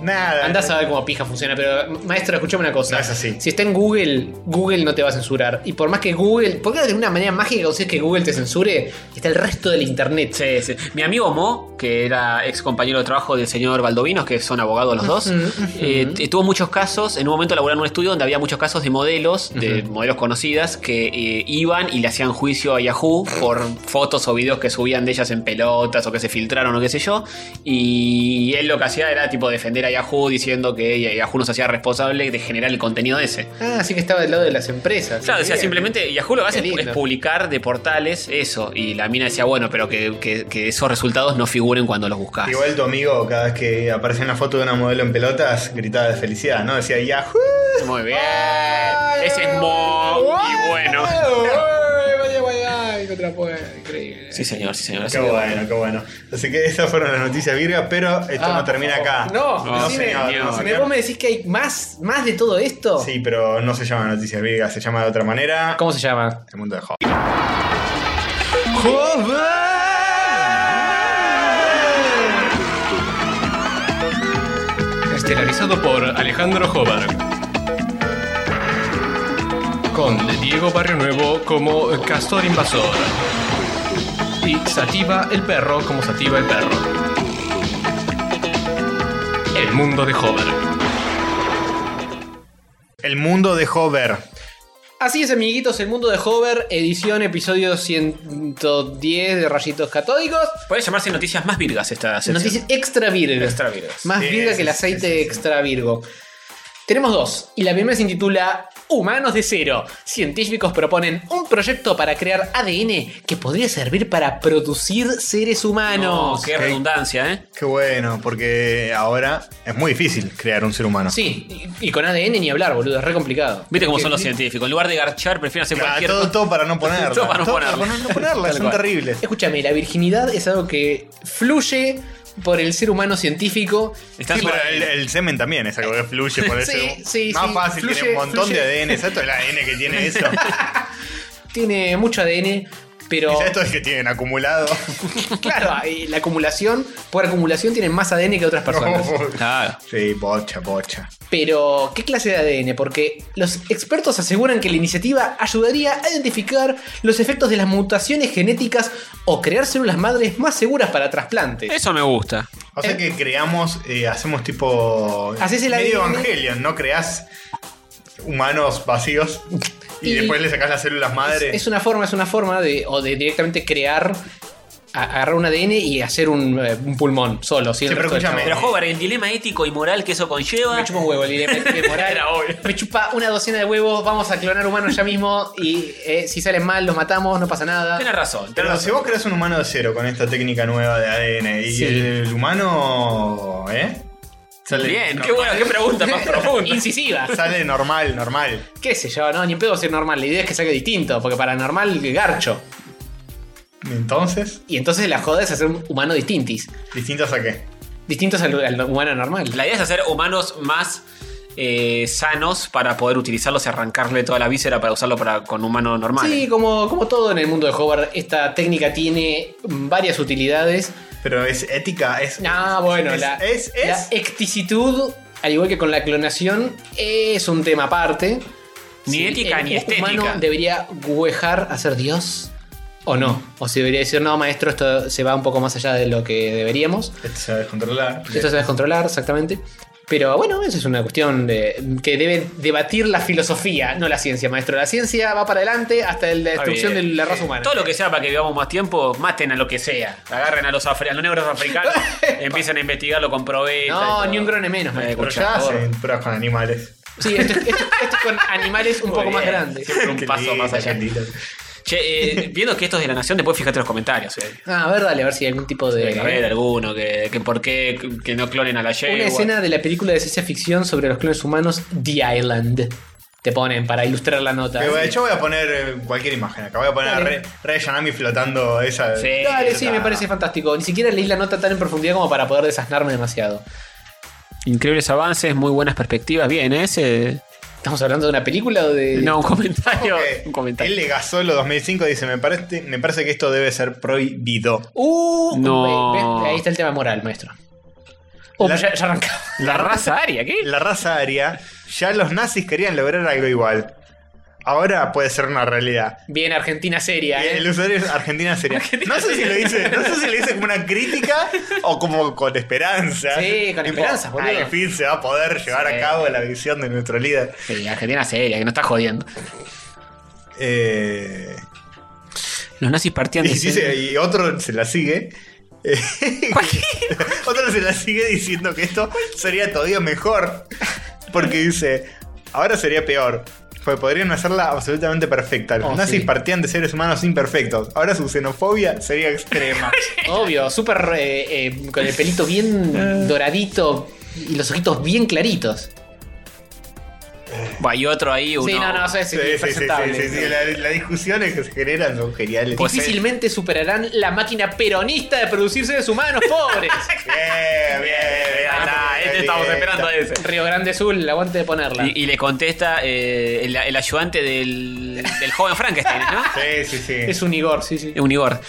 Nada.
Andás a ver cómo pija funciona, pero maestro, escuchame una cosa.
No es así.
Si está en Google, Google no te va a censurar. Y por más que Google, ¿por qué no de una manera mágica conseguís que Google te censure? Está el resto del internet.
Sí, sí. Mi amigo Mo, que era ex compañero de trabajo del señor Baldovinos, que son abogados los dos, eh, t- tuvo muchos casos. En un momento laboraba en un estudio donde había muchos casos de modelos, de modelos conocidas, que eh, iban y le hacían juicio a Yahoo por fotos o videos que subían de ellas en pelotas o que se filtraron o qué sé yo. Y él lo que hacía era tipo defender a Yahoo diciendo que Yahoo nos hacía responsable de generar el contenido ese.
Ah, así que estaba del lado de las empresas.
Claro, decía
Bien.
simplemente, Yahoo lo que hace
Qué
es- es
lindo.
publicar de portales eso. Y la mina decía, bueno, pero que, que- que esos resultados no figuren cuando los buscas.
Igual tu amigo, cada vez que aparece una foto de una modelo en pelotas, gritaba de felicidad, ¿no? Decía Yahoo.
Muy bien. Ese es Mo. Y bueno.
Ay, vaya, vaya, ay, contra- increíble.
Sí, señor, sí, señor. así
Qué
que-
bueno, qué bueno. Así que esas fueron las noticias Virga, pero esto
Ah,
no termina
por favor.
acá.
No,
No,
decime,
señor.
si me- vos me decís que hay más, más de todo esto.
Sí, pero no se llama noticias Virga, se llama de otra manera.
¿Cómo se llama?
El mundo de Job.
Estelarizado por Alejandro Jobar. Con Diego Barrio Nuevo como Castor Invasor. Y Sativa el Perro como Sativa el Perro. El mundo de Jobar.
El mundo de Hover.
Así es, amiguitos, el mundo de Hover, edición, episodio 110 de Rayitos Catódicos.
Puede llamarse Noticias Más Virgas esta sección.
Noticias extra virgo.
Extra Virgas.
Más
Sí,
virga
sí,
que el
sí,
aceite
sí, sí.
extra virgo. Tenemos dos, y la primera se intitula Humanos de Cero. Científicos proponen un proyecto para crear ADN que podría servir para producir seres
Ah, No,
humanos.
qué redundancia, ¿eh?
Qué bueno, porque ahora es muy difícil crear un ser humano.
Sí, y, y con ADN ni hablar, boludo, es re complicado.
Viste cómo son los científicos. En lugar de garchar, prefieren hacer
Claro,
cualquier.
todo, todo para no ponerla.
Todo para no ponerla.
para no ponerla,
Tal
son
cual.
terribles.
Escúchame, la virginidad es algo que fluye por el ser humano científico.
Están
Sí,
sobre-
pero el, el semen también es algo que fluye por eso.
Sí, sí,
Más
sí,
fácil, tiene
fluye,
un montón
fluye.
de ADN. Esto el ADN que tiene eso.
Tiene mucho ADN, pero.
Quizá esto es que tienen acumulado.
Claro, y la acumulación, por acumulación tienen más ADN que otras personas.
Claro.
Sí, bocha, bocha.
Pero, ¿qué clase de ADN? Porque los expertos aseguran que la iniciativa ayudaría a identificar los efectos de las mutaciones genéticas o crear células madres más seguras para trasplantes.
Eso me gusta.
O sea que creamos, eh, hacemos tipo.
Haces el
medio
ADN.
Evangelion, ¿no? Creás humanos vacíos y,
Y-
después le sacás las células madre.
Es una forma, es una forma de, o de directamente crear, a- agarrar un ADN y hacer un, eh, un pulmón solo. sin el
Sí, pero
resto de
escúchame,
Pero
chabón.
Hover, el dilema ético y moral que eso conlleva.
me chupa un huevo, Lili, me- me moral.
Era obvio.
Me chupa una docena de huevos, vamos a clonar humanos ya mismo y eh, si salen mal los matamos, no pasa nada.
Tienes razón. tenés
Pero
razón.
si vos creas un humano de cero con esta técnica nueva de ADN y
Sí.
el, el humano. ¿Eh? Sale
Bien,
normal.
qué buena, qué pregunta más profunda.
Incisiva.
Sale normal, normal.
qué sé yo, no, ni en pedo ser normal. La idea es que salga distinto, porque para normal garcho.
Entonces,
Y entonces la joda es hacer un humano distintis.
¿distintas a qué?
Distintos al, al humano normal.
La idea es hacer humanos más eh, sanos para poder utilizarlos y arrancarle toda la víscera para usarlo para, con humano normal.
sí, como, como todo en el mundo de Hobart, esta técnica tiene mm, varias utilidades.
Pero es ética, es.
No, bueno,
es,
la,
es, es-
la ecticitud, al igual que con la clonación, es un tema aparte.
Ni
Si
ética
el
ni estética.
humano debería huejar a ser Dios o no. O si debería decir, no, maestro, esto se va un poco más allá de lo que deberíamos.
Esto se va a descontrolar.
Esto se va Pues a descontrolar, exactamente. Pero bueno, esa es una cuestión de- que debe debatir la filosofía, no la ciencia, maestro. La ciencia va para adelante hasta la destrucción
bien.
de la raza humana.
Todo lo que sea para que vivamos más tiempo, maten a lo que sea. Agarren a los, afri- a los negros africanos, empiezan a investigarlo con probeta. y
no,
todo.
ni un grone menos,
Eh,
maestro.
Pero
Por
ya
favor.
hacen pruebas con animales.
Sí, esto, esto- esto es con animales un
Muy
poco más
bien.
grandes.
Siempre un
Qué
paso
lindo,
más allá.
qué lindo.
Che, eh, viendo que esto es de la nación, después fíjate en los comentarios. eh.
Ah, a ver, dale, a ver si hay algún tipo de.
Debe haber alguno que, que por qué que no clonen a la yegua.
Una escena de la película de ciencia ficción sobre los clones humanos, The Island. Te ponen para ilustrar la nota.
Pero, bueno, yo voy a poner eh, cualquier imagen acá. Voy a poner a
Dale.
Rey, Rey Yanami flotando esa.
Sí.
Dale, sí,
esa-
me parece fantástico. Ni siquiera leí la nota tan en profundidad como para poder desasnarme demasiado.
Increíbles avances, muy buenas perspectivas. Bien, ¿eh? ese.
¿Estamos hablando de una película o de.?
No, un comentario.
Porque
Un comentario.
El Legasolo 2005 dice: me parece, me parece que esto debe ser prohibido.
Uh,
No.
ve- ve- Ahí está el tema moral, maestro. Oh,
La-
ya, ya arrancaba.
La raza aria, ¿qué?
La raza aria, ya los nazis querían lograr algo igual. Ahora puede ser una realidad.
Bien, Argentina seria.
Y
¿eh?
El usuario es Argentina seria. No sé si lo dice, no sé si lo dice como una crítica o como con esperanza.
Sí, con esperanzas, boludo.
Al fin se va a poder llevar
Sí.
a cabo la visión de nuestro líder.
Sí, Argentina seria, que no está jodiendo.
Eh,
Los nazis partían
y,
de.
dice- y otro se la sigue. Eh, otro se la sigue diciendo que esto sería todavía mejor. Porque dice, ahora sería peor. Porque podrían hacerla absolutamente perfecta. Los
Oh,
nazis
sí.
partían de seres humanos imperfectos. Ahora su xenofobia sería extrema.
Obvio, súper. eh, eh, con el pelito bien doradito y los ojitos bien claritos.
Va, y otro ahí, uno.
Sí, no, no, eso es
Sí, sí, sí, sí,
impresentable.
sí, sí, La, las discusiones que se generan son geniales.
Pues-
Difícilmente superarán la máquina peronista de producir seres humanos, pobres.
Bien, bien, bien.
Ah, está, este estamos esperando a ese.
Río Grande Azul, aguante de ponerla.
Y, y le contesta eh, el, el ayudante del, del joven Frankenstein, ¿no?
Sí, sí, sí.
Es un Igor, sí, sí.
De Unigor.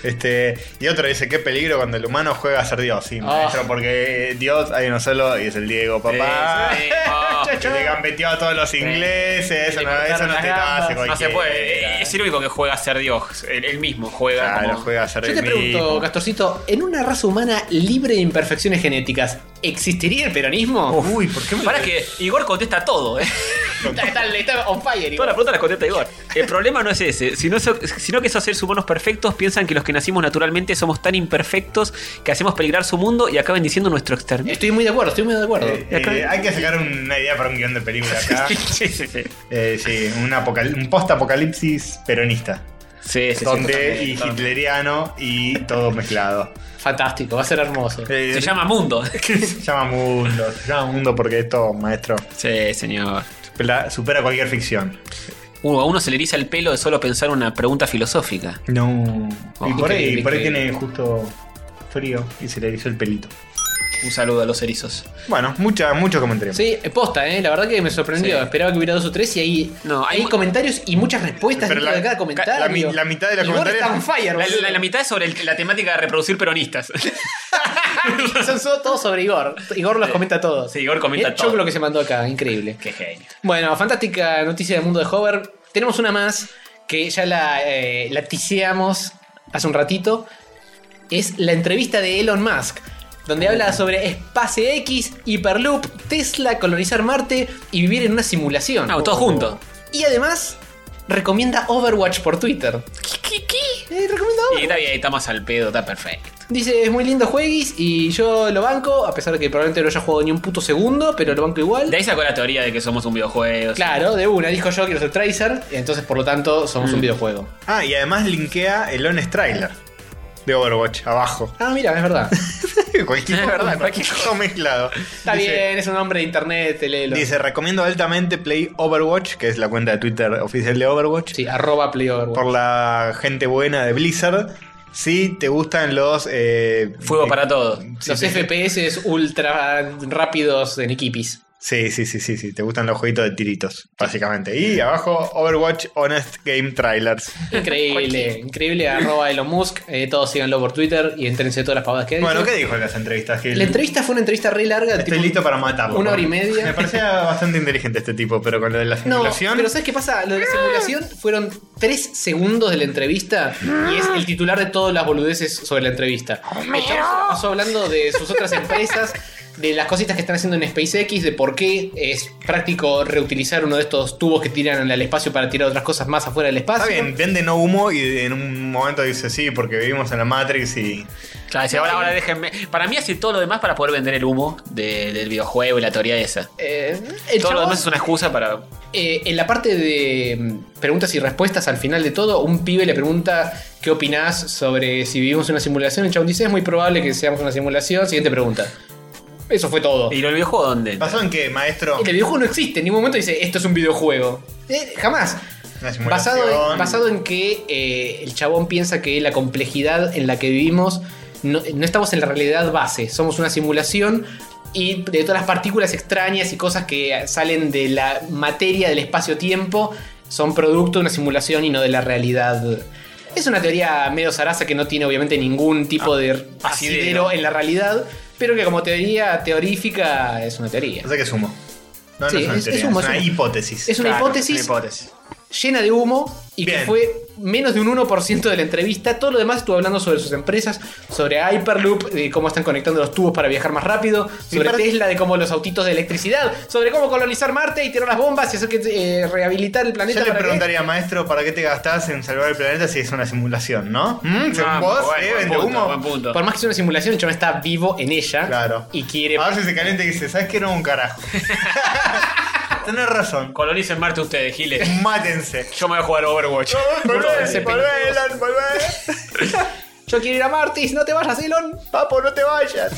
Este, y otro dice, qué peligro cuando el humano juega a ser Dios, sí,
Ah.
maestro, porque Dios hay uno solo y es el Diego, papá.
Sí, sí, oh.
Que le gambeteó a todos los ingleses,
Sí,
eso
le
no, eso
cortaron
no
las
te
gambas.
hace
No se
cualquiera.
puede. eh, Es el único que juega a ser Dios. Él, él mismo juega.
Claro,
como-
Ah, juega a ser
Yo te
el mismo.
pregunto, Castorcito, ¿en una raza humana libre de imperfecciones genéticas existiría el
Oh.
peronismo?
Uy, ¿por qué me
Pará que Igor contesta todo, ¿eh?
Está, está- está on fire,
Todas
Igor.
las preguntas las contesta Igor. El problema no es ese, sino, so- sino que esos seres humanos perfectos piensan que los que nacimos naturalmente somos tan imperfectos que hacemos peligrar su mundo y acaban diciendo nuestro externo.
Estoy muy de acuerdo, estoy muy de acuerdo.
Eh, eh, hay que sacar una idea para un guión de película acá.
Sí, sí, sí.
Eh, sí, un, apocal- un post-apocalipsis peronista.
Sí, sí,
donde
sí,
y
totalmente.
hitleriano y todo mezclado.
Fantástico, va a ser hermoso.
Eh,
Se llama Mundo.
se llama mundo, se llama mundo porque esto, maestro,
Sí, señor.
supera, supera cualquier ficción.
Uno, Uh, a uno se le eriza el pelo de solo pensar una pregunta filosófica.
No. y por ahí,
Oh, increíble,
por ahí
increíble.
tiene justo frío y se le hizo el pelito.
Un saludo a los erizos.
Bueno, mucha, mucho comentario.
Sí, eh, posta, ¿eh? La verdad que me sorprendió.
Sí.
Esperaba que hubiera dos o tres y ahí
No, hay
hay
mu-
comentarios y muchas respuestas
Pero
dentro
la-
de cada
ca-
comentario.
la mi- la mitad de los
Igor
comentarios-
está on fire,
La,
boludo.
la- la mitad es sobre el- la temática de reproducir peronistas.
Son so- todos sobre Igor. Igor los comenta todos.
Sí, Igor comenta
Mirá el
todo.
choclo Eh, que se mandó acá, increíble.
Qué genio.
Bueno, fantástica noticia del mundo de Hover. Tenemos una más que ya la, eh, la tiseamos hace un ratito. Es la entrevista de Elon Musk, donde habla sobre SpaceX, Hyperloop, Tesla, colonizar Marte y vivir en una simulación.
Ah, todo junto.
Y además recomienda Overwatch por Twitter. Eh, recomienda
Y
Overwatch.
está bien, está más al pedo, está perfecto.
Dice, es muy lindo jueguis y yo lo banco, a pesar de que probablemente no haya jugado ni un puto segundo, pero lo banco igual.
De ahí sacó la teoría de que somos un videojuego.
Claro, de una, dijo yo quiero ser Tracer, entonces por lo tanto somos un videojuego.
Ah, y además linkea el honest trailer de Overwatch abajo.
Ah, mira, es verdad.
cualquier
Es verdad,
cosa,
cualquier
todo mezclado.
Está
Dice-
bien, es un hombre de internet, te léelo.
Dice, recomiendo altamente Play Overwatch, que es la cuenta de Twitter oficial de Overwatch.
Sí, arroba playover.
por la gente buena de Blizzard. Si te gustan los. eh,
Fuego
eh,
para todos.
si
Los
te-
FPS ultra rápidos en equipis.
Sí, sí, sí, sí, sí. Te gustan los jueguitos de tiritos, básicamente. Y abajo, Overwatch Honest Game Trailers.
Increíble, increíble, arroba Elon Musk. eh, todos síganlo por Twitter y entrense todas las pavadas que hay.
Bueno, ¿qué dijo en las entrevistas? Que
La entrevista fue una entrevista re larga.
Estoy
tipo-
listo para matarlo.
una hora y media.
Me parecía bastante inteligente este tipo, pero con lo de la
No,
simulación.
pero ¿sabes qué pasa? Lo de la simulación fueron tres segundos de la entrevista y es el titular de todas las boludeces sobre la entrevista. Estamos pasó hablando de sus otras empresas, de las cositas que están haciendo en SpaceX, de por qué es práctico reutilizar uno de estos tubos que tiran al espacio para tirar otras cosas más afuera del espacio.
Está bien, vende no humo y en un momento dice sí, porque vivimos en la Matrix y.
Claro, dice, ahora, ahora déjenme. Para mí hace todo lo demás para poder vender el humo de- del videojuego y la teoría esa.
Eh, el
todo lo
chabón,
demás es una excusa para.
eh, en la parte de mm, preguntas y respuestas, al final de todo, un pibe le pregunta qué opinás sobre si vivimos una simulación. El chabón dice, es muy probable que seamos una simulación. Siguiente pregunta. Eso fue todo.
¿Y lo del videojuego dónde? entra?
¿Basado en qué, maestro?
El videojuego no existe. En ningún momento dice, esto es un videojuego. Eh, jamás.
Una simulación.
Basado en, basado en que eh, el chabón piensa que la complejidad en la que vivimos no, no estamos en la realidad base, somos una simulación y de todas las partículas extrañas y cosas que salen de la materia del espacio-tiempo son producto de una simulación y no de la realidad. Es una teoría medio zaraza que no tiene obviamente ningún tipo Ah, de asidero
asidero.
en la realidad, pero que como teoría teorífica es una teoría.
No sé qué es humo. No, no
Sí,
es una
es- es
teoría,
humo,
es
es
una
humo.
hipótesis.
Es una
Claro,
hipótesis
una hipótesis.
llena de humo y que
Bien.
fue menos de un 1% de la entrevista. Todo lo demás estuvo hablando sobre sus empresas, sobre Hyperloop, de cómo están conectando los tubos para viajar más rápido, sobre
parece-
Tesla, de cómo los autitos de electricidad, sobre cómo colonizar Marte y tirar las bombas y hacer que eh, rehabilitar el planeta.
Yo le
para que-
preguntaría, maestro, ¿para qué te gastás en salvar el planeta si es una simulación, no? ¿Mm? Según
Ah,
vos, ¿eh?
bueno, buen
Vende
punto,
humo.
buen punto.
Por más que sea una simulación, el chabón está vivo en ella
Claro. Ah.
y quiere.
A ver si se calienta y dice, ¿sabes qué? No, un carajo. Tenés razón.
Colonicen Marte ustedes, Giles.
Mátense.
Yo me voy a jugar Overwatch.
ese
Volvé, volvé,
pelotudo.
Elan, volvé.
Yo quiero ir a Marte, y si no te vayas, Elon.
Papo, no te vayas.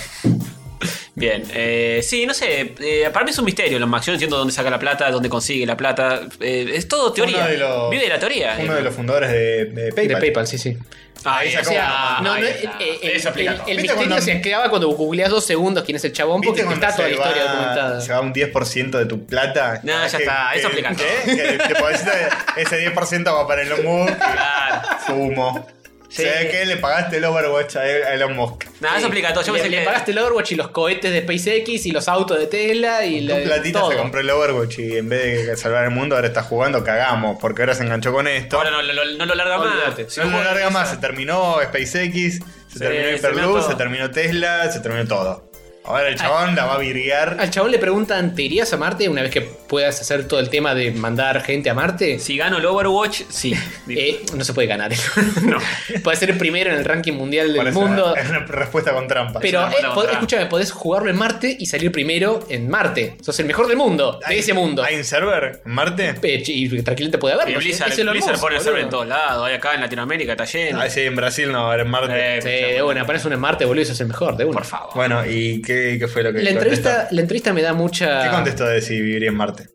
Bien, eh, sí, no sé, eh, para mí es un misterio los Max, yo no entiendo dónde saca la plata, dónde consigue la plata, eh, es todo teoría,
Uno de los-
vive de la teoría. eh.
Uno de los fundadores de, de PayPal.
De PayPal, sí, sí.
Ah,
Ahí
eh,
sacó
o sea,
una-
no, no,
ahí
el,
está.
el-
Eso explica
el-
todo.
el
¿Viste
misterio
cuando-
se acaba cuando googleas dos segundos quién es el chabón porque
¿Viste cuando
está toda la
se
historia
va-
documentada.
Se va un 10% de tu plata.
No, ya está, eso aplica todo.
¿eh? Que te podés- ese 10% va para Elon Musk.
Claro.
Sumo.
Sí.
Se ve que le pagaste el Overwatch a E-, a Elon Musk.
Nada, eso explica todo, yo
le,
pensé
le
que...
pagaste el Overwatch y los cohetes de SpaceX y los autos de Tesla y
Con
la,
platita
todo.
se compró el Overwatch y en vez de salvar el mundo ahora está jugando, cagamos, porque ahora se enganchó con esto.
Ahora no, lo- lo- no lo larga
Olvídate.
más. Si
no
no
lo
juega-
larga más, se terminó SpaceX, se terminó
Sí, se
Hyperloop,
terminó
se,
todo.
terminó Tesla, se terminó todo. Ahora el chabón la va a virguear.
Al chabón le preguntan, ¿te irías a Marte una vez que puedas hacer todo el tema de mandar gente a Marte?
Si gano el Overwatch, sí.
Eh, no se puede ganar. no. Puede ser primero en el ranking mundial
Por
del
eso,
mundo.
Es una respuesta con trampa.
Pero,
buena
eh, pod-
otra.
escúchame, podés jugarlo en Marte y salir primero en Marte. Sos el mejor del mundo, de
¿Hay-
ese mundo.
¿Hay un server? en ¿Marte?
Pech, y tranquilamente puede haber.
Y
porque
Blizzard,
es Elon
Blizzard
Musk,
pone el server
boludo.
en todos lados. Hay acá en Latinoamérica, está lleno.
Ah, sí, en Brasil no, ahora en Marte.
Eh,
Sí, de una, pones uno en Marte, boludo, y sos el mejor, de una.
Por favor.
Bueno, ¿y qué, qué fue lo que
La entrevista,
contestó?
la entrevista me da mucha.
¿Qué contestó de si viviría en Marte?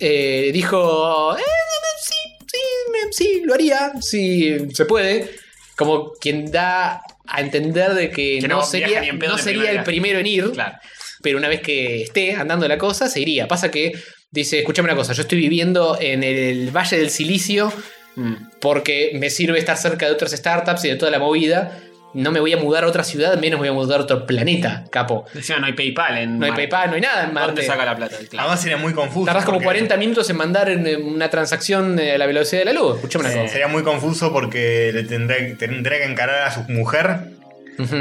Eh, dijo. "Eh, no, no, sí, sí, me- sí, lo haría. Si se puede. Como quien da a entender de que,
Que
no,
no
sería,
viaja ni en pedo
no
en el
sería
primer
el
viaje.
primero en ir.
Claro.
Pero una vez que esté andando la cosa, se iría. Pasa que dice: Escúchame una cosa, yo estoy viviendo en el Valle del Silicio
Mm.
porque me sirve estar cerca de otras startups y de toda la movida. No me voy a mudar a otra ciudad, menos me voy a mudar a otro planeta, capo.
Decían, no hay PayPal en
No hay
Marte.
PayPal, no hay nada en Marte.
¿Dónde saca la plata? Claro.
Además sería muy confuso.
Tardás como
porque eh,
40 minutos en mandar en- en una transacción eh, a la velocidad de la luz. Escuchame una cosa.
Sería muy confuso porque le tendría, tendría que encarar a su mujer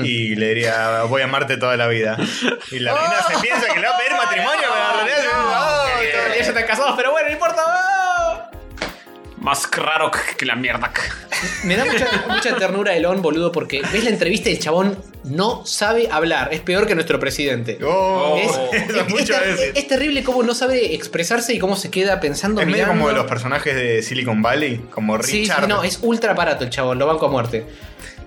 y le diría, voy a amarte toda la vida. Y la reina se piensa que le va a pedir matrimonio, pero la realidad es que, "Oh,
Ellos están casados, pero bueno, no importa. ¡ah!
Más raro que la mierda.
Me da mucha, mucha ternura Elon, boludo, porque ves la entrevista y el chabón no sabe hablar. Es peor que nuestro presidente.
oh,
Es,
eso es
es-
mucho
es-
a decir.
es terrible cómo no sabe expresarse y cómo se queda pensando.
Es medio
mirando.
como de los personajes de Silicon Valley, como
Sí, sí,
Richard.
no, es ultra aparato el chabón, lo banco a muerte.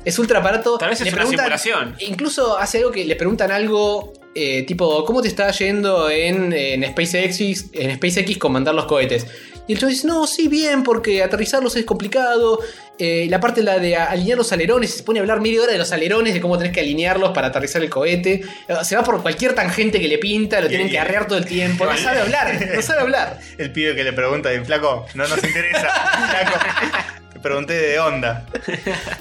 Es ultra aparato.
Tal vez es
Le
una simulación.
Incluso hace algo que le preguntan algo eh, tipo, ¿cómo te está yendo en, en SpaceX, en SpaceX con mandar los cohetes? Y el chabón dice, no, sí, bien, porque aterrizarlos es complicado. eh, la parte la de a- alinear los alerones, se pone a hablar media hora de los alerones, de cómo tenés que alinearlos para aterrizar el cohete. Eh, Se va por cualquier tangente que le pinta, lo
Y-
tienen
y-
que arrear todo el tiempo. No sabe hablar, no sabe hablar.
El pibe que le pregunta, "Eh, flaco, no nos interesa. flaco, te pregunté de onda.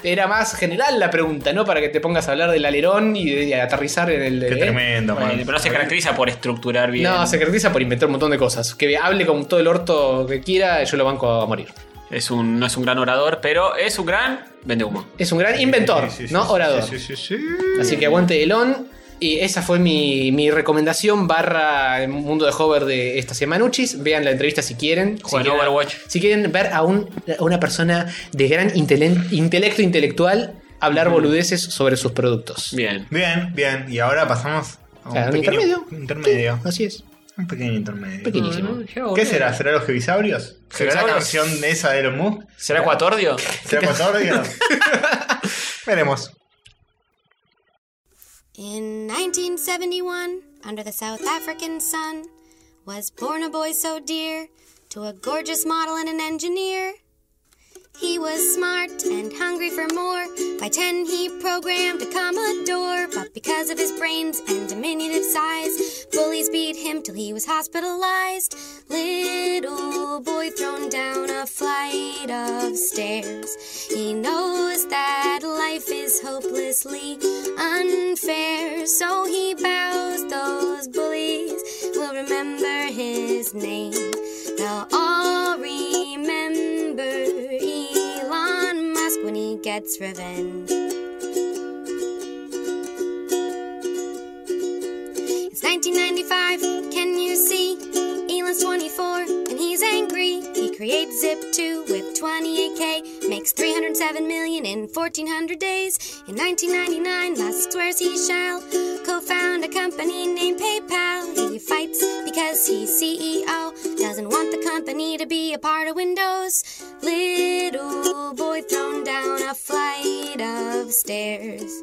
Era más general la pregunta, ¿no? Para que te pongas a hablar del alerón y de, de aterrizar en el.
Qué
¿eh?
tremendo,
Bueno,
man.
pero no se caracteriza por estructurar bien.
No, se caracteriza por inventar un montón de cosas. Que hable con todo el orto que quiera, yo lo banco a morir.
es un, no es un gran orador, pero es un gran vende humo.
Es un gran inventor,
Sí, sí, sí,
¿no?
sí,
Orador.
sí, sí, sí.
Así que aguante Elon. Y esa fue mi, mi recomendación barra el mundo de hover de esta semanuchis. Vean la entrevista si quieren. Si
Juegan
quieren,
Overwatch.
si quieren ver a, un- a una persona de gran intele- intelecto intelectual hablar boludeces sobre sus productos.
Bien.
Bien, bien. Y ahora pasamos a un,
A un
pequeño
intermedio.
intermedio.
Así es.
Un pequeño intermedio.
Pequeñísimo.
¿Qué será? ¿Será los Gevisaurios? ¿Será la
Gevisaurios.
canción de esa de los Mus?
¿Será Ecuatordio?
¿Será Cotordio? Veremos.
In 1971, under the South African sun, was born a boy so dear to a gorgeous model and an engineer. He was smart and hungry for more. By 10, he programmed a Commodore. But because of his brains and diminutive size, bullies beat him till he was hospitalized. Little boy thrown down a flight of stairs. He knows that life is hopelessly unfair. So he bows, those bullies will remember his name. They'll all remember Elon Musk when he gets revenge. It's 1995, can you see? Elon's 24 and he's angry. He creates Zip2 with 28k, makes 307 million in 1400 days. In 1999, Musk swears he shall co Joe found a company named PayPal. He fights because he's CEO. Doesn't want the company to be a part of Windows. Little boy thrown down a flight of stairs.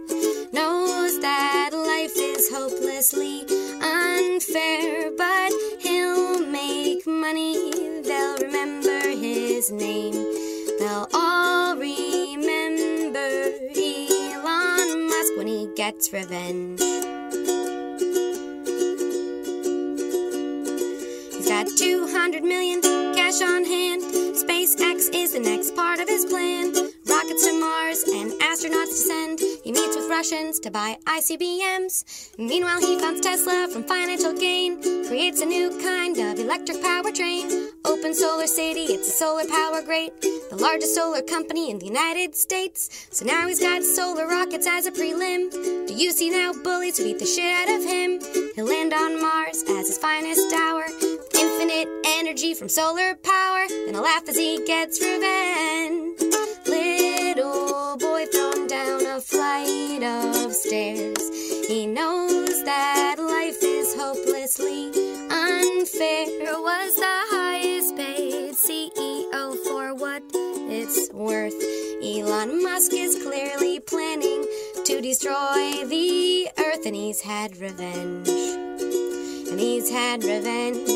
Knows that life is hopelessly unfair, but he'll make money. They'll remember his name. They'll all remember Elon Musk when he gets revenge. He's got 200 million cash on hand. SpaceX is the next part of his plan. Rockets to Mars and astronauts descend. He meets with Russians to buy ICBMs. Meanwhile, he funds Tesla from financial gain. Creates a new kind of electric powertrain. Open Solar City, it's a solar power great. The largest solar company in the United States. So now he's got solar rockets as a prelim. Do you see now bullies who beat the shit out of him? He'll land on Mars as his finest hour. Infinite energy from solar power. Then he'll laugh as he gets revenge. Little boy thrown down a flight of stairs. He knows that life is hopelessly unfair. Was the highest paid CEO for what it's worth. Elon Musk is clearly planning to destroy the earth, and he's had revenge. And he's had revenge.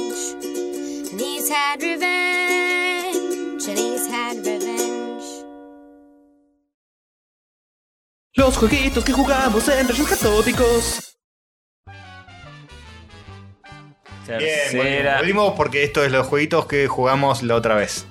And he's had revenge. And he's had revenge.
Los jueguitos que jugamos en rayos catódicos.
Bien, volvimos- volvimos porque esto es los jueguitos que jugamos la otra vez.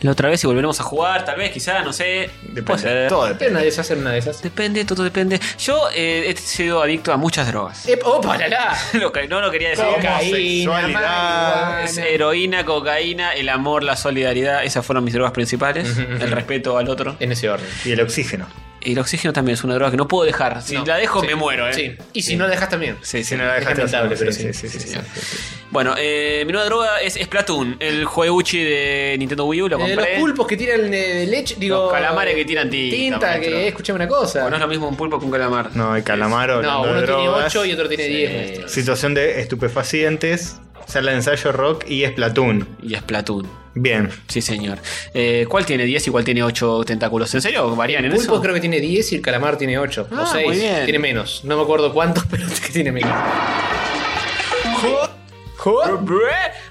La otra vez y volveremos a jugar, tal vez, quizá, no sé. Puede ser.
Todo depende.
Hacer una de esas, hacer una de esas.
Depende, todo depende. Yo eh, he sido adicto a muchas drogas.
Ep, oh, ¡Opa, la la!
Lo que- no lo quería decir.
Homosexualidad.
Es heroína, cocaína, el amor, la solidaridad. Esas fueron mis drogas principales. El respeto al otro.
En ese orden.
Y el oxígeno.
El oxígeno también es una droga que no puedo dejar. Si
No,
la dejo,
sí.
me muero, ¿eh?
Sí. Y si no la dejas también.
Sí, sí.
Si no la dejaste
Es lamentable,
hacer,
pero
sí,
sí.
sí, sí, sí, sí.
Bueno, eh, mi nueva droga es Splatoon, el jueguchi de Nintendo Wii U. Lo
Eh, los
compré.
pulpos que tiran eh, leche, digo.
Los calamares que tiran tinta,
Tinta,
maestro.
que eh, escuchame una cosa.
Bueno, no es lo mismo un pulpo que un calamar.
No, el calamaro.
no,
hablando de
uno tiene
drogas.
8 y otro tiene 10. maestro.
Situación de estupefacientes, sala de ensayo rock y Splatoon.
Y Splatoon.
Bien.
Sí, señor. Eh, ¿Cuál tiene 10 y cuál tiene 8 tentáculos? ¿En serio? ¿Varían en
El pulpo
eso?
creo que tiene 10 y el calamar tiene 8
Ah,
o
muy
6.
bien.
Tiene menos. No me acuerdo cuántos, pero es que tiene menos.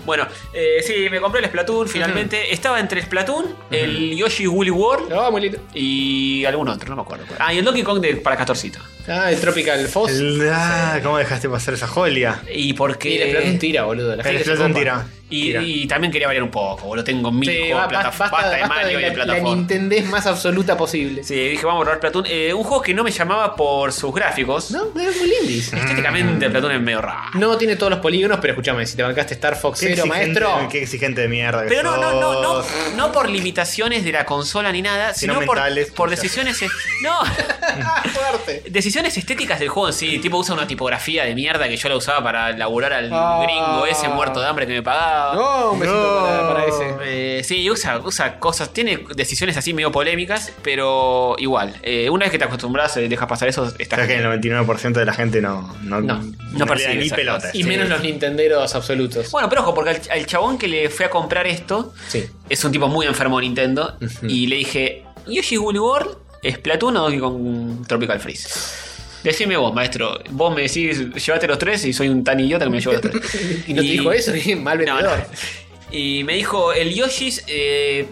Bueno, eh, sí, me compré el Splatoon finalmente. Estaba entre Splatoon, el Yoshi Woolly World
Ah, muy lindo.
y algún otro, no me acuerdo. cuál. Ah, y el Donkey Kong de, para Castorcito.
Ah, el Tropical Foss.
El- ah, ¿Cómo dejaste pasar esa jolia?
Y porque.
Y el Splatoon tira, boludo. La
El
gente se
Splatoon
copa.
tira.
Y,
Tira.
y también quería variar un poco, boludo. Tengo mil
Sí,
juegos
va,
de plata-
basta,
basta de
basta
Mario
de
y de
la, la
plataforma.
Nintendés más absoluta posible.
Sí, dije, vamos a borrar Platoon. Eh, un juego que no me llamaba por sus gráficos.
No, es muy lindis.
Estéticamente, Platoon es medio raro.
No tiene todos los polígonos, pero escúchame, si te bancaste Star Fox
Qué
0,
exigente-
maestro.
Qué exigente de mierda. que
Pero no, no, no, no,
sos.
no por limitaciones de la consola ni nada,
Sino
sino, por,
mentales,
por
o sea.
decisiones. es- No,
fuerte.
decisiones estéticas del juego en sí. Tipo, usa una tipografía de mierda que yo la usaba para laburar al
Ah.
gringo ese muerto de hambre que me pagaba.
No, un besito Para, para ese.
Eh, sí, usa, usa cosas, tiene decisiones así medio polémicas, pero igual. eh, una vez que te acostumbras, eh, dejas pasar eso,
O
estás
sea que el 99% de la gente no. No,
No, no
le da
percibe
ni
esas
pelota.
cosas.
Y
Sí.
menos los Nintenderos absolutos.
Bueno, pero ojo, porque al, al chabón que le fue a comprar esto
Sí.
es un tipo muy enfermo de Nintendo. Y le dije, ¿Yoshi Woolly World es Platoon o Donkey Kong Tropical Freeze? Decime vos, maestro. Vos me decís, llévate los tres y soy un tan idiota que me llevo los tres.
Y no te dijo eso, bien, mal
No,
vendedor.
no. Y me dijo, el Yoshi's. eh,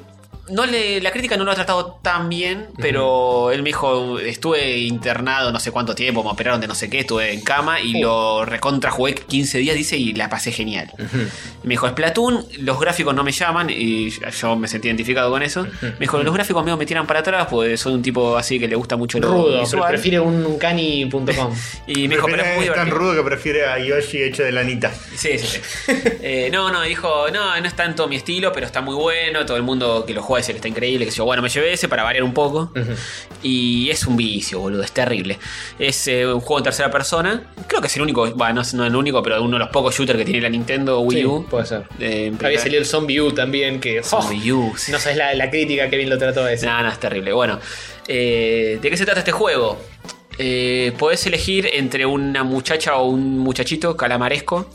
no le, la crítica no lo ha tratado tan bien, pero él me dijo, estuve internado no sé cuánto tiempo, me operaron de no sé qué, estuve en cama y lo recontra jugué 15 días, dice, y la pasé genial. Me dijo, Splatoon, los gráficos no me llaman, y yo me sentí identificado con eso. Me dijo, los gráficos míos me tiran para atrás, pues soy un tipo así que le gusta mucho lo
Rudo, pero
visual.
prefiere un cani.com.
Y me dijo, pero es muy
es tan
divertido".
rudo que prefiere a Yoshi hecho de lanita.
Sí, sí, sí. Eh, no, no, dijo, no, no es tanto mi estilo, pero está muy bueno. Todo el mundo que lo juega dice que está increíble. Que yo, bueno, me llevé ese para variar un poco. Y es un vicio, boludo, es terrible. Es eh, un juego en tercera persona. Creo que es el único, bueno, no es no el único, pero uno de los pocos shooters que tiene la Nintendo Wii
Sí,
U.
puede ser.
Eh, en
Había
primera-
salido el Zombie U también, que. ¡oh!
Wii U, sí.
No sabes la, la crítica que bien lo trató a ese.
No, no, es terrible. Bueno, eh, ¿de qué se trata este juego? Eh, podés elegir entre una muchacha o un muchachito calamaresco.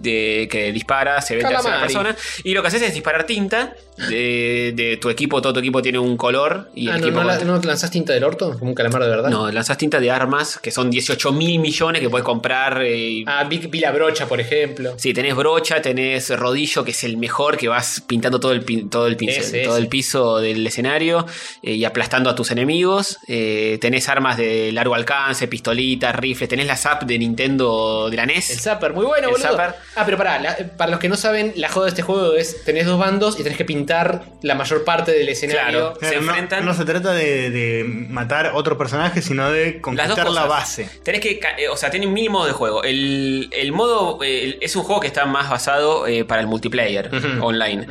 De, que dispara, se ve en tercera
Calamari.
persona. Y lo que haces es disparar tinta de, de tu equipo. Todo tu equipo tiene un color. Y el
Ah, no,
equipo
no, la-
con-
¿no lanzás tinta del orto? Como un calamar de verdad.
no, lanzas tinta de armas que son 18 mil millones que puedes comprar. eh, y-
Ah, vi, vi la brocha, por ejemplo.
Sí, tenés brocha, tenés rodillo, que es el mejor, que vas pintando todo el, pin- todo el pincel,
Ese,
todo
ese.
el piso del escenario eh, y aplastando a tus enemigos. Eh, tenés armas de largo alcance, pistolitas, rifles, tenés la SAP de Nintendo de la E
El
NES.
Zapper, muy bueno,
El
boludo.
Zapper.
Ah, pero pará, la- para los que no saben, la joda de este juego es tenés dos bandos y tenés que pintar la mayor parte del escenario.
Claro. Se
Eh, no,
enfrentan-
no se trata de, de matar otro personaje, sino de
Las dos
conquistar la
cosas.
base.
Tenés que. ca- eh, O sea, tiene un mínimo de juego. El, el modo. eh, el- es un juego que está más basado eh, para el multiplayer
Ujú.
online.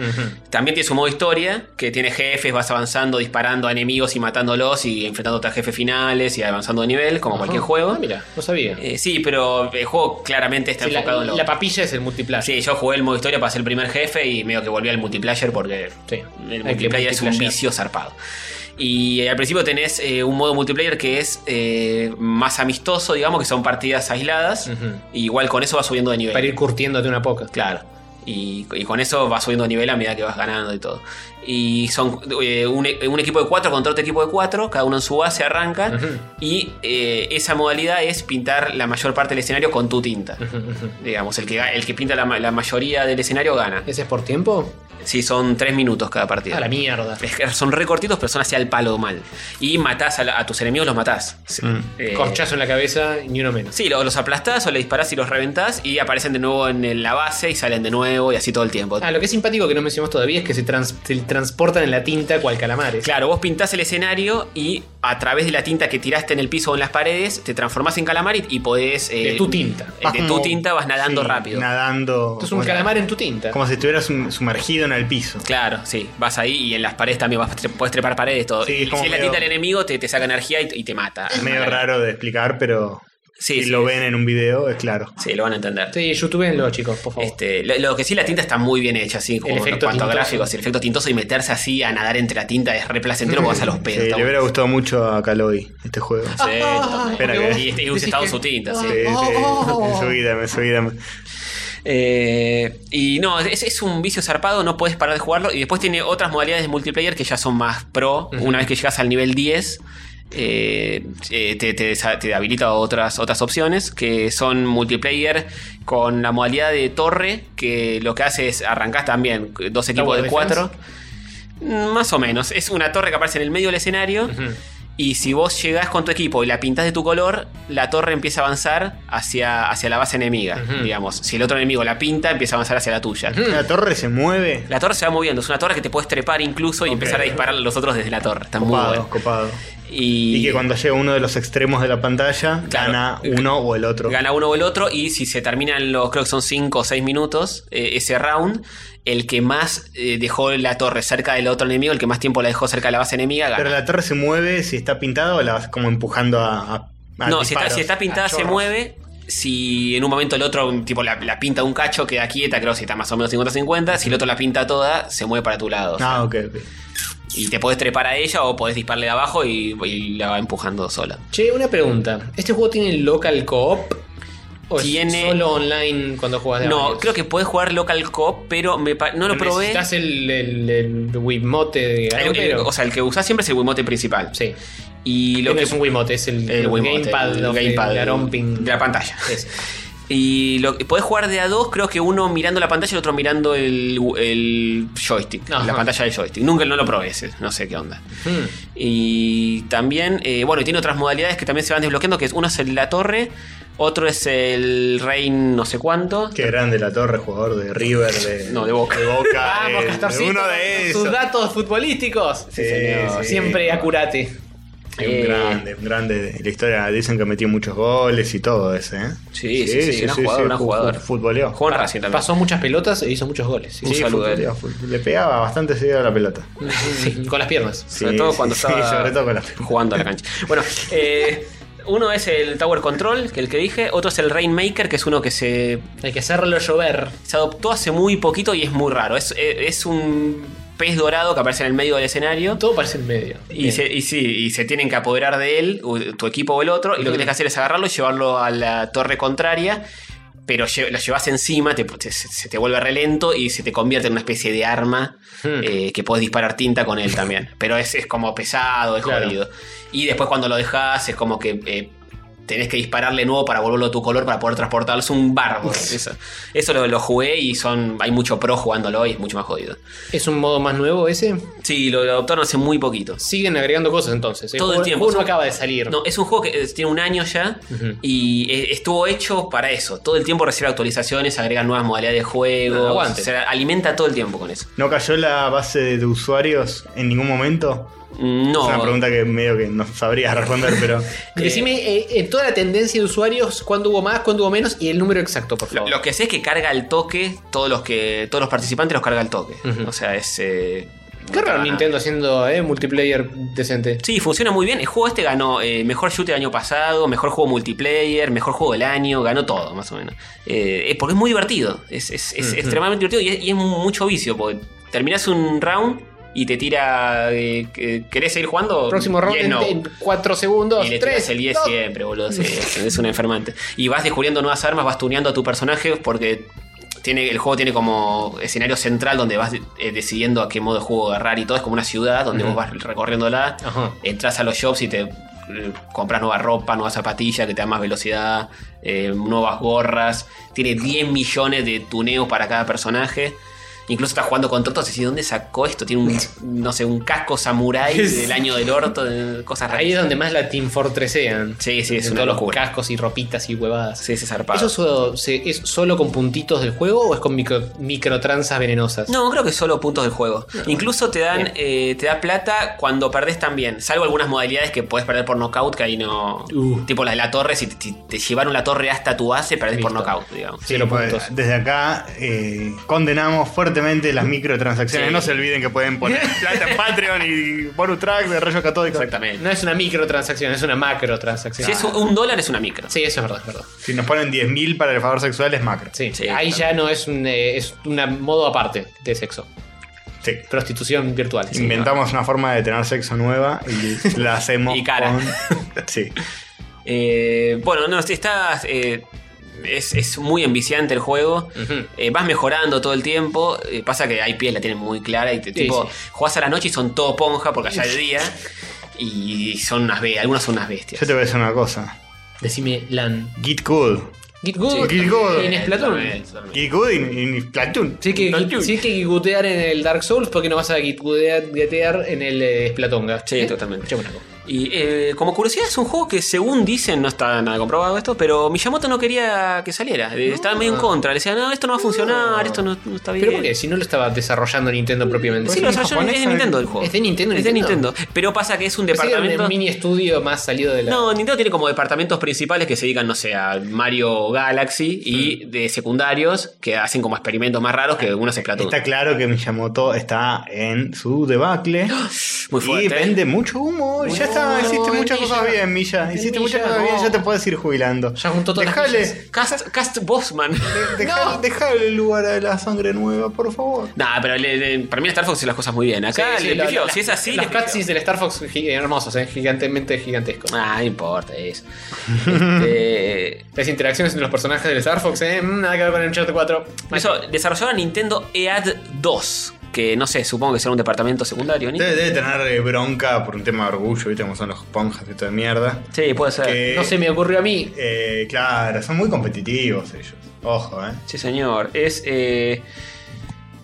También tiene su modo historia, que tiene jefes, vas avanzando, disparando a enemigos y matándolos y enfrentando a jefes finales y avanzando de nivel, como cualquier juego.
Ah, mira, no sabía.
Eh, sí, pero el juego claramente está
Sí, la,
enfocado en lo.
la papilla es el multiplayer.
Sí, yo jugué el modo historia para ser el primer jefe y medio que volví al multiplayer porque
Sí. Hay que
el multiplayer es un
multiplayer.
vicio zarpado. Y eh, al principio tenés eh, un modo multiplayer que es eh, más amistoso, digamos, que son partidas aisladas.
Ujú.
Y igual con eso vas subiendo de nivel.
Para ir curtiéndote una poca.
Claro. Y, y con eso vas subiendo de nivel a medida que vas ganando y todo. Y son eh, un, e- un equipo de cuatro contra otro equipo de cuatro, cada uno en su base arranca.
Ujú.
Y eh, esa modalidad es pintar la mayor parte del escenario con tu tinta. Digamos, el que, ga- el que pinta la, ma- la mayoría del escenario gana.
¿Ese es por tiempo?
Sí, son tres minutos cada partida.
A Ah, la mierda.
Es que son recortitos, pero son hacia el palo mal. Y matás a, la- a tus enemigos, los matás. Sí.
Mm.
Eh,
Corchazo en la cabeza, ni uno menos.
Sí, lo- los aplastás o le disparás y los reventás y aparecen de nuevo en el- la base y salen de nuevo y así todo el tiempo.
Ah, lo que es simpático que no mencionamos todavía es que se, trans- se transportan en la tinta cual calamares.
Claro, vos pintás el escenario y a través de la tinta que tiraste en el piso o en las paredes, te transformás en calamar y, y podés. eh,
De tu tinta.
eh, de tu
como-
tinta vas nadando
sí,
rápido.
Nadando.
Esto es un
bueno,
calamar en tu tinta.
Como si estuvieras sum- sumergido en el piso.
Claro, sí, vas ahí y en las paredes también vas, tre- podés trepar paredes, todo.
Sí,
y si
como
es la
medio-
tinta del enemigo, te, te saca energía y, y te mata.
Es medio
Mala-
raro de explicar, pero
Sí,
si
sí,
lo
sí.
ven en un video, es claro.
Sí, lo van a entender.
Sí, youtubeenlo, chicos, por favor.
Este, lo, lo que sí, la tinta está muy bien hecha, así como en
efecto
cuanto a
tintoso.
gráficos, el efecto tintoso y meterse así a nadar entre la tinta es re placentero porque vas a los
Sí,
pedos.
le
está
hubiera
bueno.
gustado mucho a Caloi este juego.
Ah,
Sí, está
espera
bueno.
que-
Y, este- y hubiese estado en su tinta, sí.
Sí, sí,
oh,
en su vida, en su vida.
Eh, y no, es, es un vicio zarpado, no puedes parar de jugarlo. Y después tiene otras modalidades de multiplayer que ya son más pro. Una vez que llegas al nivel 10, eh, eh, te, te desa- te habilita otras, otras opciones que son multiplayer con la modalidad de torre, que lo que hace es arrancás también dos equipos
Tower defense.
de cuatro. Mm, Más o menos, es una torre que aparece en el medio del escenario. Y si vos llegás con tu equipo y la pintás de tu color, la torre empieza a avanzar hacia, hacia la base enemiga, digamos. Si el otro enemigo la pinta, empieza a avanzar hacia la tuya.
La torre se mueve.
La torre se va moviendo, es una torre que te puedes trepar incluso y empezar a disparar a los otros desde la torre. Está muy
Copado,
bueno.
copado.
Y,
Y que cuando llega uno de los extremos de la pantalla,
Claro.
gana uno o el otro.
gana uno o el otro y si se terminan los, creo que son 5 o 6 minutos, eh, ese round, el que más eh, dejó la torre cerca del otro enemigo, el que más tiempo la dejó cerca de la base enemiga, gana.
Pero la torre se mueve si está pintada o la vas como empujando a. a- a
No, si está,
disparos. Ah,
si está pintada se mueve. Si en un momento el otro, tipo, la, la pinta un cacho, queda quieta, creo si está más o menos 50-50. Si el otro la pinta toda, se mueve para tu lado. o sea,
Ah, ok, ok.
Y te podés trepar a ella o podés dispararle de abajo y, y la va empujando sola.
Che, una pregunta. ¿Este juego tiene local co-op? ¿O
Tiene-
es solo online cuando juegas de a
No,
varios?
creo que podés jugar local co pero me pa- no lo probé.
Necesitas el, el, el Wiimote de
El- el-
Galompero.
o sea, el que usás siempre es el Wiimote principal.
sí. Este
Y lo
no
que
es un Wiimote, es el,
el
Eh, el
Wiimote,
gamepad,
el
of the
gamepad de-
Garomping.
de la pantalla.
Ese.
Y lo que podés jugar de a dos, creo que uno mirando la pantalla y el otro mirando el, el joystick,
Ajá.
la pantalla del joystick. Nunca no lo probé ese, no sé qué onda.
Hmm.
Y también, eh, bueno, y tiene otras modalidades que también se van desbloqueando, que es uno es el de la torre, otro es el rain no sé cuánto.
Qué grande la torre, jugador de River, de,
No, de Boca.
de Boca,
Vamos,
de- de,
Castorcito,
uno de
sus
esos.
datos futbolísticos.
Sí, señor.
Siempre acurate.
Sí,
Eh,
un grande, un grande de la historia. Dicen que metió muchos goles y todo ese, ¿eh?
Sí, sí, sí, gran jugador, gran
fu- fu-
jugador.
Futboleó.
Juan Racing también.
Pasó muchas pelotas e hizo muchos goles. sí.
Un
Sí,
saludo a él.
futboleó, fu- Le pegaba bastante seguido a la pelota.
Sí, Con las piernas.
Sobre
Sí,
todo cuando
sí,
estaba
sí, sobre todo con la-
eh, jugando a la cancha. Bueno, eh, uno es el Tower Control, que el que dije, otro es el Rainmaker, que es uno que se
Hay que hacerlo llover.
se adoptó hace muy poquito y es muy raro. Es, eh, es un pez dorado que aparece en el medio del escenario.
Todo aparece en medio.
Y, se, y sí, y se tienen que apoderar de él, u- tu equipo o el otro, y lo que tienes que hacer es agarrarlo y llevarlo a la torre contraria. Pero lle- lo llevas encima, te- te- se se te vuelve relento y se te convierte en una especie de arma eh, que podés disparar tinta con él también. Pero es, es como pesado, es
Claro.
jodido. Y después cuando lo dejas es como que eh, tenés que dispararle nuevo para volverlo a tu color para poder transportarlo. Es un bardo. eso eso lo, lo jugué y son hay mucho pro jugándolo y es mucho más jodido.
¿Es un modo más nuevo ese?
Sí, lo, lo adoptaron hace muy poquito.
Siguen agregando cosas entonces.
Todo el
juego-
tiempo.
juego no acaba de salir.
No, es un juego que eh, tiene un año ya y eh, estuvo hecho para eso. Todo el tiempo recibe actualizaciones, agrega nuevas modalidades de juego.
Ah, aguante.
se alimenta todo el tiempo con eso.
¿No cayó la base de usuarios en ningún momento?
No.
Es una pregunta que medio que no sabría responder, pero.
Decime eh, en toda la tendencia de usuarios, cuándo hubo más, cuándo hubo menos y el número exacto, por favor.
Lo que sé es que carga el toque, todos los que todos los participantes los carga el toque. O sea, es eh,
Qué raro
Ah.
Nintendo haciendo eh, multiplayer decente.
Sí, funciona muy bien. El juego este ganó eh, mejor shooter del año pasado, mejor juego multiplayer, mejor juego del año, ganó todo, más o menos. Eh, eh, porque es muy divertido, es, es- es
Ujú.
extremadamente divertido y es, y es mucho vicio, porque terminás un round y te tira... eh, que- ¿Querés seguir jugando?
Próximo round
Yes,
en-
no.
en 4 segundos.
Y le tiras
3,
el 10 siempre, boludo. sí, es, es un enfermante. Y vas descubriendo nuevas armas, vas tuneando a tu personaje porque tiene, el juego tiene como escenario central donde vas eh, decidiendo a qué modo de juego agarrar y todo. Es como una ciudad donde
Ujú.
vos vas recorriéndola.
Ajá.
Entras a los shops y te eh, compras nueva ropa, nueva zapatilla que te da más velocidad, eh, nuevas gorras. Tiene 10 millones de tuneos para cada personaje. Incluso estás jugando con totos y decís, ¿dónde sacó esto? Tiene un, no sé, un casco samurái del año del orto, de- cosas raras.
Ahí es donde más la Team Fortressean.
Sí, sí, es
En
una
todos los
locura.
cascos y ropitas y huevadas.
Sí, ese zarpado.
¿Eso so- se- es solo con puntitos del juego o es con micro, microtranzas venenosas?
No, creo que solo puntos del juego. Incluso te dan eh, te da plata cuando perdés también. Salvo algunas modalidades que puedes perder por knockout, que ahí no.
Uh.
Tipo la de la torre, si te, te- te llevaron la torre hasta tu base, perdés por
Listo.
knockout, digamos.
Sí,
Cero
pues,
puntos.
desde acá eh, condenamos fuertemente las microtransacciones.
Sí.
No se olviden que pueden poner plata en Patreon y bonus track de Rayos Catódicos.
Exactamente.
No es una microtransacción, es una macrotransacción.
Si es un, un dólar, es una micro.
Sí, eso es verdad, es verdad.
Si nos ponen 10.000 para el favor sexual es macro.
Sí,
Sí,
ahí
claro.
ya no es un eh, es una modo aparte de sexo.
Sí.
Prostitución virtual. Sí,
Inventamos una forma de tener sexo nueva y la hacemos
Y cara.
con- Sí.
Eh, bueno, no, si estás. eh, es, es muy enviciante el juego.
Ujú.
Eh, vas mejorando todo el tiempo. Eh, pasa que hay pies, la tienen muy clara. Y te, tipo,
sí.
jugás a la noche y son todo ponja porque allá es de día. Y son unas be- algunas son unas bestias.
Yo te voy a decir una cosa.
Decime Lan.
Git Cool.
Git Good.
Git Good.
En Splatoon.
Totalmente, totalmente.
Git Good y, y Platoon.
Sí que, sí que gigutear en el Dark Souls porque no vas a gigutear gigutear en el eh, Splatonga.
Sí, totalmente.
Escuchame una cosa.
Y eh, como curiosidad, es un juego que según dicen, no está nada comprobado esto, pero Miyamoto no quería que saliera. Eh, Estaba medio en contra. Le decía, no, esto no va a funcionar, esto no, no está bien.
Pero ¿por qué? Si no lo estaba desarrollando Nintendo
Pues,
propiamente.
Sí, lo desarrollaron, es de Nintendo el juego.
¿Es de Nintendo,
Es de
Nintendo?
Nintendo. Pero pasa que es un
pues,
Pensé que era
departamento.
un mini estudio más salido de la.
No, Nintendo tiene como departamentos principales que se dedican, no sé, a Mario Galaxy y de secundarios que hacen como experimentos más raros que uno se Splatoon.
Está claro que Miyamoto está en su debacle.
Muy
Y
fuerte.
vende mucho humo. y ya está, hiciste muchas
Milla.
cosas bien, Milla. Hiciste
El
muchas
Milla,
cosas bien,
no.
ya te puedes ir jubilando.
Ya juntó todas las millas.
Dejale,
Cast, Cast Bosman.
deja- dejale el lugar a la sangre nueva, por favor.
nah, pero le- le- para mí Star Fox hace las cosas muy bien. Acá
Sí, sí,
le
la-
pifió.
la-
si es así,
Los
le pifió.
cutscenes del Star Fox gi- hermosos, eh, gigantemente gigantescos.
Ah, no importa eso. Este,
Las interacciones entre los personajes del Star Fox, eh, mm, nada que ver con el Uncharted 4.
eso, desarrollaron Nintendo EAD 2. Que no sé, supongo que será un departamento secundario, ¿ni?
Debe, debe tener eh, bronca por un tema de orgullo, viste cómo son los ponjas y toda mierda.
Sí, puede ser.
Que,
No se me ocurrió a mí.
eh, claro, son muy competitivos ellos. Ojo, eh.
Sí, señor. Es. Eh,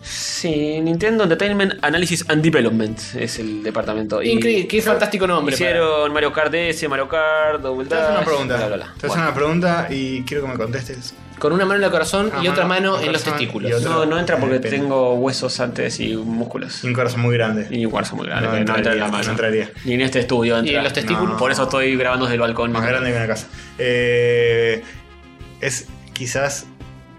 sí, Nintendo Entertainment Analysis and Development es el departamento. Y
Increíble, qué fantástico nombre.
Hicieron Mario Kart S, Mario Kart, Double
Te voy a hacer
Dash,
una pregunta.
bla, bla, bla.
Te voy a hacer
Bueno.
una pregunta y quiero que me contestes.
para- Con una mano en el corazón y
Una
otra
mano
mano
en el
en los
corazón
testículos.
y otra-
No, no entra porque
Eh, pene.
tengo huesos antes y músculos.
Y un corazón muy grande.
Y cuarzo muy grande.
No
que No, entra en
entraría,
la mano.
no entraría.
Ni en este estudio entra.
Y en los testículos.
No.
Por eso estoy grabando desde el balcón.
Más grande que una casa. Eh, es quizás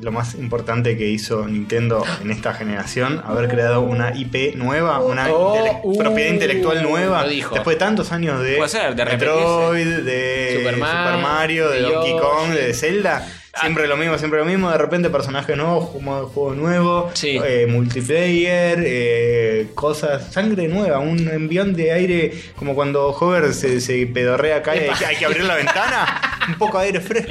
lo más importante que hizo Nintendo en esta generación, haber creado una IP nueva, una
Oh,
intele-
uh,
propiedad intelectual nueva.
lo dijo.
Después de tantos años de,
Puede ser, de
Metroid, de
Super
Eh, Super Mario,
Mario,
de
de
Donkey
Yoshi.
Kong, de Zelda,
Ah.
Siempre lo mismo, siempre lo mismo. De repente personaje nuevo, juego, juego nuevo, eh, multiplayer, eh, cosas, sangre nueva, un envión de aire como cuando Hover se, se pedorrea acá y hay, que- hay que abrir la ventana. Un poco de aire fresco.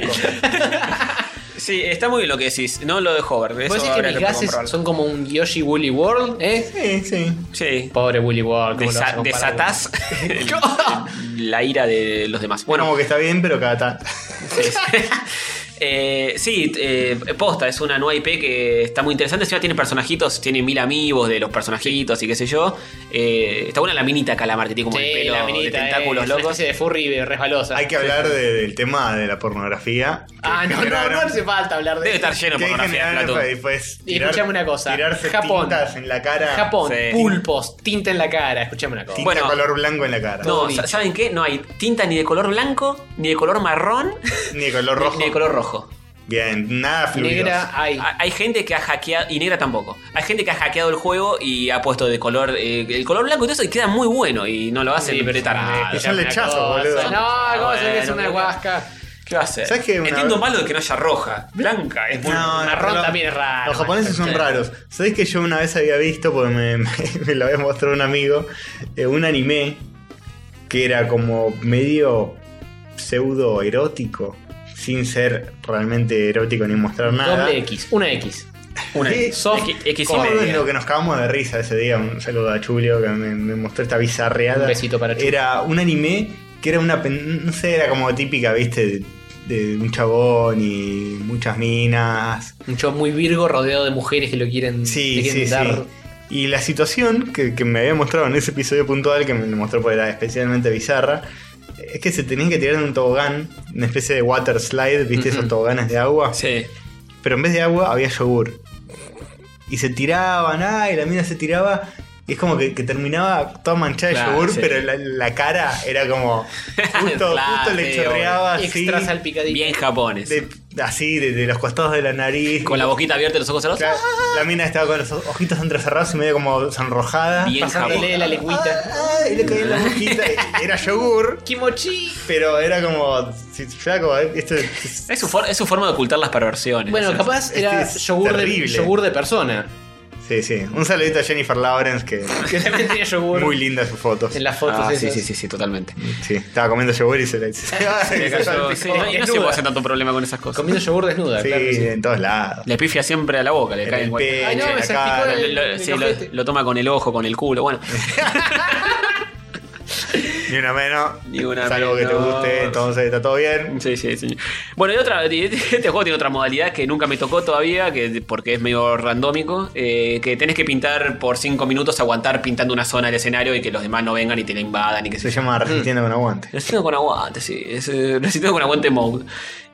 Sí, está muy bien lo que decís. No lo de Hover.
¿Vos
Eso
decís que
habrá
mis
que
gases
comprobarlo.
son como un Yoshi Woolly World? ¿Eh?
Sí, sí.
Sí.
Pobre Woolly World. ¿cómo lo vas a
Desa-
comparar?
desatás el- la ira de los demás. Bueno,
Como que está bien, pero cada tanto.
Sí, sí. Eh, sí, eh, posta, es una nueva IP que está muy interesante. Encima tiene personajitos, tiene mil amigos de los personajitos y qué sé yo. Eh, está buena la minita calamar que tiene como
Sí,
el pelo
la minita,
de tentáculos
eh, Es una
locos.
especie de furry resbalosa.
Hay que hablar de- del tema de la pornografía.
Ah, no, no, no hace falta hablar de
Debe
eso.
estar lleno de
Que hay
pornografía,
general,
Platón.
pues, pues,
Y
tirar-
escuchame una cosa.
Tirarse
Japón.
tintas en la cara.
Japón,
Sí.
pulpos, tinta en la cara. Escuchame una cosa.
Tinta
Bueno.
color blanco en la cara.
No,
dicho.
sa- ¿saben qué? No hay tinta ni de color blanco, ni de color marrón,
Ni de color rojo.
ni de color rojo.
Bien, nada fluidos.
Negra, ay.
Ha- Hay gente que ha hackeado, y negra tampoco. Hay gente que ha hackeado el juego y ha puesto de color eh, el color blanco y todo eso y queda muy bueno y no lo hacen
Sí,
de tarado.
Es un lechazo, boludo.
No, ¿cómo se ve? Es
Bueno,
una
boludo.
guasca.
¿Qué va a hacer?
¿Sabes qué? Una
Entiendo
vez-
malo de que no haya roja. Blanca es muy.
No,
Marrón
no,
también es raro.
Ah,
¿eh?
Los japoneses son raros. ¿Sabés que yo una vez había visto, porque me, me, me lo había mostrado un amigo, eh, un anime que era como medio pseudo erótico, sin ser realmente erótico ni mostrar nada.
Doble X, una X.
Una
Sí,
soft
X- X y
¿Cómo
media.
es lo que nos cagamos de risa ese día? Un saludo a Julio que me, me mostró esta bizarreada.
Un besito para Chulio.
Era un anime que era una. pen- No sé, era como típica, viste, de, de un chabón y muchas minas.
Un show muy virgo rodeado de mujeres que lo quieren,
Sí,
le quieren
sí,
dar.
sí. Y la situación que, que me había mostrado en ese episodio puntual, que me lo mostró porque era especialmente bizarra, es que se tenían que tirar en un tobogán, una especie de water slide, viste, esos toboganes de agua
Sí.
pero en vez de agua había yogur. Y se tiraban, ah, y la mina se tiraba. Y es como que, que terminaba toda manchada
Claro,
de yogur,
sí.
pero la, la cara era como. Justo,
Ah,
justo
Claro, sí,
le
Ah,
chorreaba así.
Extra salpicadito.
Bien japones.
de- así, de, de los costados de la nariz.
Con la boquita abierta y los ojos
O
cerrados.
sea, la mina estaba con los ojitos entrecerrados y medio como sonrojada.
Bien
Pasándole
japonés.
la lengüita.
Ah, y le caía en la boquita. era yogur,
Kimochi.
pero era como. si- Flaco, eh, esto es-
Es su, for- es su forma de ocultar las perversiones. Ah,
Bueno,
Es-
capaz era
Este es
yogur, de,
terrible.
yogur de persona.
Sí, sí. Un saludito a Jennifer Lawrence, que
Que también tenía yogur.
muy linda sus fotos.
en las fotos
Ah, sí,
esas.
sí, sí, sí, totalmente.
Sí, estaba comiendo yogur y se le se le-
Me
se
cayó-
le-
este sí, no, no se puede hacer tanto problema con esas cosas.
Comiendo yogur desnuda,
Sí,
claro que sí.
en todos lados.
Le pifia siempre a la boca, le
En
cae
el
en cualquier-
pecho,
Ay, Ah, no,
en
me
la
salpicó
cara.
el-
Lo, lo-
en
sí,
el
lo-
ojete.
lo toma con el ojo, con el culo. Bueno,
Ni una menos.
Ni una
salvo que te
menos. Mm.
guste, entonces está todo bien.
sí, sí, sí. Bueno, y otra, y este juego tiene otra modalidad que nunca me tocó todavía, que, porque es medio randómico, eh, que tenés que pintar por 5 minutos, aguantar pintando una zona del escenario y que los demás no vengan y te la invadan y que
Se
se
llama Resistiendo con aguante.
Necesito con aguante, sí. Es, eh, necesito con aguante mode.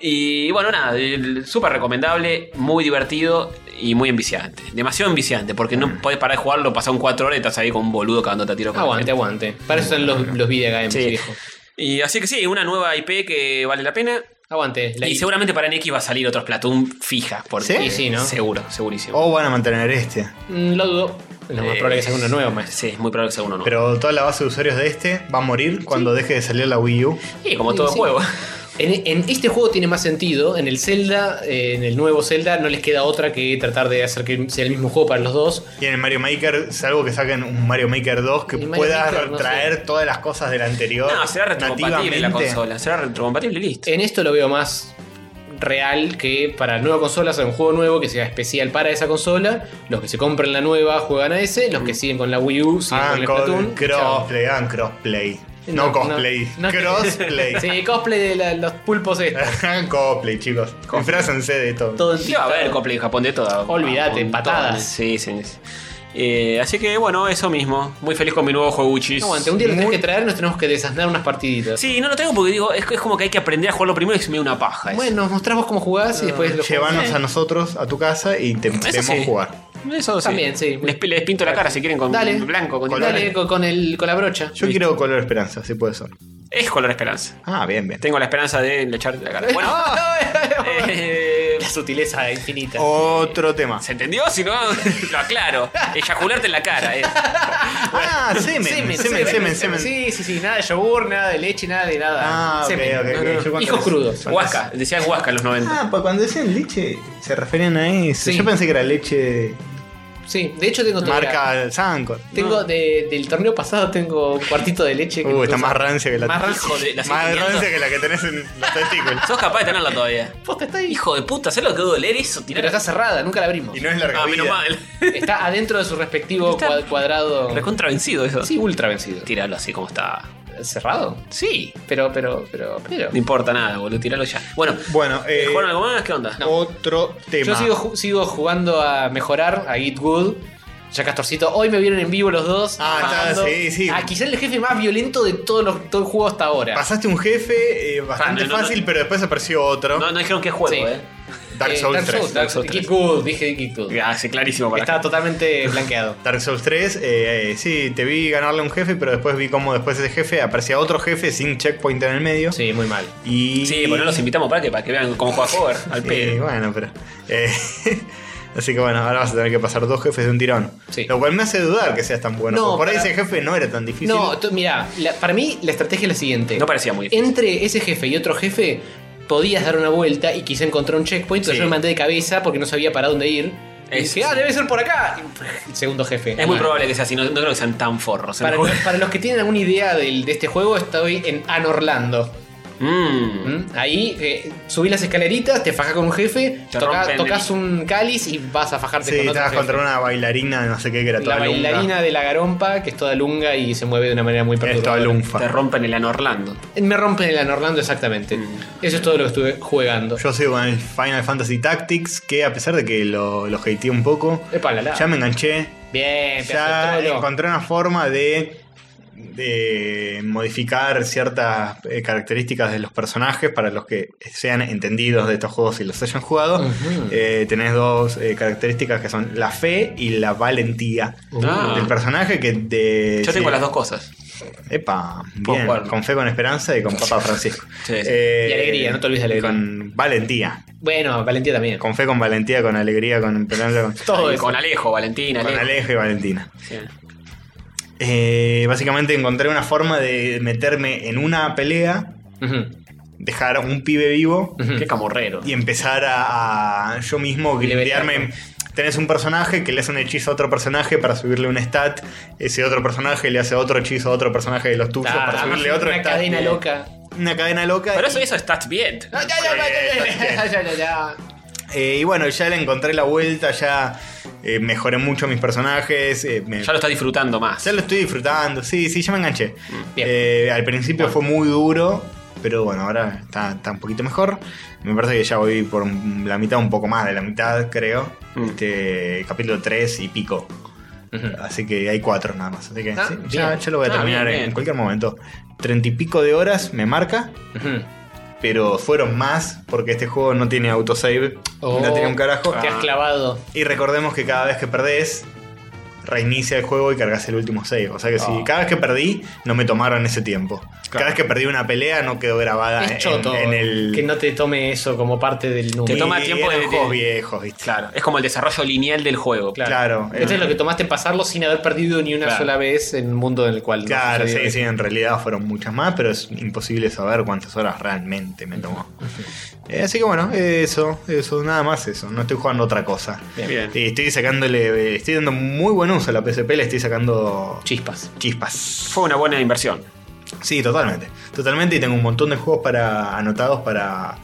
Y bueno, nada, el- súper recomendable, muy divertido y muy enviciante. Demasiado enviciante, porque
Mm.
no podés parar de jugarlo, pasan cuatro horas y estás ahí con un boludo cagándote a tiro con la
Aguante,
gente.
aguante. Para eso están los, los videogames,
Sí.
viejo.
Y así que sí, una nueva IP que vale la pena.
Aguante. la
y
I.
seguramente para NX va a salir otro Splatoon fija, porque
¿Sí? Y sí, ¿no? Oh.
seguro, segurísimo.
O van a mantener este.
Mm, Lo dudo. Lo más
Eh,
probable es que sea uno nuevo, más.
Sí, es muy probable que sea uno nuevo.
Pero toda la base de usuarios de este va a morir cuando deje de salir la Wii U.
Sí, como todo
Sí.
juego.
En, en este juego tiene más sentido. En el Zelda, eh, en el nuevo Zelda, no les queda otra que tratar de hacer que sea el mismo juego para los dos.
Y en el Mario Maker, salvo que saquen un Mario Maker 2 que
Y Mario
pueda
Maker, no
traer todas las cosas del anterior.
No, será retrocompatible la
nativamente.
consola. Será retrocompatible y listo.
En esto lo veo más real que para nueva consola hacer un juego nuevo que sea especial para esa consola. Los que se compren la nueva juegan a ese. Los que siguen con la Wii U siguen Mm. Ah, con
Hagan
el
co-
Splatoon. Chao.
Ah, crossplay, hagan crossplay. No, cosplay.
no- no-
crossplay.
Sí, cosplay de la- los pulpos estos.
Hagan cosplay, chicos. Enfrásense de todo.
Todo en
Sí, va a haber
TikTok.
cosplay en Japón de toda.
Olvídate,
Un montón.
patadas.
Sí, sí. sí. Eh, así que bueno, eso mismo. Muy feliz con mi nuevo jueguchis.
No, aguante, un día lo tenés que traer, nos tenemos que desandar unas partiditas.
Sí, no lo tengo porque digo, es, es como que hay que aprender a jugarlo primero y es medio una paja. eso.
Bueno, nos mostrás vos cómo jugás y después lo
Llévanos
jugamos.
a nosotros a tu casa y te podemos
sí.
jugar.
eso sí.
También, sí.
Les, pi- les pinto la cara si quieren con
Dale.
blanco, con
Dale, con, con el, con la brocha.
Yo quiero color esperanza, si puede ser.
Es color esperanza.
Ah, bien, bien.
Ah,
Tengo la esperanza de echarte la cara. Bueno, eh,
sutileza infinita.
Oh, Otro tema.
¿Se entendió? Si no, lo aclaro. Eyacularte en la cara. eh.
Ah, semen, semen, semen, semen.
Sí, sí, sí. Nada de yogur, nada de leche, nada de nada.
Ah, ok,
Semen.
ok, ok. Yo cuando-
Hijos crudos.
cuando-
Huasca. Decían huasca en los 90.
Ah, pues cuando decían leche, se referían a eso.
Sí.
Yo pensé que era leche
Sí, de hecho tengo todavía-
marca Sancor.
Tengo de- del torneo pasado tengo un cuartito de leche.
Uh, está
usa-
más rancia que la
Ah.
Más rancia.
Hijo de la
Más
siguiente
rancia
mierda.
que la que tenés en los testículos.
Sos capaz de tenerla todavía.
Posta, está ahí.
Hijo de puta, ¿sabes lo que debe doler eso? Tirar
Pero está cerrada, nunca la abrimos.
Y no es larga
Ah, menos
vida.
mal.
Está adentro de su respectivo
Está-
cua- cuadrado.
Recontravencido eso.
Sí, ultra vencido.
Tirarlo así como está.
¿Cerrado?
Sí.
Pero, pero, pero, pero.
No importa nada, boludo. Tiralo ya. Bueno,
Bueno, eh,
¿jugaron algo más? ¿Qué onda?
otro tema.
Yo sigo, ju- sigo jugando a mejorar a Git Good. Ya Castorcito, hoy me vieron en vivo los dos.
Ah, está,
bajando
sí, sí.
A quizás el jefe más violento de todos los, todo el juego hasta ahora.
Pasaste un jefe eh, bastante
Ah, no, no,
fácil,
no.
pero después apareció otro.
No, no dijeron qué juego,
Sí.
eh.
Dark
Eh,
Souls 3.
Dark
Souls
Souls,
3.
Git Good, dije Git Good.
Ah, sí, clarísimo para
Estaba totalmente blanqueado.
Dark Souls 3, eh, eh, sí, te vi ganarle a un jefe, pero después vi cómo después de ese jefe aparecía otro jefe sin checkpoint en el medio.
Sí, muy mal.
Y...
Sí, bueno, los invitamos para que, para que vean cómo juega Hover. Al
Sí,
pedo.
bueno, pero. eh, así que bueno, ahora vas a tener que pasar dos jefes de un tirón.
Sí.
Lo cual me hace dudar que seas tan bueno.
No,
porque por ahí
para-
ese jefe no era tan difícil.
No, tú- mira, la- para mí la estrategia es la siguiente.
No parecía muy difícil.
Entre ese jefe y otro jefe podías dar una vuelta y quise encontrar un checkpoint, pero
Sí.
yo me mandé de cabeza porque no sabía para dónde ir. Y
Es-
dije, ah, debe ser por acá. Y- segundo jefe.
Es muy
Ah.
probable que sea así, no, no creo que sean tan forros.
Para, para los que tienen alguna idea del- de este juego, estoy en Anorlando.
Mmm.
¿Mm? Ahí eh, subí las escaleritas, te fajas con un jefe,
Te
toca-
rompen el-
tocas un cáliz y vas a fajarte
Sí,
con otro
estabas
jefe.
contra una bailarina, no sé qué, que era toda
La
lunga.
bailarina de la garompa, que es toda lunga y se mueve de una manera muy
Es toda
perturbadora.
Te
lunfa.
rompen el ano Orlando.
Me rompen el Anorlando exactamente.
Mm.
Eso es todo lo que estuve jugando.
Yo sigo con el Final Fantasy Tactics, que a pesar de que lo, lo hateé un poco,
Epa, la, la.
ya me enganché.
Bien,
ya
pedazo de trolo.
encontré una forma de, de modificar ciertas eh, características de los personajes para los que sean entendidos de estos juegos y los hayan jugado.
Ujú.
Eh, tenés dos eh, características que son la fe y la valentía
Ah.
del personaje que de,
Yo tengo
sí.
las dos cosas.
Epa,
Puedo
bien,
jugar.
con fe, con esperanza y con Papa Francisco.
Sí, sí.
Eh,
Y alegría, no te olvides de alegría.
Con valentía.
Bueno, Valentía también.
Con fe, con valentía, con alegría, con esperanza, con,
Todo
Ahí,
eso.
con Alejo, Valentina,
con
Alejo.
Alejo y Valentina.
Sí.
Eh, básicamente encontré una forma de meterme en una pelea,
Ujú.
dejar a un pibe vivo
Ujú.
Qué camorrero.
y empezar a, a yo mismo
Levelear.
grindearme. Tenés un personaje que le hace un hechizo a otro personaje para subirle un stat. Ese otro personaje le hace otro hechizo a otro personaje de los tuyos
Ah,
para subirle otro
una
stat.
cadena loca.
Una cadena loca.
Pero eso, eso está bien.
No, ya, ya, ya, ya, ya, ya, ya, ya.
Eh, y bueno, ya le encontré la vuelta, ya eh, mejoré mucho mis personajes. eh, me-
Ya lo está disfrutando más.
ya lo estoy disfrutando, sí, sí, ya me enganché.
Mm, bien.
Eh, al principio fue muy duro, pero bueno, ahora está, está un poquito mejor. Me parece que ya voy por un- la mitad, un poco más de la mitad, creo.
Mm.
Este, capítulo 3 y pico.
Ujú.
Así que hay cuatro nada más. Así que
Ah,
sí,
bien.
ya, ya lo voy a
Ah,
terminar
bien,
en
bien.
cualquier momento. Treinta y pico de horas me marca
Ujú.
pero fueron más porque este juego no tiene autosave,
Oh,
no tiene un carajo. Ah,
Te has clavado.
Y recordemos que cada vez que perdés, reinicia el juego y cargas el último save. O sea que si cada vez que perdí, no me tomaron ese tiempo. Cada vez que perdí una pelea, no quedó grabada en,
es choto
en el.
que no te tome eso como parte del
Te
Y
número.
toma tiempo
eran
de-
juegos
de-
viejos, ¿viste?
Claro. Es como el desarrollo lineal del juego.
Claro.
claro.
Esto
Eh,
es lo que tomaste en pasarlo sin haber perdido ni una
Claro.
sola vez en un mundo en el cual no
Claro,
sucedió
sí,
eso.
sí, en realidad fueron muchas más, pero es imposible saber cuántas horas realmente me tomó. Eh, así que bueno, eso, eso, nada más eso. No estoy jugando otra cosa.
Bien.
Sí, estoy sacándole, estoy dando muy buen uso a la PSP, le estoy sacando
Chispas.
chispas.
Fue una buena inversión.
Sí, totalmente. Totalmente, y tengo un montón de juegos para anotados para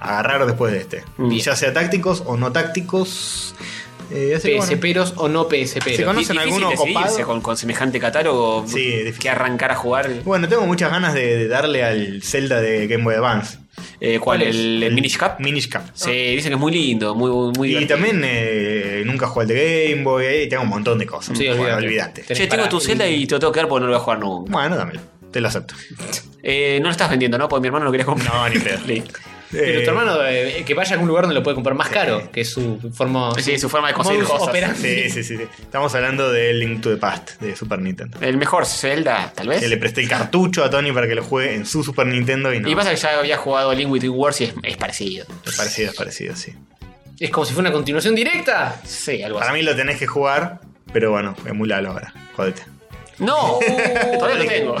agarrar después de este.
Bien.
Ya sea tácticos o no tácticos. Eh, así que bueno.
PSPeros o no
Se
PSPeros.
conoce-
Di-
¿Conocen
difícil
alguno
decidirse
copado?
Con, con semejante catálogo
Sí, difícil.
que arrancar a jugar.
Bueno, tengo muchas ganas de, de darle al Zelda de Game Boy Advance.
Eh, ¿Cuál?
¿Cuál es?
¿El, el Minish Cup?
Minish Cap.
Sí, dicen que es muy lindo, muy, muy
Y
divertido.
también eh, nunca jugué al de Game Boy, eh, tengo un montón de cosas.
Sí,
Bueno,
olvídate.
olvídate.
Che, tengo tu celda y te lo tengo que dar porque no lo voy a jugar nunca.
Bueno, dámelo. Te lo acepto.
Eh, no lo estás vendiendo, ¿no? Porque mi hermano lo quería comprar.
No, ni pedo.
Listo.
Pero
Eh,
tu hermano, eh, que vaya a algún lugar donde lo puede comprar más caro, que es su forma.
Sí, su forma de conseguir
modus
cosas.
operandi.
Sí, sí, sí, sí. Estamos hablando de Link to the Past de Super Nintendo.
El mejor Zelda, tal vez.
Que le presté el cartucho a Tony para que lo juegue en su Super Nintendo y no.
Y pasa que ya había jugado Link Between Wars y es, es parecido.
Es parecido, es parecido, sí.
Es como si fuera una continuación directa.
Sí, algo
Para
así.
mí lo tenés que jugar, pero bueno, emulalo ahora. Jodete.
¡No! Todavía lo tengo.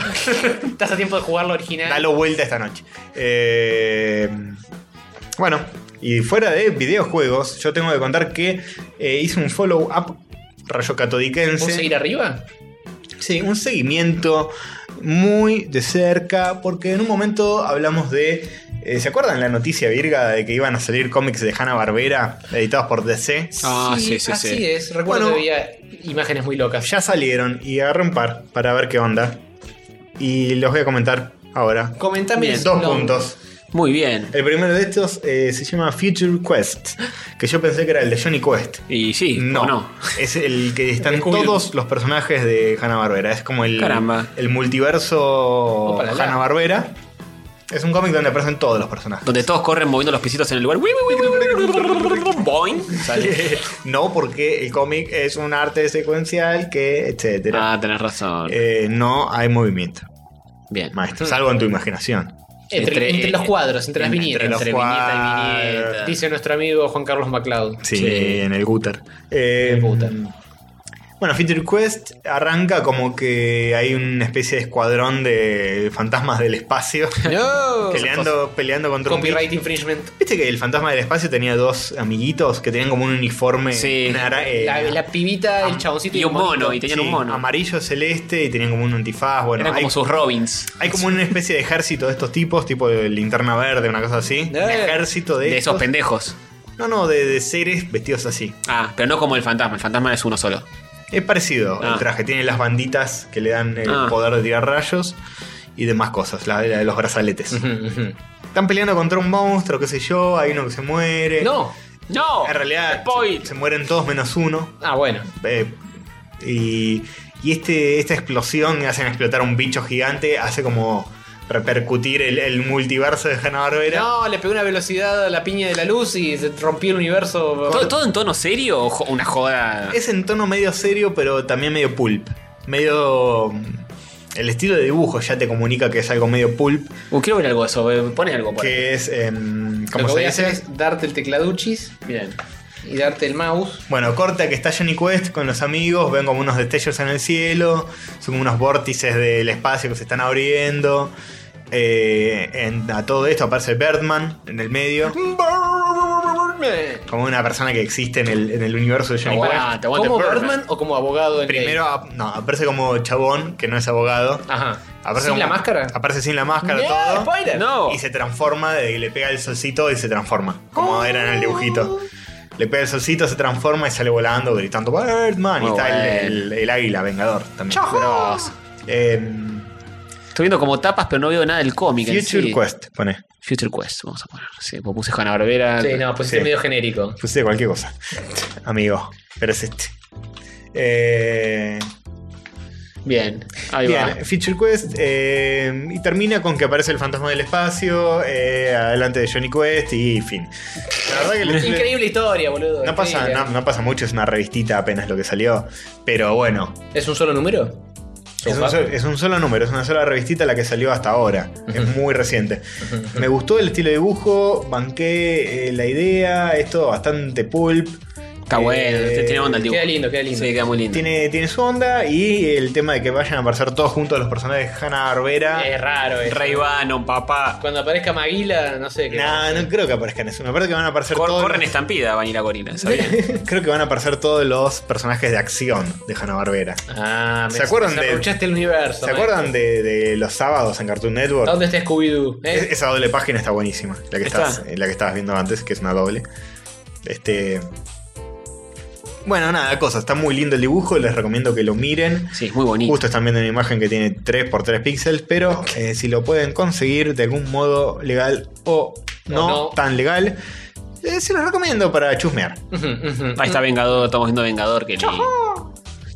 Estás a tiempo de jugar lo original.
Dalo vuelta esta noche. Eh, bueno, y fuera de videojuegos, yo tengo que contar que eh, hice un follow-up rayo
¿Vos
catodiquense.
seguir arriba?
Sí, un seguimiento muy de cerca, porque en un momento hablamos de... eh, ¿Se acuerdan la noticia virga de que iban a salir cómics de Hanna-Barbera editados por DC?
Ah, sí, sí,
así
sí.
es. Recuerdo
Bueno.
que había imágenes muy locas.
Ya salieron y agarré un par para ver qué onda. Y los voy a comentar ahora.
Comentame
Bien,
el-
dos
no.
puntos.
Muy bien.
El primero de estos eh, se llama Future Quest, que yo pensé que era el de Johnny Quest.
Y sí, no.
No,
no.
es el que están todos los personajes de Hanna-Barbera. Es como el,
Caramba.
el multiverso
Opa, la la.
Hanna-Barbera. Es un cómic donde aparecen todos los personajes.
Donde todos corren moviendo los pisitos en el lugar. Boing. Sale.
no, porque el cómic es un arte secuencial que, etcétera.
Ah, tenés razón.
Eh, no hay movimiento,
Bien.
maestro. Salvo en tu imaginación.
Entre,
Entre- eh,
entre los cuadros, entre las
entre
viñetas.
los
Entre viñeta y
cuadros.
viñeta. Dice nuestro amigo Juan Carlos MacLeod.
Sí, en el Gutter. Eh,
En el Gutter.
Bueno, Future Quest arranca como que hay una especie de escuadrón de fantasmas del espacio
No.
peleando, peleando contra un
Copyright infringement.
¿Viste que el fantasma del espacio tenía dos amiguitos que tenían como un uniforme
Sí.
nara- eh,
La, la pibita, el chaboncito
Y un mono, y tenían
sí,
un mono.
amarillo celeste y tenían como un antifaz? Bueno,
Eran
hay,
como sus Robins.
hay como una especie de ejército de estos tipos, tipo de linterna verde, una cosa así. Un
Eh.
ejército de,
De esos
estos-
pendejos.
No, no, de, de seres vestidos así.
Ah, pero no como el fantasma. El fantasma es uno solo.
Es parecido
Ah.
el traje, tiene las banditas que le dan el
Ah.
poder de tirar rayos y demás cosas, la, la de los brazaletes. Están peleando contra un monstruo, qué sé yo, hay uno que se muere.
No.
¡No!
En realidad
Spoil.
se, se mueren todos menos uno.
Ah, bueno.
Eh, y y este, esta explosión que hacen explotar un bicho gigante hace como repercutir el, el multiverso de Hanna Barbera.
No, le pegó una velocidad a la piña de la luz y se rompió el universo.
¿Todo, todo en tono serio o jo- una joda?
Es en tono medio serio, pero también medio pulp. Medio. mm, El estilo de dibujo ya te comunica que es algo medio pulp.
Uh, quiero ver algo de eso. eh, Pone algo por ahí.
Que es. em,
Lo
¿Cómo
que
se
voy a hacer
dice?
es darte el tecladuchis
Bien.
y darte el mouse.
Bueno, corta que está Johnny Quest con los amigos, ven como unos destellos en el cielo, son como unos vórtices del espacio que se están abriendo. Eh, en- a todo esto aparece Birdman en el medio, como una persona que existe en el, en el universo de Johnny
Aguante,
Quest.
aguante,
¿Como
Birdman.
Birdman o como abogado en
Primero, ap- no, aparece como chabón, que no es abogado.
Ah,
Ajá.
Aparece
¿Sin
como-
la máscara?
Aparece sin la máscara
No,
todo.
¡Eh, spoiler.
No.
Y se transforma, de que le pega el solcito y se transforma. Como era en el dibujito. Le pega el solcito, se transforma y sale volando, gritando Birdman.
Muy
y está el,
bueno.
el- el águila vengador también.
Grosso.
Eh,
Estoy viendo como tapas, pero no veo nada del cómic. en
Future
sí.
Quest, pone.
Future Quest, vamos a poner. Sí, pues puse Hanna Barbera.
Sí, no, pues es
Sí.
medio genérico.
Puse cualquier cosa. Amigo, pero es este. Eh,
Bien, ahí va.
Bien, Feature Quest. eh, y termina con que aparece el fantasma del espacio, eh, adelante de Johnny Quest y fin. La verdad que le- le-
Increíble historia, boludo.
No pasa,
increíble.
no, no pasa mucho, es una revistita apenas lo que salió. Pero bueno,
¿Es un solo número?
es un, sol- es un solo número, es una sola revistita la que salió hasta ahora. Es muy reciente. Me gustó el estilo de dibujo, banqué eh, la idea, es todo bastante pulp.
Está bueno,
Eh,
tiene onda el dibujo.
Queda lindo, queda lindo.
Sí, queda muy lindo.
Tiene, tiene su onda y el tema de que vayan a aparecer todos juntos los personajes de Hanna Barbera.
Eh,
Es raro eso.
Rey Bannon, papá.
Cuando aparezca Maguila, no sé qué.
No, no creo que aparezcan eso. Me parece que van a aparecer
Cor-
todos.
corren
los-
estampida, Vanilla Gorila, ¿sabía?
creo que van a aparecer todos los personajes de acción de Hanna Barbera.
Ah,
¿Se acuerdan de-
Escuchaste el universo.
¿Se acuerdan de, de los sábados en Cartoon Network?
¿Dónde está Scooby-Doo? ¿Eh?
Es- Esa doble página está buenísima. La que,
Está.
Estás, eh, la que estabas viendo antes, que es una doble. Este. Bueno, nada, cosa. Está muy lindo el dibujo. Les recomiendo que lo miren.
Sí, es muy bonito.
Justo están viendo una imagen que tiene 3x3 píxeles, pero eh, si lo pueden conseguir de algún modo legal o no,
no.
tan legal, eh, se los recomiendo para chusmear.
Ujú, ujú.
Ahí está Vengador, estamos viendo Vengador. Que li-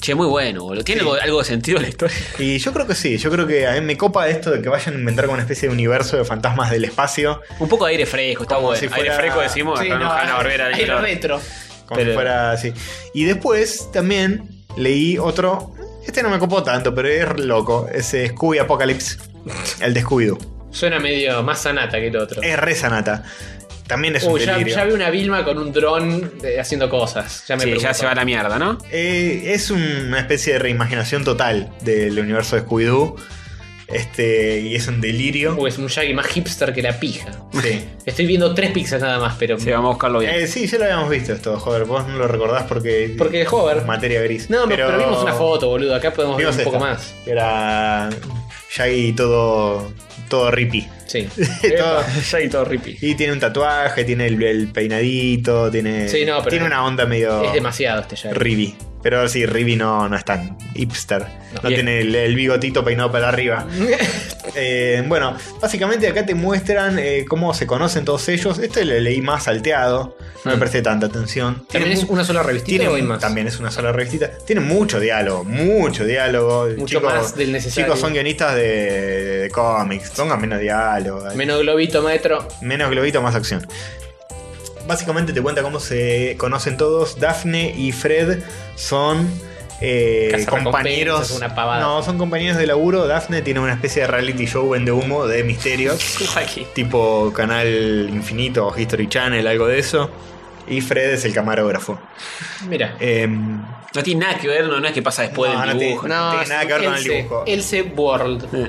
Che, muy bueno, boludo. ¿Tiene algo, algo de sentido la historia?
Y yo creo que sí, yo creo que a mí me copa esto de que vayan a inventar como una especie de universo de fantasmas del espacio.
Un poco de aire fresco, está bueno.
si
Aire
fuera-
fresco decimos,
Sí,
acá no,
no,
Hanna Barbera.
aire retro.
Como si fuera así. Y después también leí otro. Este no me copó tanto, pero es loco. Es eh, Scooby Apocalypse. El de Scooby-Doo.
Suena medio más sanata que el otro.
Es re sanata. También es
Uy,
un
ya,
delirio.
ya vi una Vilma con un dron de- haciendo cosas. Ya me
Sí,
preocupa.
ya se va a la mierda, ¿no?
Eh, es un- una especie de reimaginación total del universo de Scooby-Doo. Este, y es un delirio.
Uy, es un Shaggy más hipster que la pija.
Sí.
Estoy viendo tres pixels nada más, pero.
Sí, vamos a buscarlo bien.
Eh, sí, ya lo habíamos visto esto, joder. Vos no lo recordás porque.
Porque Hover.
es materia gris.
No, pero... pero vimos una foto, boludo. Acá podemos ver
Vimos
un poco
esta.
más.
Era. Shaggy todo. Todo rippy.
Sí.
Todo-
Ya y todo rippy.
y tiene un tatuaje, tiene el, el peinadito, tiene.
Sí, no, pero-
tiene una onda medio.
Es demasiado este Shaggy.
Ribi. Pero sí, Ribi no, no es tan hipster. No,
Bien.
tiene el, el bigotito peinado para arriba. Eh, bueno, básicamente acá te muestran eh, cómo se conocen todos ellos. Este le leí más salteado. No me presté tanta atención.
Mm. ¿También
Tiene
es
mu-
una sola revistita
tiene
o hay
mu-
más?
También es una sola revistita. Tiene mucho diálogo, mucho diálogo.
Mucho más del necesario.
Chicos son guionistas de, de cómics. Pongan menos diálogo.
Menos globito, maestro.
Menos globito, más acción. Básicamente te cuenta cómo se conocen todos. Daphne y Fred son eh,
Cazarrecompensas,
compañeros.
una pavada.
No, son compañeros de laburo. Daphne tiene una especie de reality show vende humo de misterios.
Aquí.
tipo Canal Infinito o History Channel, algo de eso. Y Fred es el camarógrafo.
Mira.
Em,
No tiene nada que ver, no, no es que pasa después
No,
del
no tiene-
dibujo.
no tiene nada que ver con el dibujo.
Else World.
Eh.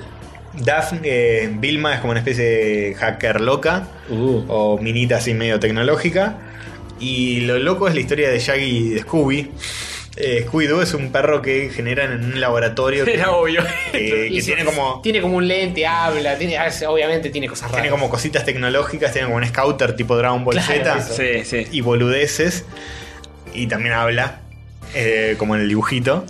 Daphne, eh, Vilma es como una especie de hacker loca.
Uh.
o minita así medio tecnológica. Y lo loco es la historia de Shaggy y de Scooby. Eh, Scooby-Doo es un perro que generan en un laboratorio que, eh,
Era obvio.
que- que tiene como
Tiene como un lente, habla, tiene, ah, obviamente tiene cosas raras.
tiene como cositas tecnológicas, tiene como un scouter tipo Dragon Ball
Claro,
Z
eso.
Sí, sí.
y boludeces. Y también habla, eh, como en el dibujito.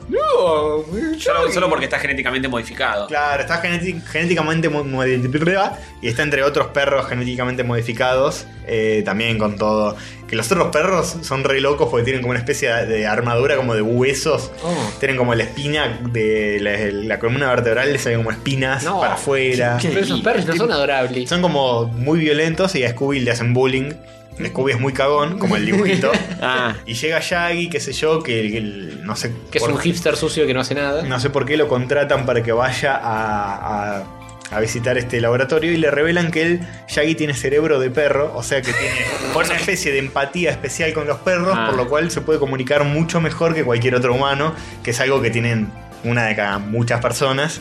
Solo, solo porque está genéticamente modificado.
Claro, está geneti- genéticamente mo- modificada y está entre otros perros genéticamente modificados, eh, también con todo. Que los otros perros son re locos porque tienen como una especie de armadura como de huesos.
Oh.
Tienen como la espina de la, la columna vertebral, les salen como espinas
No.
para afuera.
Pero esos perros no son adorables.
Son como muy violentos y a Scooby le hacen bullying. Scooby es muy cagón, como el dibujito.
Ah,
y llega Shaggy, qué sé yo, que, que el- no sé
Que es
por-
un hipster sucio que no hace nada.
no sé por qué lo contratan para que vaya a, a- a visitar este laboratorio y le revelan que él, Shaggy, tiene cerebro de perro, o sea que tiene una especie de empatía especial con los perros,
Ah.
por lo cual se puede comunicar mucho mejor que cualquier otro humano, que es algo que tienen una de cada muchas personas.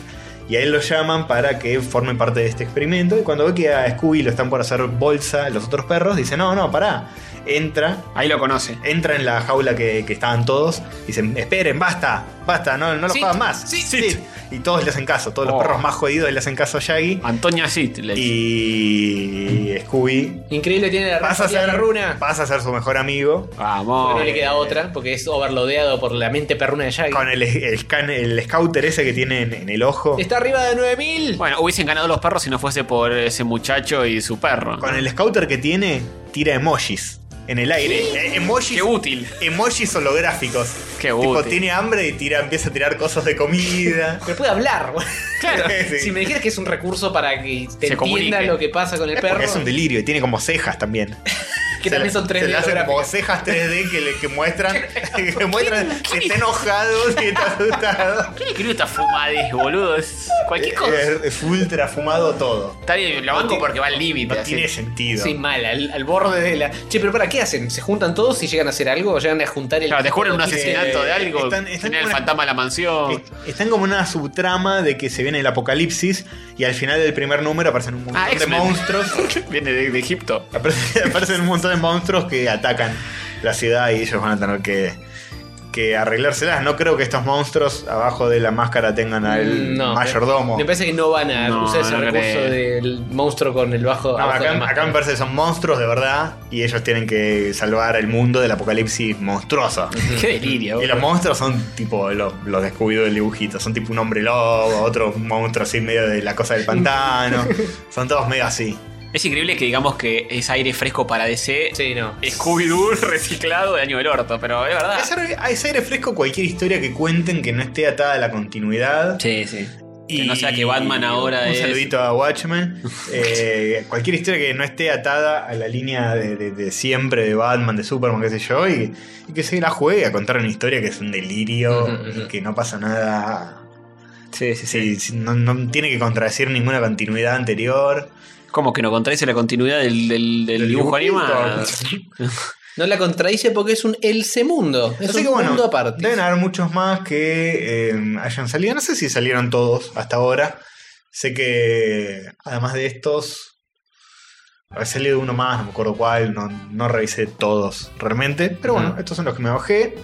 Y a él lo llaman para que forme parte de este experimento. Y cuando ve que a Scooby lo están por hacer bolsa los otros perros, dice: No, no, pará. Entra,
ahí lo conoce.
entra en la jaula que, que estaban todos, dicen, esperen, basta, basta, no, no lo
Sí,
juegan más.
sí, sí.
Y todos le hacen caso, todos
Oh.
los perros más jodidos le hacen caso a Shaggy.
Antonia Sit le dice.
Y Scooby
Increíble, tiene la
pasa a,
raza de
ser,
la runa.
pasa a ser su mejor amigo.
Vamos.
no le queda otra, porque es overloadeado por la mente perruna de Shaggy.
Con el, el, scan- el scouter ese que tiene en, en el ojo.
Este
Está arriba de 9000.
Bueno, hubiesen ganado los perros si no fuese por ese muchacho y su perro.
Con el scouter que tiene, tira emojis en el aire. Eh, Emojis,
Qué útil.
emojis holográficos.
Qué
tipo,
útil.
tiene hambre y tira, empieza a tirar cosas de comida.
Pero puede hablar. boludo.
Claro.
Sí.
Si me dijeras que es un recurso para que te
Se comunique.
entienda lo que pasa con el perro,
Porque es un delirio y tiene como cejas también.
que también son 3D.
Se le hacen como
holográficas.
cejas 3D que, le, que muestran, que muestran que está enojado, que está asustado.
¿Quién escribió esta fumadez, boludo? Es cualquier
Eh,
cosa.
Es, es ultra fumado todo.
Está bien, lo banco porque va al límite.
No
así.
tiene sentido.
Sí, mal, al, al borde de la. Che, pero para qué hacen? ¿Se juntan todos y llegan a hacer algo? ¿O llegan a juntar el.
Claro, te juran un asesinato de algo.
están- están
tiene el
como una-
fantasma de la mansión.
Est- Están como una subtrama de que se viene el apocalipsis y al final del primer número aparecen un montón
Ah,
de
X-Men.
monstruos.
Viene de, de Egipto.
Aparecen, aparecen un montón de monstruos que atacan la ciudad y ellos van a tener que, que arreglárselas. No creo que estos monstruos abajo de la máscara tengan al
No,
mayordomo.
Me parece que no van a
No,
usar ese
no
recurso
creo.
del monstruo con el bajo.
No,
abajo de la
acá,
máscara.
acá me parece que son monstruos de verdad y ellos tienen que salvar el mundo del apocalipsis monstruoso.
Qué delirio.
Y los monstruos son tipo los, los descubidos del dibujito, son tipo un hombre lobo, otro monstruo así medio de la cosa del pantano, son todos medio así.
Es increíble que digamos que es aire fresco para DC.
Sí, no.
Scooby-Doo reciclado de año del orto, pero es verdad.
Es aire, es aire fresco cualquier historia que cuenten que no esté atada a la continuidad.
Sí, sí. Que no sea que Batman ahora
un
es-
saludito a Watchmen. Eh, cualquier historia que no esté atada a la línea de, de- de siempre de Batman, de Superman, qué sé yo, y, y que se la juegue a contar una historia que es un delirio y que no pasa nada.
Sí, sí,
sí. no, no tiene que contradecir ninguna continuidad anterior.
Como que no contradice la continuidad del, del- del dibujo
dibujito.
animado.
No la contradice porque es un Else mundo. Es
Así
un
que bueno,
mundo aparte.
deben haber muchos más que eh, hayan salido. No sé si salieron todos hasta ahora. Sé que además de estos, ha salido uno más, no me acuerdo cuál, no, no revisé todos realmente. Pero bueno, estos son los que me bajé.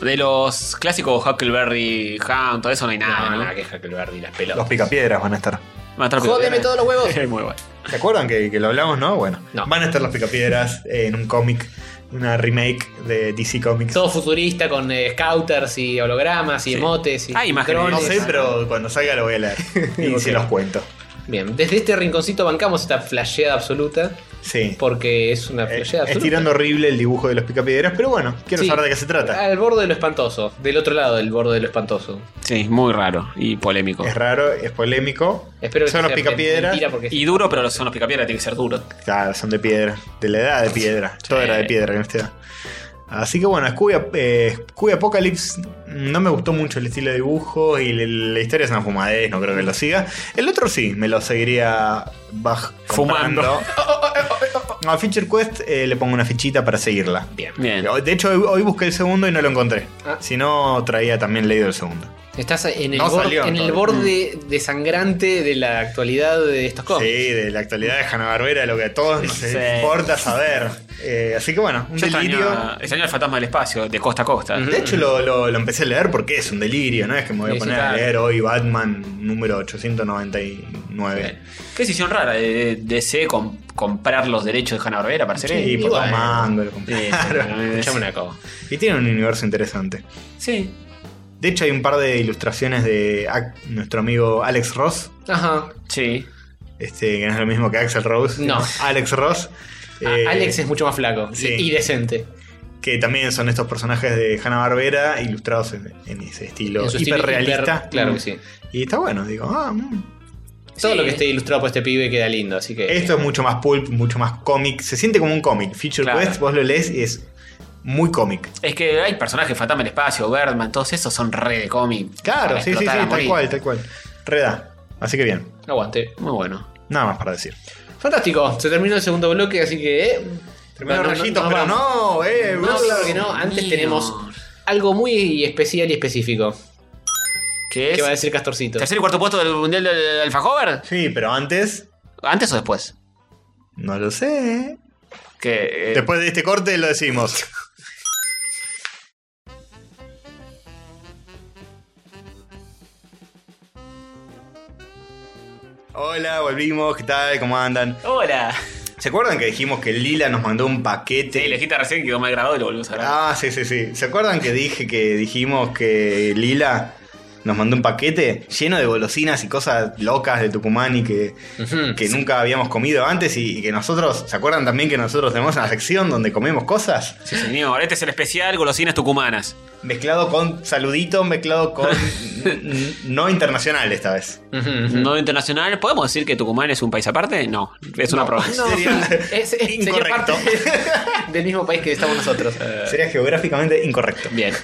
De los clásicos Huckleberry Hunt, todo eso no hay nada. No,
que Huckleberry, las pelotas.
Los picapiedras van a estar.
Van a estar
Jódeme todos los huevos.
Muy bueno.
¿Se acuerdan que, que lo hablamos, no? Bueno, van a estar los picapiedras eh, en un cómic, una remake de DC Comics.
Todo futurista con eh, scouters y hologramas y emotes y
Hay imágenes.
drones.
No sé, pero cuando salga lo voy a leer y se los cuento.
Bien, desde este rinconcito bancamos esta flasheada absoluta.
Sí.
Porque es una
Eh,
flasheada absoluta.
Estirando horrible el dibujo de los picapiedras, pero bueno, quiero
Sí.
saber de qué se trata.
Al borde de lo espantoso. Del otro lado del borde de lo espantoso.
Sí, muy raro y polémico.
Es raro, es polémico.
Espero que
son los
sea
picapiedras.
mentira porque
Y duro, pero son los picapiedra, tiene que ser duro.
Claro, son de piedra. De la edad de piedra. Todo era de piedra en esta edad. Así que bueno, Scooby, eh, Scooby Apocalypse no me gustó mucho el estilo de dibujo y le- la historia es una fumadez, no creo que lo siga. El otro sí, me lo seguiría baj
Fumando.
comprando. A Feature Quest eh, le pongo una fichita para seguirla. Bien.
Bien.
De hecho, hoy, hoy busqué el segundo y no lo encontré.
Ah.
Si no, traía también leído el segundo.
Estás en el,
No
bor-
salió
en el
todavía. Mm.
borde desangrante de la actualidad de estos cómics.
Sí, de la actualidad de Hanna Barbera, de lo que a todos nos
Sí.
importa saber. Eh, así que bueno, un
Yo extraño,
delirio.
a- extraño el fantasma del espacio, de costa a costa.
De hecho, lo, lo- lo empecé a leer porque es un delirio, ¿no? Es que me voy a
Sí, sí,
poner
claro.
a leer hoy Batman número 899.
Qué decisión rara eh, de, de DC com- comprar los derechos de Hanna-Barbera para hacer
Sí,
eso. Eh,
por
igual.
dos mangos lo
Sí,
compré.
Escuchame una cosa.
Y tiene un universo interesante.
Sí.
De hecho, hay un par de ilustraciones de Ac- nuestro amigo Alex Ross,
Ajá.
Sí.
este, que no es lo mismo que Axel Rose.
No.
Alex Ross.
A-
eh,
Alex es mucho más flaco y-
sí.
y decente.
que también son estos personajes de Hanna Barbera ilustrados en, en ese estilo
En su estilo
hiperrealista.
hiper- claro que sí.
Y está bueno, digo, ah, mm.
Todo
Sí.
lo que esté ilustrado por este pibe queda lindo, así que.
esto es mucho más pulp, mucho más cómic. Se siente como un cómic. Feature
Claro.
Quest, vos lo lees y es muy cómic.
Es que hay personajes, Fantasma del Espacio, Birdman, todos esos son re de cómic.
Claro,
Para
sí, sí, sí,
explotar a
tal
morir.
cual, tal cual. Reda. Así que bien,
eh, Aguante.
Muy bueno.
nada más para decir.
Fantástico. Se terminó el segundo bloque, así que. eh,
Terminó
no, no,
rayitos,
nos
pero
vamos.
no, eh,
No,
bro.
claro que no. Antes
Mío.
tenemos algo muy especial y específico.
¿Qué
Que
es?
va a decir Castorcito.
¿Tercer y cuarto puesto del Mundial del Alfajover?
Sí, pero antes,
¿Antes o después?
no lo sé.
Que, eh,
Después de este corte lo decimos. Hola, volvimos, ¿qué tal? ¿Cómo andan?
Hola.
¿Se acuerdan que dijimos que Lila nos mandó un paquete?
Sí, elegiste recién que quedó mal grabado y lo volvimos a grabar.
Ah, sí, sí, sí. ¿Se acuerdan que dije que dijimos que Lila nos mandó un paquete lleno de golosinas y cosas locas de Tucumán y que,
Mm.
Ujú.
que nunca habíamos comido antes y, y que nosotros, ¿se acuerdan también que nosotros tenemos una sección donde comemos cosas?
Ah.
Sí, señor. Este es el especial Golosinas Tucumanas.
Mezclado con saluditos, mezclado con n- no internacional esta vez.
Ujú, ujú.
No internacional. ¿Podemos decir que Tucumán es un país aparte? No. Es una provincia.
No,
Sería-
es- es- sería parte
Incorrecto.
del mismo país que estamos nosotros.
Sería geográficamente incorrecto.
Bien.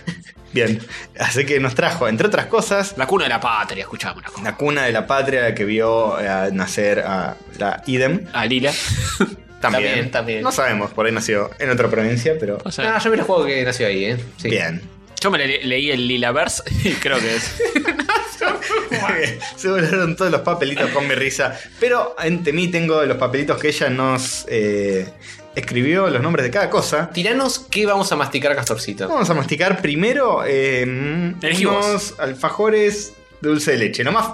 Bien, así que nos trajo, entre otras cosas,
La cuna de la patria, escuchamos una cosa.
la cuna de la patria que vio eh, nacer a la IDEM.
A Ah, Lila.
También.
También, también.
No sabemos, por ahí nació en otra provincia, pero.
O sea,
Ah, yo me lo juego que nació ahí, ¿eh? Sí.
Bien.
yo me le- leí el Lila Verse y creo que es.
Se volaron todos los papelitos con mi risa. Pero ante mí tengo los papelitos que ella nos eh, escribió, los nombres de cada cosa.
Tiranos, ¿qué vamos a masticar, Castorcito?
Vamos a masticar primero eh,
Elegí
unos alfajores de dulce de leche. Nomás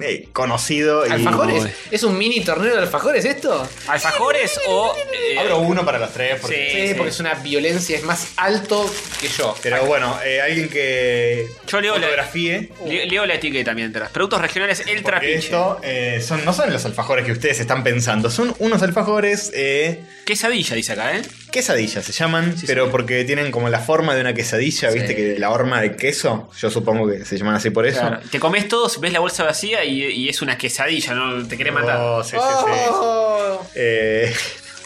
eh, conocido. y-
¿Alfajores? ¿Es un mini torneo de alfajores esto?
¿Alfajores o.? eh,
Abro uno para los tres. Porque...
Sí, porque es una violencia, es más alto que yo.
Pero bueno, eh, alguien que
Yo leo la,
fotografíe.
le- leo la etiqueta mientras. Productos regionales El
Porque
Trapiche.
esto eh, son, no son los alfajores que ustedes están pensando, son unos alfajores eh,
Quesadilla, dice acá, ¿eh?
quesadillas se llaman, pero porque tienen como la forma de una quesadilla, viste que la horma de queso, yo supongo que se llaman así por eso.
Claro. Te comes todos, ves la bolsa vacía y, y es una quesadilla, ¿no? Te querés matar.
Oh, sí, sí, sí. Eh,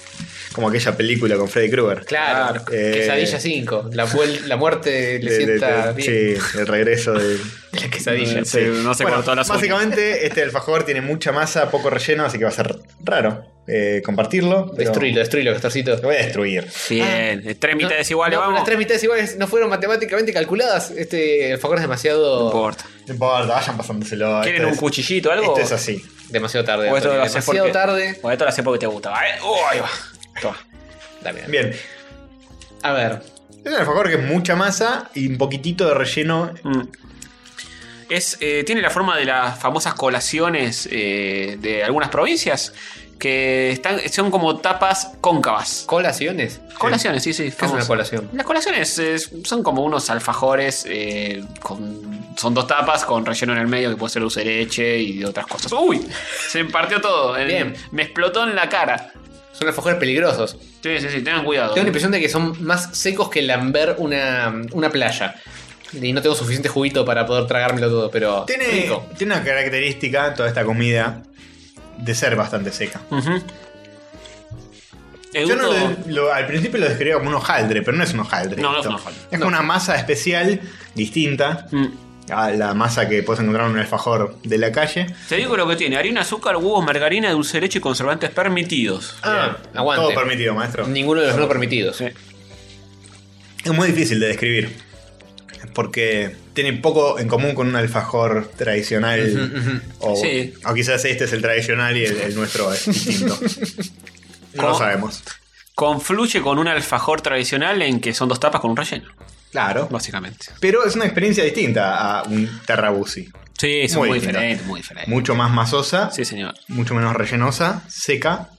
como aquella película con Freddy Krueger.
Claro,
Eh,
quesadilla 5. La, vuel- la muerte Ah, le
De- de-
sienta
de-
bien.
sí, el regreso de
La quesadilla.
Sí.
no se
Bueno,
cortó la suya.
Básicamente, este alfajor tiene mucha masa, poco relleno, así que va a ser raro eh, compartirlo. pero-
Destruilo, destruilo, Castorcito.
Lo voy a destruir.
Bien, tres mitades iguales,
Ah. No,
vamos.
Las tres mitades iguales no fueron matemáticamente calculadas. Este alfajor es
No
demasiado.
importa.
No importa, vayan pasándoselo.
Este
¿Quieren
Esto
un
es-
cuchillito o algo?
Esto es así.
Demasiado tarde.
O esto
Antonio,
lo haces
demasiado
porque-
tarde.
O esto lo hace porque te gusta. ¿eh? Oh, ahí va. Toma.
Dame, dame.
Bien.
A ver.
Es un alfajor que es mucha masa y un poquitito de relleno.
Mm. Es, eh, tiene la forma de las famosas colaciones eh, de algunas provincias que están, son como tapas cóncavas.
¿Colaciones?
Colaciones, sí, sí.
¿Qué es una
famosas.
colación?
Las colaciones eh, son como unos alfajores eh, con. Son dos tapas con relleno en el medio que puede ser dulce de leche y de otras cosas. ¡Uy! Se impartió todo. eh,
Bien.
Me explotó en la cara.
Son alfajores peligrosos.
Sí, sí, sí, tengan cuidado.
Tengo la impresión de que son más secos que lamber una, una playa. Y no tengo suficiente juguito para poder tragármelo todo, pero.
Tiene,
rico.
tiene una característica, toda esta comida, de ser bastante seca.
Ujú.
Yo no
Eduardo-
lo- lo- al principio lo describía como un hojaldre, pero no es un hojaldre.
No, no
esto.
es un hojaldre.
Es como una masa especial, distinta
Mm.
a la masa que puedes encontrar en un alfajor de la calle.
Te digo lo que tiene: harina, azúcar, huevos, margarina, dulce de leche y conservantes permitidos.
Ah,
aguante.
Todo permitido, maestro.
Ninguno de los no permitidos.
Sí.
Es muy difícil de describir. Porque tiene poco en común con un alfajor tradicional. O,
Sí.
o quizás este es el tradicional y el, el nuestro es distinto. no lo
¿Cómo?
sabemos.
Confluye con un alfajor tradicional en que son dos tapas con un relleno,
Claro.
básicamente.
Pero es una experiencia distinta a un terrabusi.
Sí, son
Muy
muy,
distinto.
diferentes, muy diferentes.
Mucho más masosa,
Eh. Sí, señor.
mucho menos rellenosa, seca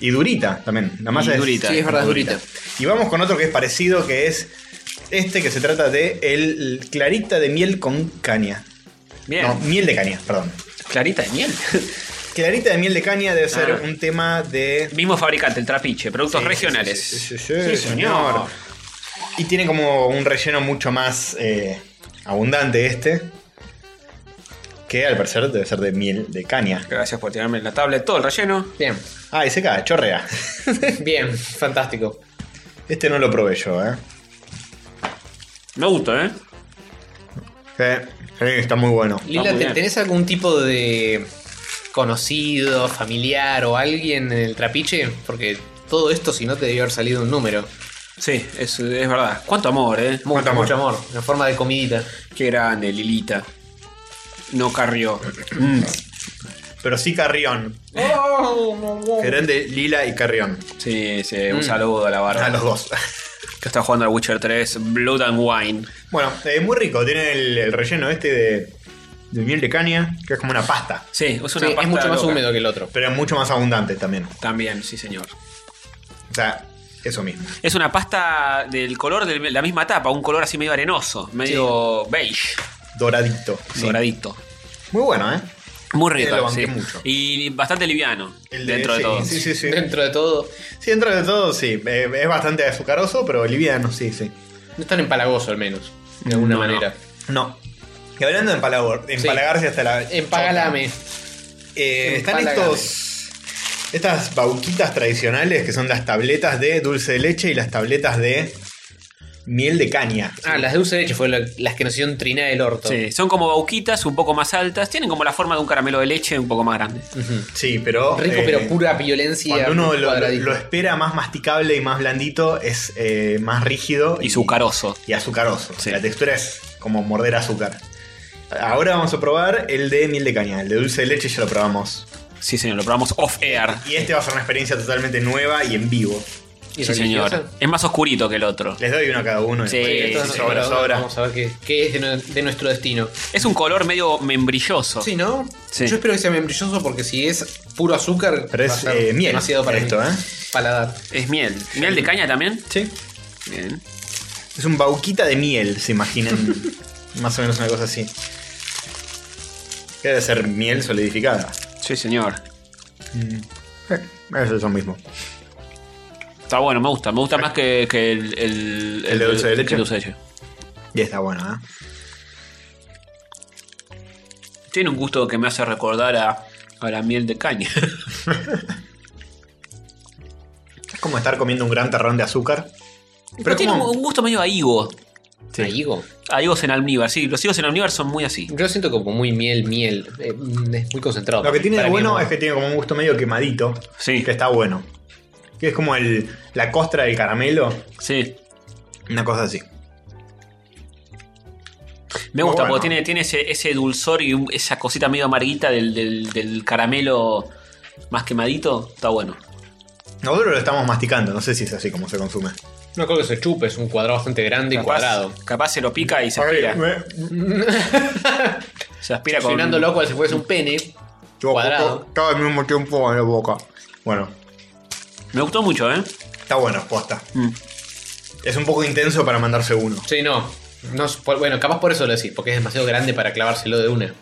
y durita también. La masa
Y
es
durita.
Sí, es verdad, es durita.
Y vamos con otro que es parecido, que es este que se trata de el clarita de miel con caña.
Bien.
No, miel de caña, perdón.
Clarita de miel.
Clarita de miel de caña debe ser
Ah.
un tema de.
Mismo fabricante, el trapiche, productos regionales.
Sí, sí, sí, señor. Y tiene como un relleno mucho más eh, abundante este. Que al parecer debe ser de miel de caña.
Gracias por tirarme la tablet, todo el relleno.
Bien.
Ah, y se cae, chorrea.
Bien, fantástico.
Este no lo probé yo, ¿eh?
Me gusta, ¿eh?
Sí, sí, está muy bueno.
Lila,
muy
¿te-
bien.
¿tenés algún tipo de conocido, familiar o alguien en el trapiche? Porque todo esto, si no, te debió haber salido un número.
Sí, es, es verdad. Cuánto amor, ¿eh?
Mucho,
amor.
mucho amor. En forma de comidita.
Qué grande, Lilita. No carrió. Mm,
Pero sí Carrión. Grande Lila y Carrión.
Sí, sí,
Mm.
un saludo a la barra.
A los dos.
Que está jugando al Witcher 3, Blood and Wine.
Bueno, eh, muy rico. Tiene el, el relleno este de, de miel de caña, que es como una pasta.
Sí, es
Sí,
una pasta
es mucho más
loca.
húmedo que el otro.
Pero es mucho más abundante también.
También, sí, señor.
O sea, eso mismo.
Es una pasta del color de la misma tapa, un color así medio arenoso, medio beige,
Doradito. Sí.
doradito.
Muy bueno, ¿eh?
Muy
Eh, lo
rico,
banqué
sí.
mucho.
Y bastante liviano
El
dentro de
sí,
todo.
Sí, sí, sí.
Dentro de todo,
Sí, dentro de todo, sí. Eh, es bastante azucaroso, pero liviano, sí, sí.
no es tan empalagoso al menos. De alguna
No, no.
manera.
No. Y hablando de empalagor, empalagarse hasta la.
Empagalame.
Eh, están
Empalagame.
estos. Estas bauquitas tradicionales que son las tabletas de dulce de leche y las tabletas de miel de caña.
Ah, las de dulce de leche fueron lo- las que nos hicieron trinar el orto.
Sí, son como bauquitas, un poco más altas, tienen como la forma de un caramelo de leche un poco más grande.
Sí, pero.
Rico,
eh,
pero pura violencia.
Cuando uno lo- lo,
cuadradita.
lo espera más masticable y más blandito, es eh, más rígido.
Y sucaroso.
Y azucaroso.
Sí.
La textura es como morder azúcar. Ahora vamos a probar el de miel de caña. El de dulce de leche ya lo probamos.
Sí, señor, lo probamos off air.
Y este va a ser una experiencia totalmente nueva y en vivo.
Sí,
religiosa?
señor. Es más oscurito que el otro.
Les doy uno a cada uno.
Sí,
Porque esto
sí,
no-
sobra,
bueno,
sobra.
Vamos a ver qué, qué es de, nu- de nuestro destino.
Es un color medio membrilloso.
Sí, ¿no?
Sí.
Yo espero que sea membrilloso porque si es puro azúcar,
Pero
va a
es
ser
eh, miel.
demasiado para
esto,
mi
¿eh?
paladar.
Es miel. ¿Miel de caña también?
Sí.
Bien.
Es un bauquita de miel, se imaginan. Más o menos una cosa así. Que debe ser miel solidificada.
Sí, señor.
Mm.
Eso es lo mismo.
Está bueno, me gusta. Me gusta más que, que el, el,
¿El de dulce de
el
leche?
de leche.
Y está bueno, ¿eh?
Tiene un gusto que me hace recordar a, a la miel de caña.
Es como estar comiendo un gran terrón de azúcar.
Pero tiene
como-
un un gusto medio a higo.
Sí.
¿A higo?
A higos en almíbar, sí. Los higos en almíbar son muy así.
Yo siento como muy miel, miel. eh, mm, es muy concentrado.
Lo que tiene de
Para mí
bueno
no-
es que tiene como un gusto medio quemadito.
Sí.
Que está bueno. Que es como el, la costra del caramelo.
Sí.
Una cosa así.
Me gusta,
Bueno.
porque tiene, tiene ese, ese dulzor y un- esa cosita medio amarguita del, del- del caramelo más quemadito. Está bueno.
Nosotros lo estamos masticando, no sé si es así como se consume.
No creo que se chupe, es un cuadrado bastante grande y cuadrado.
Capaz, capaz se lo pica y se aspira. Se aspira con.
Funcionándolo cual si fuese un pene. Cuadrado.
Todo al mismo tiempo en la boca. Bueno,
Me gustó mucho, ¿eh?
está bueno, posta.
Mm.
Es un poco intenso para mandarse uno.
Sí, no. no es por- bueno, capaz por eso lo decís, porque es demasiado grande para clavárselo de una.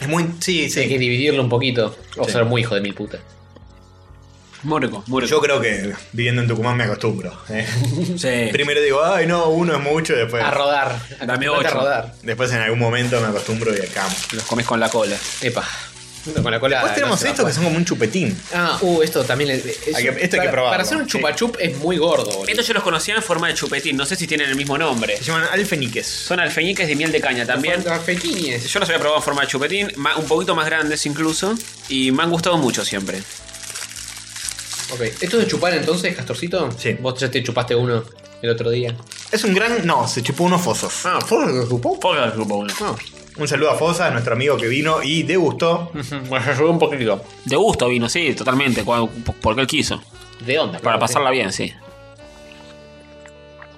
Es muy. Sí,
Hay que dividirlo un poquito. O
Sí.
ser muy hijo de mil puta.
Muy rico, muy rico.
Yo creo que viviendo en Tucumán me acostumbro. ¿eh?
Sí.
Primero digo, ay no, uno es mucho, después.
A rodar.
Dame
Acostumbrate
ocho.
A rodar.
Después en algún momento me acostumbro y acá.
Los comes con la cola.
Epa. Con la cola.
Después
no
tenemos
se
estos
va
que
a
son como un chupetín.
poder. Ah, uh, esto también. le- es-
Hay que- esto hay que
para,
probarlo.
Para hacer un chupa chup es muy gordo. boludo.
Estos yo los conocía en forma de chupetín. No sé si tienen el mismo nombre.
Se llaman alfeniques.
Son alfeñiques de miel de caña también.
Son alfequines.
Yo los había probado en forma de chupetín, ma- un poquito más grandes incluso, y me han gustado mucho siempre.
Ok. ¿Esto de chupar entonces, Castorcito?
Sí.
Vos ya te chupaste uno el otro día.
Es un gran. No, se chupó unos fosos.
Ah,
¿Fosos se chupó?
Poca grupo uno.
Un saludo a Fosas, nuestro amigo que vino y degustó.
Me ayudó un poquito.
De gusto vino, sí, totalmente, cua- porque él quiso.
De onda.
Para
claro,
pasarla bien, sí.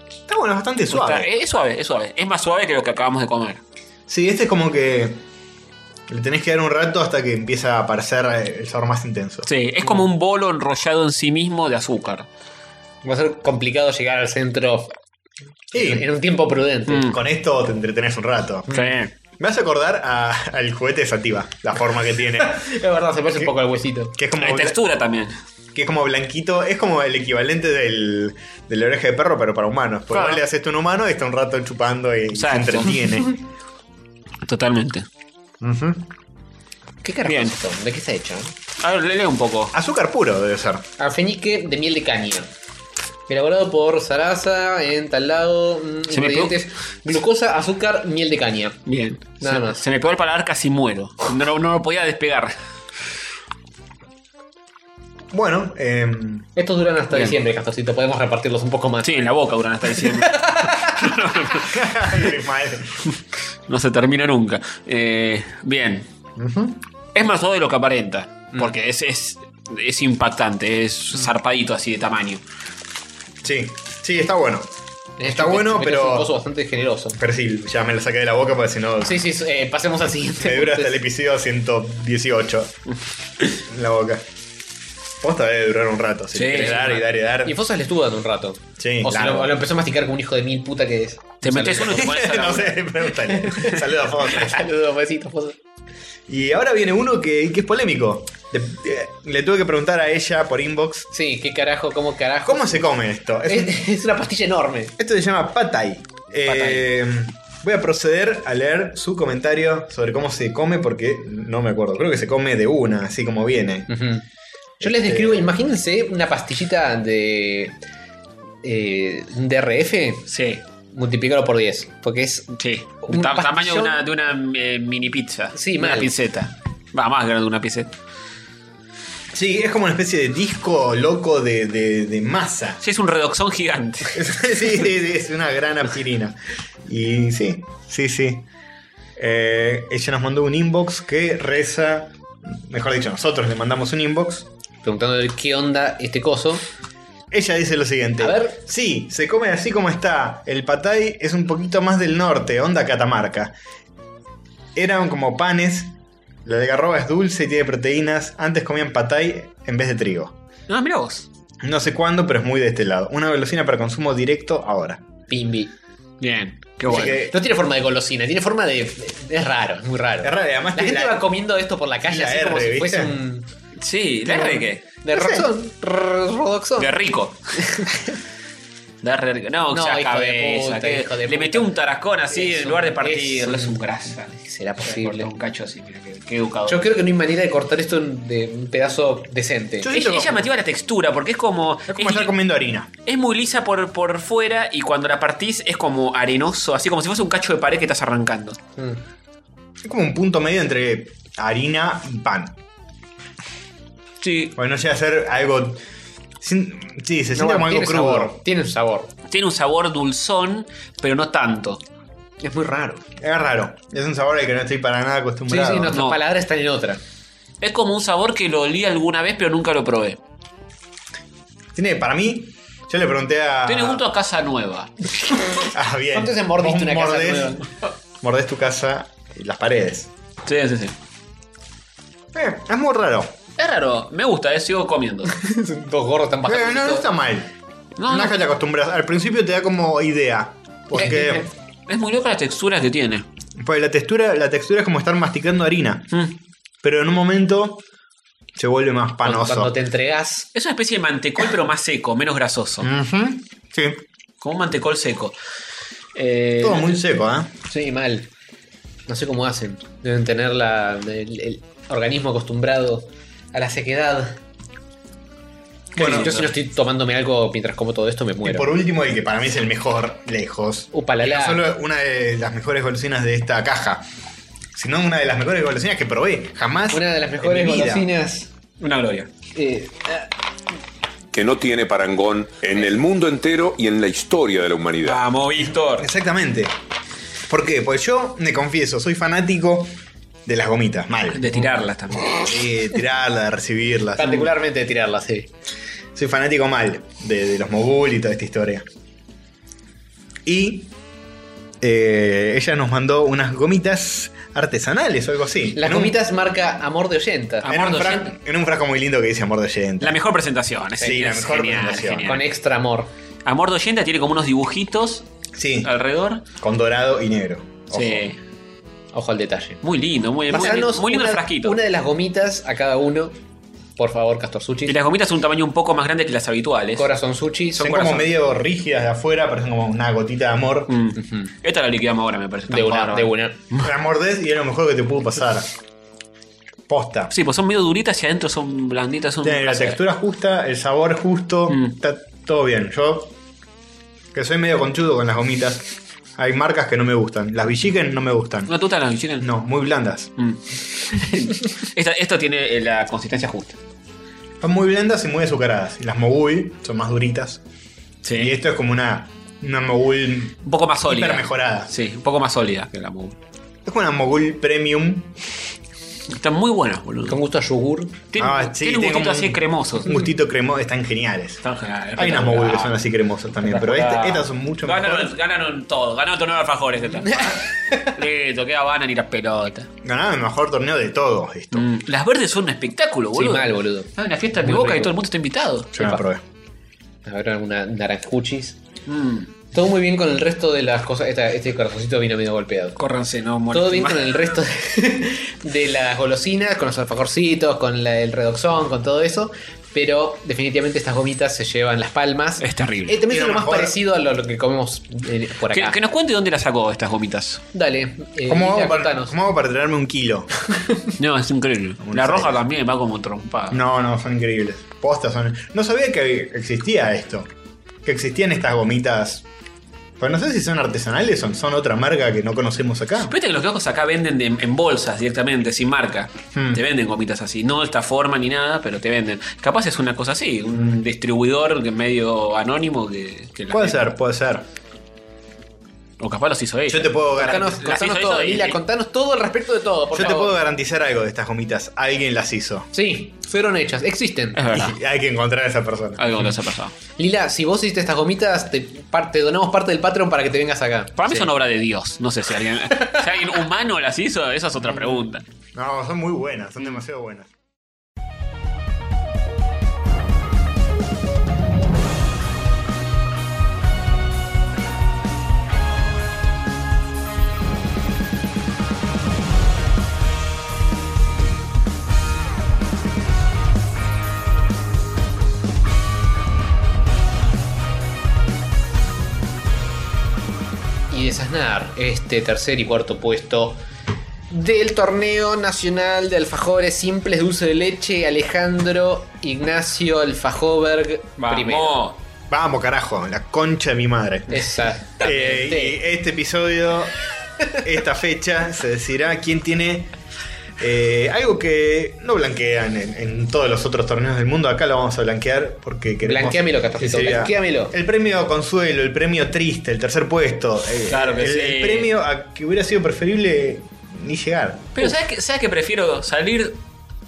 Está bueno, es bastante
Está-
suave.
es es suave, es suave. Es más suave que lo que acabamos de comer.
Sí, este es como que. Le tenés que dar un rato hasta que empieza a aparecer el sabor más intenso.
Sí, es como un bolo enrollado en sí mismo de azúcar.
sí. Va a ser complicado llegar al centro
Sí.
en, en un tiempo prudente.
Mm.
Con esto te entretenés un rato.
Sí.
Me hace acordar a- al juguete de Sativa, la forma que tiene.
Es verdad, se parece un poco al huesito.
Que es como,
La textura también.
que es como blanquito, es como el equivalente del, de la oreja de perro, pero para humanos. Porque
Claro.
vos le haces esto a un humano y está un rato chupando y
Exacto.
se entretiene.
Totalmente.
Ujú.
¿Qué carajo
Bien.
es esto? ¿De qué está hecho?
A ver, le- leo un poco.
Azúcar puro debe ser.
Alfeñique de miel de caña. Elaborado por Sarasa en tal lado. mm,
Se me
ingredientes: glucosa, azúcar, miel de caña.
Bien.
Nada
se,
más.
se me pegó el paladar, casi muero. No, lo- no lo podía despegar.
Bueno, eh,
Estos duran hasta
Bien.
diciembre, Castorcito. Podemos repartirlos un poco más.
Sí, en la boca duran hasta diciembre.
mal.
No se termina nunca. Eh, bien. Es más todo de lo que aparenta.
Mm.
Porque es, es, es impactante, es zarpadito así de tamaño.
Sí, sí, está bueno.
Es-
Está bueno,
Este es-
pero-
Es un coso bastante generoso.
Pero sí, ya me lo saqué de la boca porque si no
Sí, sí, eh, pasemos al siguiente.
me dura hasta el
Entonces,
episodio 118 en la boca. Posta debe durar un rato, si
Sí,
le querés
sí,
dar y dar y dar.
Y Fosas le estuvo dando un rato.
Sí,
O sea,
largo.
lo, lo empezó a masticar como un hijo de mil puta que es.
Te metes uno y te pones a
no
laburar.
sé, pregúntale. Saludos a Fonse.
Saludos, besitos, Fosas.
Y ahora viene uno que, que es polémico. Le, eh, le tuve que preguntar a ella por inbox.
Sí, qué carajo, cómo carajo.
¿Cómo se come esto? Es un-
Es, es una pastilla enorme.
esto se llama patay. Eh, voy a proceder a leer su comentario sobre cómo se come porque no me acuerdo. Creo que se come de una, así como viene.
Yo les
Este-
describo, imagínense una pastillita de. eh, un DRF
Sí,
multiplícalo por 10. Porque es.
sí.
Un
Ta- tamaño de
pastillón.
una, de una eh, mini pizza.
Sí,
una
mal.
pinceta. Va, más grande de una pinceta.
Sí, es como una especie de disco loco de, de- de masa.
Sí, es un redoxón gigante.
sí, sí, sí, es una gran aspirina. Y sí, sí, sí. Eh, ella nos mandó un inbox que reza. Mejor dicho, nosotros le mandamos un inbox.
Preguntando qué onda este coso.
Ella dice lo siguiente. A ver. Sí, se come así como está. El patay es un poquito más del norte, onda Catamarca. Eran como panes. La algarroba es dulce y tiene proteínas. Antes comían patay en vez de trigo.
Ah,
No, mira vos.
No sé cuándo, pero es muy de este lado. Una golosina para consumo directo ahora.
Pimbi.
Bien.
Qué bueno. no tiene forma de golosina, tiene forma de. Es raro, es muy raro.
Es raro, y además
la
tiene
gente
la-
va comiendo esto por la calle
la
así como
R,
si fuese
¿viste?
un.
Sí, ¿la R de qué?
De
No sé.
Roxon. R- Rodoxon.
De rico. De re rico.
No,
No, no
hijo de
cabeza.
puta,
que-
hijo de
le
puta.
metió un tarascón así
Es
en lugar de
un-
partirlo.
es
Es
un-
un grasa.
Será
Cortó
posible.
un cacho así. Mira, qué, qué educado.
Yo creo que no hay manera de cortar esto en- de un pedazo decente.
Yo- ella, ella me activa la textura porque es como.
Es como estar comiendo harina.
es muy lisa por, por fuera y cuando la partís es como arenoso, así como si fuese un cacho de pared que estás arrancando.
Mm.
Es como un punto medio entre harina y pan.
Sí.
Porque no llega a ser algo. sin- Sí, se siente
No,
como algo
tiene
crudo.
sabor. Tiene un sabor.
Tiene un sabor dulzón, pero no tanto.
Es muy raro. Sí,
Es raro. Es un sabor al que no estoy para nada acostumbrado.
sí, nuestras
No.
palabras están en otra.
Es como un sabor que lo olí alguna vez, pero nunca lo probé.
Tiene, para mí, yo le pregunté a.
Tiene gusto a casa nueva.
Ah, bien.
¿Cuántas veces mordiste
Vos
una casa
mordés-
nueva?
Mordés tu casa y las paredes.
Sí, sí, sí.
Eh, es muy raro.
Es raro, me gusta, eh, sigo comiendo.
Dos gordos tan
Eh,
bajando.
no, no está mal.
No,
No,
no.
es que te acostumbras. Al principio te da como idea.
Eh,
Porque,
Es muy loca la textura que tiene.
porque la, textura, la textura es como estar masticando harina.
Mm.
Pero en un momento se vuelve más
Cuando,
panoso.
cuando te entregás.
Es una especie de mantecol, pero más seco, menos grasoso.
Mm. Ujú. Sí.
Como un mantecol seco. Eh,
Todo muy seco, ¿eh?
Sí, mal. No sé cómo hacen. Deben tener la, el, el organismo acostumbrado a la sequedad. Bueno,
lindo.
yo si no estoy tomándome algo mientras como todo esto me
Y
muero.
por último, el que para mí es el mejor, lejos.
Upalala.
No solo una de las mejores golosinas de esta caja, sino una de las mejores golosinas que probé. Jamás.
Una de las
en
mejores
mi vida.
golosinas.
Una gloria.
eh,
que no tiene parangón en el mundo entero y en la historia de la humanidad.
Vamos, Víctor.
Exactamente. ¿Por qué? Pues yo me confieso, soy fanático de las gomitas, mal.
De tirarlas también.
De tirarlas, de recibirlas.
particularmente de tirarla, sí.
Soy fanático mal de, de los mogul y toda esta historia. Y eh, ella nos mandó unas gomitas artesanales o algo así.
Las
En un-
gomitas marca amor de oyenta.
en un,
Amor de
fra-
oyente.
en un frasco muy lindo que dice amor de oyente.
La mejor presentación. es-
Sí, la
es
mejor
genial,
presentación.
genial.
Con extra amor.
Amor de Oyenta tiene como unos dibujitos
Sí,
alrededor.
con dorado y negro. Ojo.
Ah. Sí.
Ojo al detalle.
Muy lindo, muy, muy,
Pasanos
muy lindo
una,
el frasquito.
Una de las gomitas a cada uno. Por favor, Castor
Y
Sushi.
las gomitas son un tamaño un poco más grande que las habituales.
Corazón Sushi. Son
Son como
corazón.
medio rígidas de afuera, parecen como una gotita de amor.
Mm. Esta la liquidamos ahora, me parece.
De
Tan
una,
bárbaro.
de una.
La mordés y es lo mejor que te pudo pasar. Posta.
Sí, pues son medio duritas y adentro son blanditas. Son
Tiene la textura justa, el sabor justo,
Mm.
está todo bien. Yo, que soy medio conchudo con las gomitas, hay marcas que no me gustan. Las Villiquen no me gustan.
¿No te gustan las chilenas?
No, muy blandas.
Mm. Esta- esto tiene eh, la consistencia justa.
Son muy blandas y muy azucaradas. Y las Mogul son más duritas. Y esto es como una, una Mogul
Un poco más sólida.
hiper mejorada.
Sí, un poco más sólida que la Mogul.
Es como una Mogul Premium.
Están muy buenas, boludo.
Con gusto a yogur.
Tienen,
Ah, sí,
tienen
tiene
un gustito
como
así
un-
cremoso.
Un gustito cremoso. Están geniales.
Están geniales,
Hay unas Mogul que son así cremosas también, pero esta- estas son mucho
Ganaron,
mejores.
ganaron todo, ganaron torneo de alfajores. esta. este Listo, queda Habana ni las pelotas.
Ganaron el mejor torneo de todo esto.
Mm, Las verdes son un espectáculo,
Sí,
boludo.
mal, boludo.
Hay una fiesta en mi
Muy
boca
rico.
y todo el mundo está invitado.
Yo no la probé.
A ver, alguna naranjuchis.
Mm,
Todo muy bien con el resto de las cosas. Esta- este corazoncito vino medio golpeado.
córranse, no molesten
Todo bien
más.
con el resto de, de las golosinas, con los alfajorcitos, con la- el redoxón, con todo eso. Pero definitivamente estas gomitas se llevan las palmas.
Es terrible.
Eh, también
Y
es
a
lo
lo
más
mejor-
parecido a lo, lo que comemos eh, por
Que,
acá.
que nos cuente dónde la sacó estas gomitas.
Dale, eh,
¿Cómo
Ila,
hago, para,
contanos.
cómo hago para tirarme un kilo?
No, es increíble. La roja también va como trompada.
No, no, son increíbles. Postas son. No sabía que existía esto. Que existían estas gomitas. Pero no sé si son artesanales o son otra marca que no conocemos acá.
Viste que los locos acá venden de- en bolsas directamente, sin marca.
Hmm.
Te venden gomitas así. No de esta forma ni nada, pero te venden. Capaz es una cosa así, un distribuidor que medio anónimo que, que las
Hmm. Puede
vende.
ser, puede ser.
O capaz los hizo ella.
Yo te puedo
Contanos,
garantizar.
contanos todo, Lila, contanos todo al respecto de todo, por
Yo te
favor.
puedo garantizar algo de estas gomitas. Alguien las hizo.
Sí, fueron hechas, existen.
Y hay que encontrar a esa persona.
Hay que encontrar a esa persona.
Lila, si vos hiciste estas gomitas, te, par- te donamos parte del Patreon para que te vengas acá.
Para mí son obra de Dios. No sé si alguien, si alguien humano las hizo, esa es otra pregunta.
No, son muy buenas, son demasiado buenas.
Y desasnar este tercer y cuarto puesto del torneo nacional de alfajores simples dulce de leche, Alejandro Ignacio Alfajoberg primero.
Vamos, carajo, la concha de mi madre.
Exactamente.
Eh, y este episodio, esta fecha, se decirá quién tiene eh, algo que no blanquean en, en todos los otros torneos del mundo. Acá lo vamos a blanquear porque queremos.
Blanqueamelo, Catorcito,
que sería
blanqueamelo.
El premio consuelo, el premio triste, el tercer puesto. eh,
Claro que
el,
sí.
el premio a que hubiera sido preferible ni llegar.
Pero ¿sabes que, ¿sabes que prefiero salir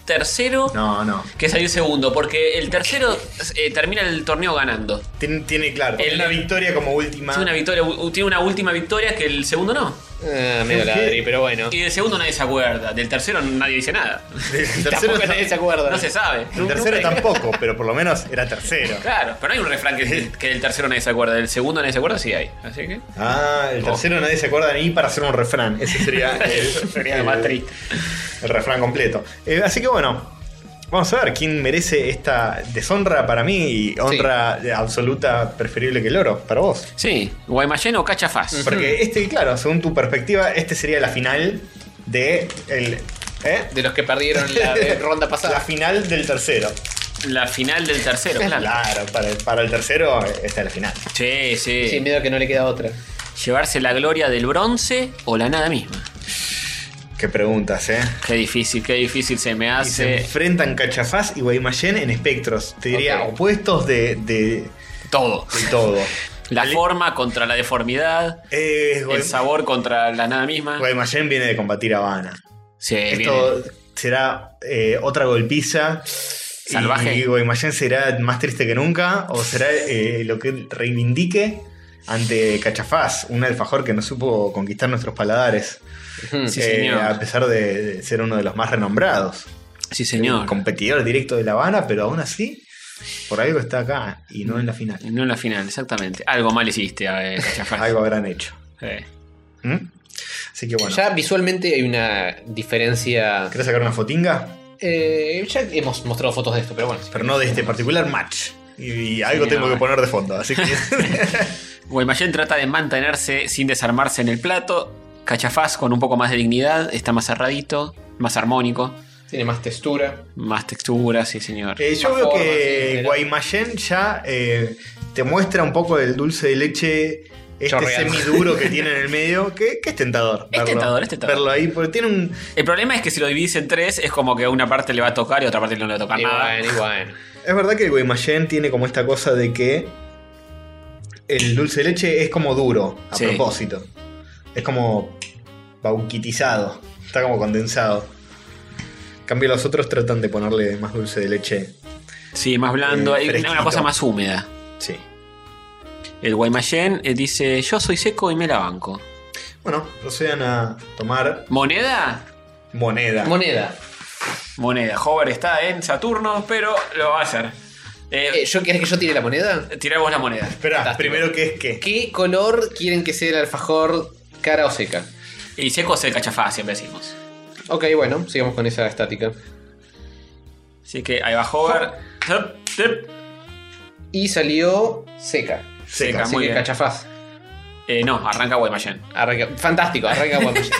tercero
No, no.
que salir segundo? Porque el tercero eh, termina el torneo ganando.
Tiene, tiene, claro, tiene una victoria como última.
Tiene una, victoria, u- tiene una última victoria que el segundo no.
Ah, medio ladri, pero bueno.
Y del segundo nadie se acuerda. Del tercero nadie dice nada.
El tercero,
Tampoco nadie se acuerda.
No se sabe.
el tercero tampoco, pero por lo menos era tercero.
Claro, pero no hay un refrán que, que del tercero nadie se acuerda. Del segundo nadie se acuerda, sí hay. Así que.
Ah,
Oh.
el tercero nadie se acuerda ni para hacer un refrán. Ese sería el,
Sería lo más triste.
el refrán completo. Eh, así que bueno, vamos a ver quién merece esta deshonra para mí y honra absoluta preferible que el oro para vos.
Sí, Guaymallén o Cachafaz.
Porque este, claro, según tu perspectiva, este sería la final de el, ¿eh?
De los que perdieron la de- ronda pasada.
La final del tercero.
La final del tercero.
Claro, para el, para el tercero eh, esta es la final.
Sí, sí.
Sin miedo que no le queda otra.
¿Llevarse la gloria del bronce o la nada misma?
Qué preguntas, ¿eh?
Qué difícil, qué difícil se me
Y se
hace.
enfrentan Cachafaz y Guaymallén en espectros. Te diría, opuestos de, de,
Todo.
de todo.
La forma contra la deformidad.
Eh,
El
Guay-
sabor contra la nada misma.
Guaymallén viene de combatir a Habana.
Sí,
Esto
viene.
será eh, otra golpiza. y-
Salvaje.
Y Guaymallén será más triste que nunca. O será eh, lo que reivindique ante Cachafaz, un alfajor que no supo conquistar nuestros paladares.
Mm, Sí,
Eh,
señor.
a pesar de, de ser uno de los más renombrados.
Sí, señor.
Un competidor directo de La Habana, pero aún así, por algo está acá y no en la final.
No en la final, exactamente. Algo mal hiciste, eh, Cachafaz.
Algo habrán hecho.
Eh.
¿Mm? Así que bueno.
Ya visualmente hay una diferencia.
¿Querés sacar una fotinga?
Eh, ya hemos mostrado fotos de esto, pero bueno.
Pero no de este particular match. Y, y algo
Sí,
tengo
no.
que poner de fondo, así que.
Guaymallén trata de mantenerse sin desarmarse en el plato. Cachafaz con un poco más de dignidad, está más cerradito, más armónico,
Tiene más textura.
más textura, sí señor.
Eh, yo
Más
veo
forma,
que
sí, pero-
Guaymallén ya eh, te muestra un poco del dulce de leche. Este
Chorreando.
semiduro que tiene en el medio, que, que es tentador.
Es tentador, es tentador.
Verlo ahí, porque tiene un.
El problema es que si lo dividís en tres es como que a una parte le va a tocar y a otra parte no le va a tocar
Y
nada.
bueno, y bueno.
Es verdad que el Guaymallén tiene como esta cosa de que el dulce de leche es como duro, a
Sí.
propósito. Es como bauquitizado, está como condensado. En cambio, los otros tratan de ponerle más dulce de leche.
Sí, más blando,
Eh,
hay una- una
fresquito.
cosa más húmeda.
Sí.
El Guaymallén eh, dice, yo soy seco y me la banco.
Bueno, procedan a tomar
¿Moneda?
moneda.
Moneda.
Moneda. Hover está en Saturno, pero lo va a hacer.
Eh,
Eh,
¿yo, ¿Querés que yo tire la moneda?
tirá vos la moneda.
Esperá,
Fantástico.
primero que es que.
¿Qué color quieren que sea el alfajor cara o seca?
El seco es el cachafaz, siempre decimos.
Ok, bueno, sigamos con esa estática.
Así que ahí va Hover. Tup, tup.
Y salió seca.
Seca.
Seca,
Así
muy
que
bien.
cachafaz.
Eh, no, arranca Guaymallén.
Arranca- fantástico, arranca Guaymallén.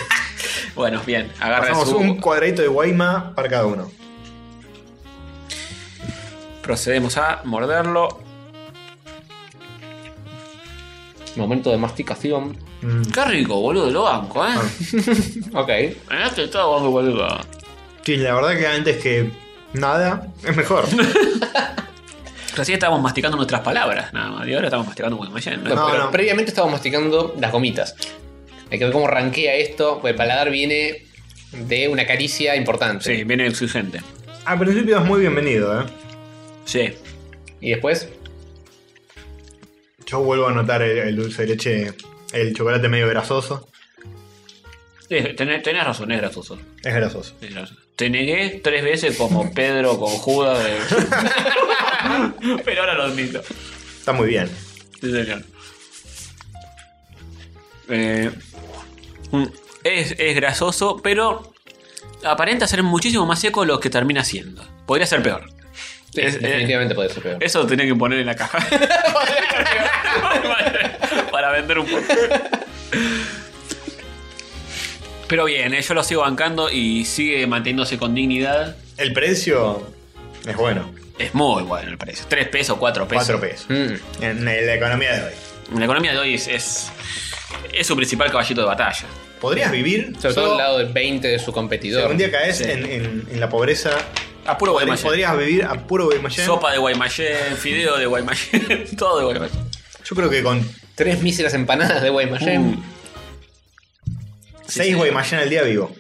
Bueno, bien, agarra
Pasamos
su...
un cuadradito de Guayma para cada uno.
Procedemos a morderlo.
Momento de masticación.
Qué rico, boludo, lo banco, ¿eh?
Ah.
Ok.
Ganaste todo, banco, boludo.
Sí, la verdad que antes que nada, es mejor.
Recién estábamos masticando nuestras palabras, nada más. Y ahora estamos masticando Guaymallén.
No, pero Previamente estábamos masticando las gomitas. Hay que ver cómo ranquea esto, porque el paladar viene de una caricia importante. Sí,
viene exigente.
Al principio es muy bienvenido, ¿eh?
Sí.
¿Y después?
Yo vuelvo a notar el, el dulce de leche, el chocolate medio grasoso.
Sí, Eh, tenés, tenés razón, es grasoso.
Es grasoso.
Es grasoso. Te negué tres veces como Pedro con Judas. de- Pero ahora lo admito.
Está muy bien.
Sí, señor. Eh, mm, es, es grasoso, pero aparenta ser muchísimo más seco lo que termina siendo. Podría ser peor. eh,
definitivamente podría ser peor.
Eso lo tenía que poner en la caja. Para vender un poco. Pero bien, eh, yo lo sigo bancando y sigue manteniéndose con dignidad.
El precio es bueno.
Es muy bueno el precio. Tres pesos, cuatro pesos.
Cuatro pesos. En la economía de hoy.
La economía de hoy es, es, es su principal caballito de batalla.
¿Podrías vivir?
Sobre todo
solo-
al lado del 20 de su competidor.
Si algún día caes
Sí.
en, en- en la pobreza, Ah,
a puro Guaymallén.
podrías vivir a puro Guaymallén.
Sopa de Guaymallén, fideo de Guaymallén, todo de Guaymallén.
Yo creo que con
Tres míseras empanadas de
Uh.
Guaymallén.
seis Guaymallén al día vivo.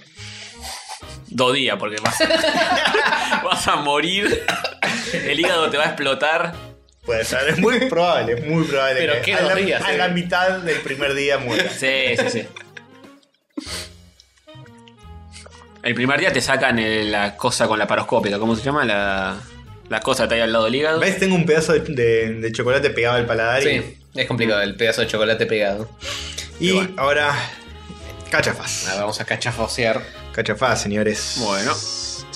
Dos días, porque vas, vas a morir. El hígado te va a explotar.
Puede ser, es muy probable, es muy probable.
Pero
que
qué
a
dos
la,
días,
a
eh.
la mitad del primer día muera.
Sí, sí, sí. El primer día te sacan el- la cosa con la paroscópica, ¿cómo se llama? La, la cosa que está ahí al lado del hígado.
¿Ves? Tengo un pedazo de, de- de chocolate pegado al paladar.
Sí, es complicado, el pedazo de chocolate pegado.
Y, y ahora, cachafaz.
Ah, vamos a cachafosear.
Cachafaz, señores.
Bueno.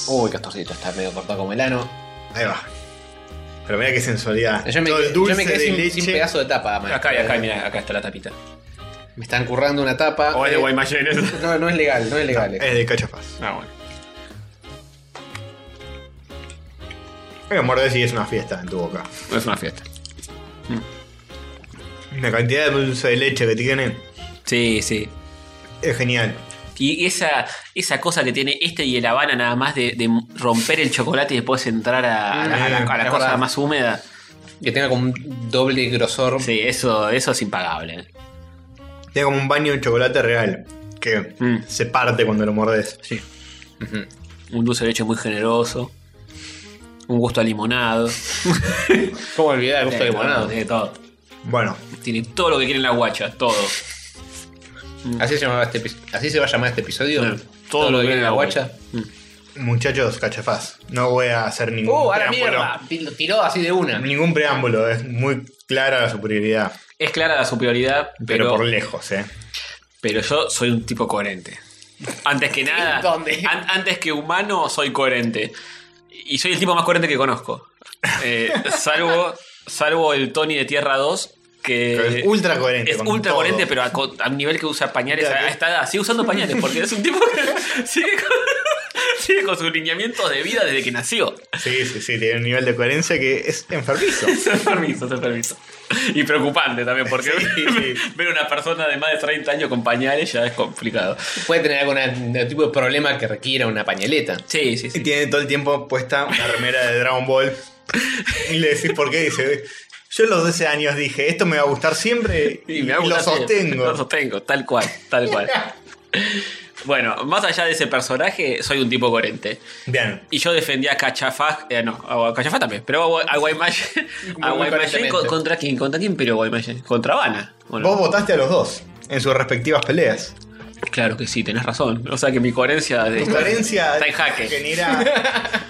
Uy, Castorcito, está medio cortado como el ano.
Ahí va. Pero mira qué sensualidad.
Yo me,
Todo el
yo
dulce
me quedé
de
sin,
leche.
sin pedazo de tapa. man.
Acá y acá, mira, acá está la tapita.
Me están currando una tapa.
O es de
Eh,
Guaymallén. esa.
No, no es legal, no es legal.
Es de cachafaz.
Ah, bueno.
Pero mordés y es una fiesta en tu boca.
Es una fiesta.
La cantidad de dulce de leche que tiene
Sí, sí.
es genial.
Y esa, esa cosa que tiene este y el Habana nada más de, de romper el chocolate y después entrar a, a la, a la- a la
Es
cosa
verdad.
más húmeda.
Que tenga como un doble grosor.
Sí, eso, eso es impagable.
Tiene como un baño de chocolate real. Que se parte cuando lo mordes.
Sí. Un dulce de leche muy generoso. Un gusto a limonado.
¿Cómo olvidar el gusto
Tiene
de
todo,
limonado?
Tiene todo.
Bueno,
Tiene todo lo que quiere en la guacha, todo.
Así se, llamaba este, epi- así se va a llamar este episodio.
Sí,
Todo, lo que viene en la guacha.
muchachos, cachafaz. No voy a hacer ningún
¡Oh, a la
preámbulo.
mierda! Lo tiró así de una.
Ningún preámbulo. Es muy clara la superioridad.
Es clara la superioridad,
Pero,
pero,
por lejos, eh.
pero yo soy un tipo coherente. Antes que nada, an- antes que humano, soy coherente. Y soy el tipo más coherente que conozco. Eh, salvo, salvo el Tony de Tierra 2,
Pero
que
eh,
es ultra coherente.
es
con
ultra
todo.
coherente, pero a, co- a un nivel que usa pañales
Ya,
a,
que-
a esta edad. Sigue usando pañales porque es un tipo que sigue con, sigue con sus lineamientos de vida desde que nació.
Sí, sí, sí. Tiene un nivel de coherencia que es enfermizo.
Se permiso, se permiso. Y preocupante también, porque ver una persona de más de 30 años con pañales ya es complicado.
Puede tener algún algún tipo de problema que requiera una pañaleta.
Sí, sí,
Y
sí.
tiene todo el tiempo puesta una remera de Dragon Ball. Y le decís por qué. Dice: Yo a los 12 años dije, esto me va a gustar siempre. Y,
me hago
lo
una-
sostengo.
Lo sostengo, tal cual, tal cual. Bueno, más allá de ese personaje, soy un tipo coherente.
Bien.
Y yo defendía a Cachafaz, eh, no, a Gua- Cachafaz también, pero a Gua- a Guaymallén. A
Muy
Guaymallén
coherentemente.
co- contra quién, contra quién, pero Guaymallén. Contra Habana. ¿o no?
Vos votaste a los dos en sus respectivas peleas.
Claro que sí, tenés razón. O sea que mi coherencia de-
Tu coherencia
está en jaque.
genera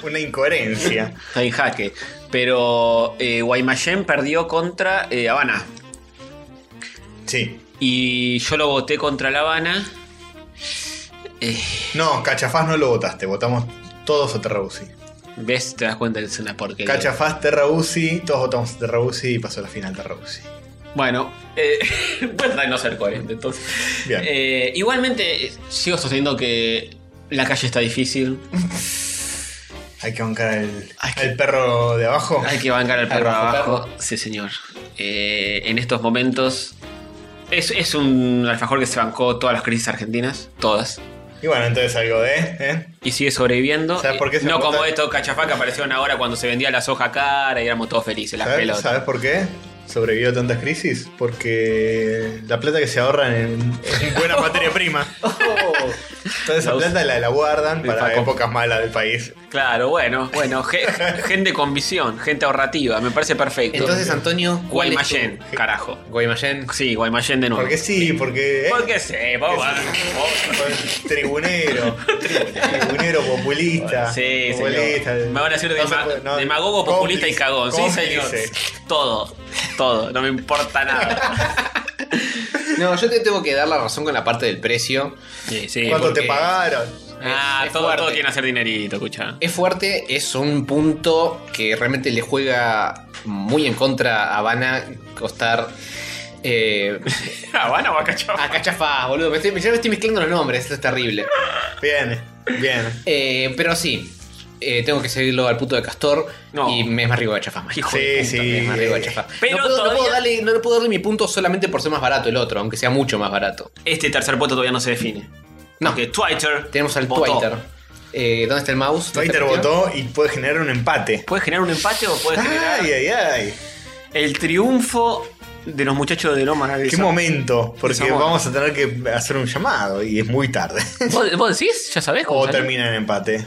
una incoherencia.
Está en jaque. Pero eh, Guaymallén perdió contra eh, Habana.
Sí.
Y yo lo voté contra La Habana. Eh,
No, Cachafaz no lo votaste. Votamos todos a Terra Uzi.
¿Ves? Te das cuenta que es una porquería.
Cachafaz, Terra Uzi, Todos votamos a Terra Uzi y pasó la final Terra Uzi.
Bueno, eh, pues no ser coherente, entonces.
Bien.
Eh, igualmente, eh, sigo sosteniendo que la calle está difícil.
Hay que bancar al, al perro de abajo.
Hay que bancar al perro
bajo
abajo. Sí, señor. Eh, en estos momentos. Es, es un alfajor que se bancó todas las crisis argentinas. Todas.
Y bueno, entonces algo de. ¿eh?
Y sigue sobreviviendo.
¿Sabes por qué se
no
corta?
como estos cachafá que aparecieron ahora cuando se vendía la soja cara y éramos todos felices, las
¿Sabes,
pelotas.
sabes por qué? Sobrevivió a tantas crisis porque la plata que se ahorran en, en buena materia prima. Toda esa
La usa-
plata la, la guardan para
Facu.
épocas malas del país.
Claro, bueno, bueno, ge- gente con visión, gente ahorrativa, me parece perfecto.
Entonces, Antonio, ¿cuál es tu-
Guaymallén, carajo.
Guaymallén.
Sí, Guaymallén de nuevo.
Porque sí, porque. ¿eh?
Porque sí, vos
Tribunero. Tribunero populista.
Sí,
populista.
señor. Me van a decir
No se
dema-
puede- no,
demagogo, populista y
cómplice,
cagón. Sí, señor.
cómplice.
Todo, todo, no me importa nada.
No, yo te tengo que dar la razón con la parte del precio.
Sí, sí.
¿Cuánto
porque-
te pagaron?
Ah,
Es
todo,
fuerte.
todo quieren hacer dinerito, escucha.
Es fuerte, es un punto que realmente le juega muy en contra a Habana costar. Eh,
¿Habana o Acachafá?
Acachafá, boludo. Me estoy, ya me estoy mezclando los nombres, esto es terrible.
Bien, bien.
Eh, pero sí, eh, tengo que seguirlo al puto de Castor
No.
y me es más rico Gachafá. más hijo de
Sí,
puta, me es más rico Gachafá.
Pero
no, puedo, no puedo
todavía-
darle, no le puedo darle mi punto solamente por ser más barato el otro, aunque sea mucho más barato.
Este tercer puesto todavía no se define.
No.
Porque Twitter
Tenemos al
votó.
Twitter. Eh, ¿Dónde está el mouse? ¿Dónde está
Twitter
el cuestión?
votó y puede generar un empate.
¿Puede generar un empate o puede generar
Ay, ay, ay.
el triunfo de los muchachos de Loma?
Qué momento, porque
Desamor.
vamos a tener que hacer un llamado y es muy tarde.
¿Vos, vos decís? ¿Ya sabés cómo
o
sale?
termina en empate.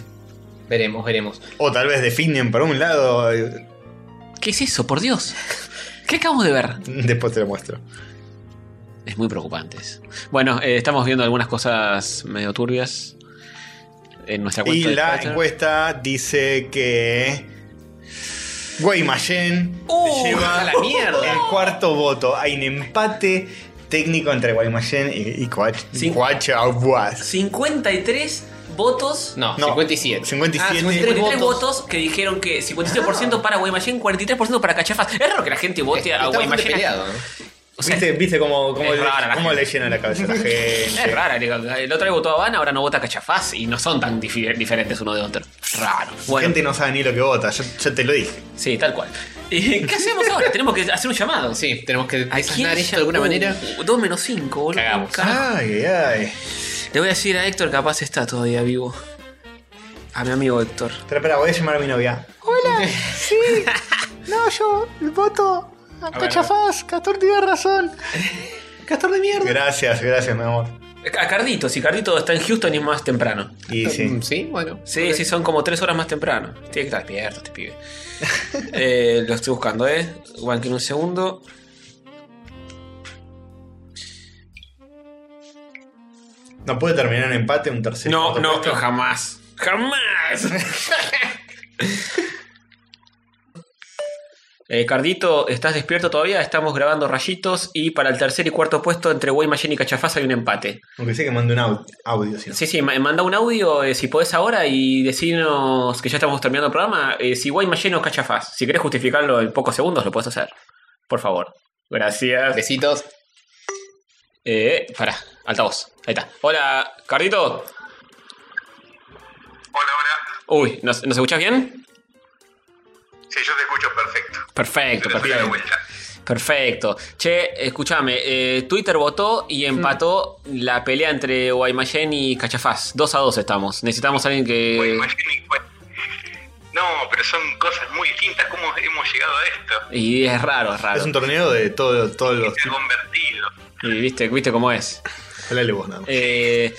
Veremos, veremos.
O tal vez definen por un lado, eh,
¿Qué es eso, por Dios? ¿Qué acabamos de ver?
después te lo muestro.
Es muy preocupante. eso. Bueno, eh, estamos viendo algunas cosas medio turbias en nuestra
Y
cuenta. de
la
Twitter.
encuesta dice que Guaymallén
Uh,
lleva
a la mierda.
el cuarto voto. Hay un empate técnico entre Guaymallén y, y Coach.
Sí.
Coachaguas.
53 votos.
No,
No,
57.
57.
Ah,
53
53
votos. que dijeron que 57% para Guaymallén, 43% para Cachafas. Es raro que la gente vote
Está
a
bastante
Guaymallén.
peleado, ¿no?
O sea,
¿Viste, viste cómo, cómo
es
le,
rara la
cómo le llena la cabeza a la gente?
es rara. digo, El otro vez votó a Habana, ahora no vota a Cachafaz y no son tan difi- diferentes uno de otro. Raro.
La
Bueno,
gente no sabe ni lo que vota, yo, yo te lo dije.
sí, tal cual. Eh, ¿Qué hacemos ahora? Tenemos que hacer un llamado.
Sí, tenemos que
¿A quién
desasnar esto
llama?
de alguna manera.
Uh, 2 menos 5, boludo.
Cagamos.
Carajo.
Ay, ay.
Le voy a decir a Héctor, capaz está todavía vivo. A mi amigo Héctor.
Espera, espera, voy a llamar a mi novia.
No, yo voto a Cachafaz. Castor tiene razón. Castor de mierda.
Gracias, gracias, mi amor.
A Cardito, si Cardito está en Houston y es más temprano.
Y sí.
Mm, bueno.
Sí,
Ok.
sí, son como tres horas más temprano. Tiene que estar despierto este pibe. Eh, lo estoy buscando, ¿eh? Banquen un segundo.
¿No puede terminar en empate un tercero?
no,
otro
no,
puesto?
jamás. ¡Jamás! Eh, Cardito, ¿estás despierto todavía? Estamos grabando rayitos y para el tercer y cuarto puesto entre Guaymallén y Cachafaz hay un empate.
Aunque sé que mande un au- audio, si no.
Sí, sí, ma- manda un audio eh, si podés ahora y decinos que ya estamos terminando el programa. eh, si Guaymallén o Cachafaz, si querés justificarlo en pocos segundos, lo podés hacer. Por favor. Gracias.
Besitos.
Eh, pará, altavoz. Ahí está. Hola, Cardito. Hola, hola. Uy, ¿nos, nos escuchás bien?
Sí, yo te escucho perfecto.
Perfecto, perfecto. Perfecto. Che, escúchame, eh, Twitter votó y empató la pelea entre Guaymallén y Cachafaz. 2 a 2 estamos. Necesitamos a alguien que...
No, pero son cosas muy distintas. ¿Cómo hemos llegado a esto?
Y es raro, es raro.
Es un torneo de todo- todos los
Se ha convertido.
Y viste, viste cómo es.
Hablale vos nada más.
Eh,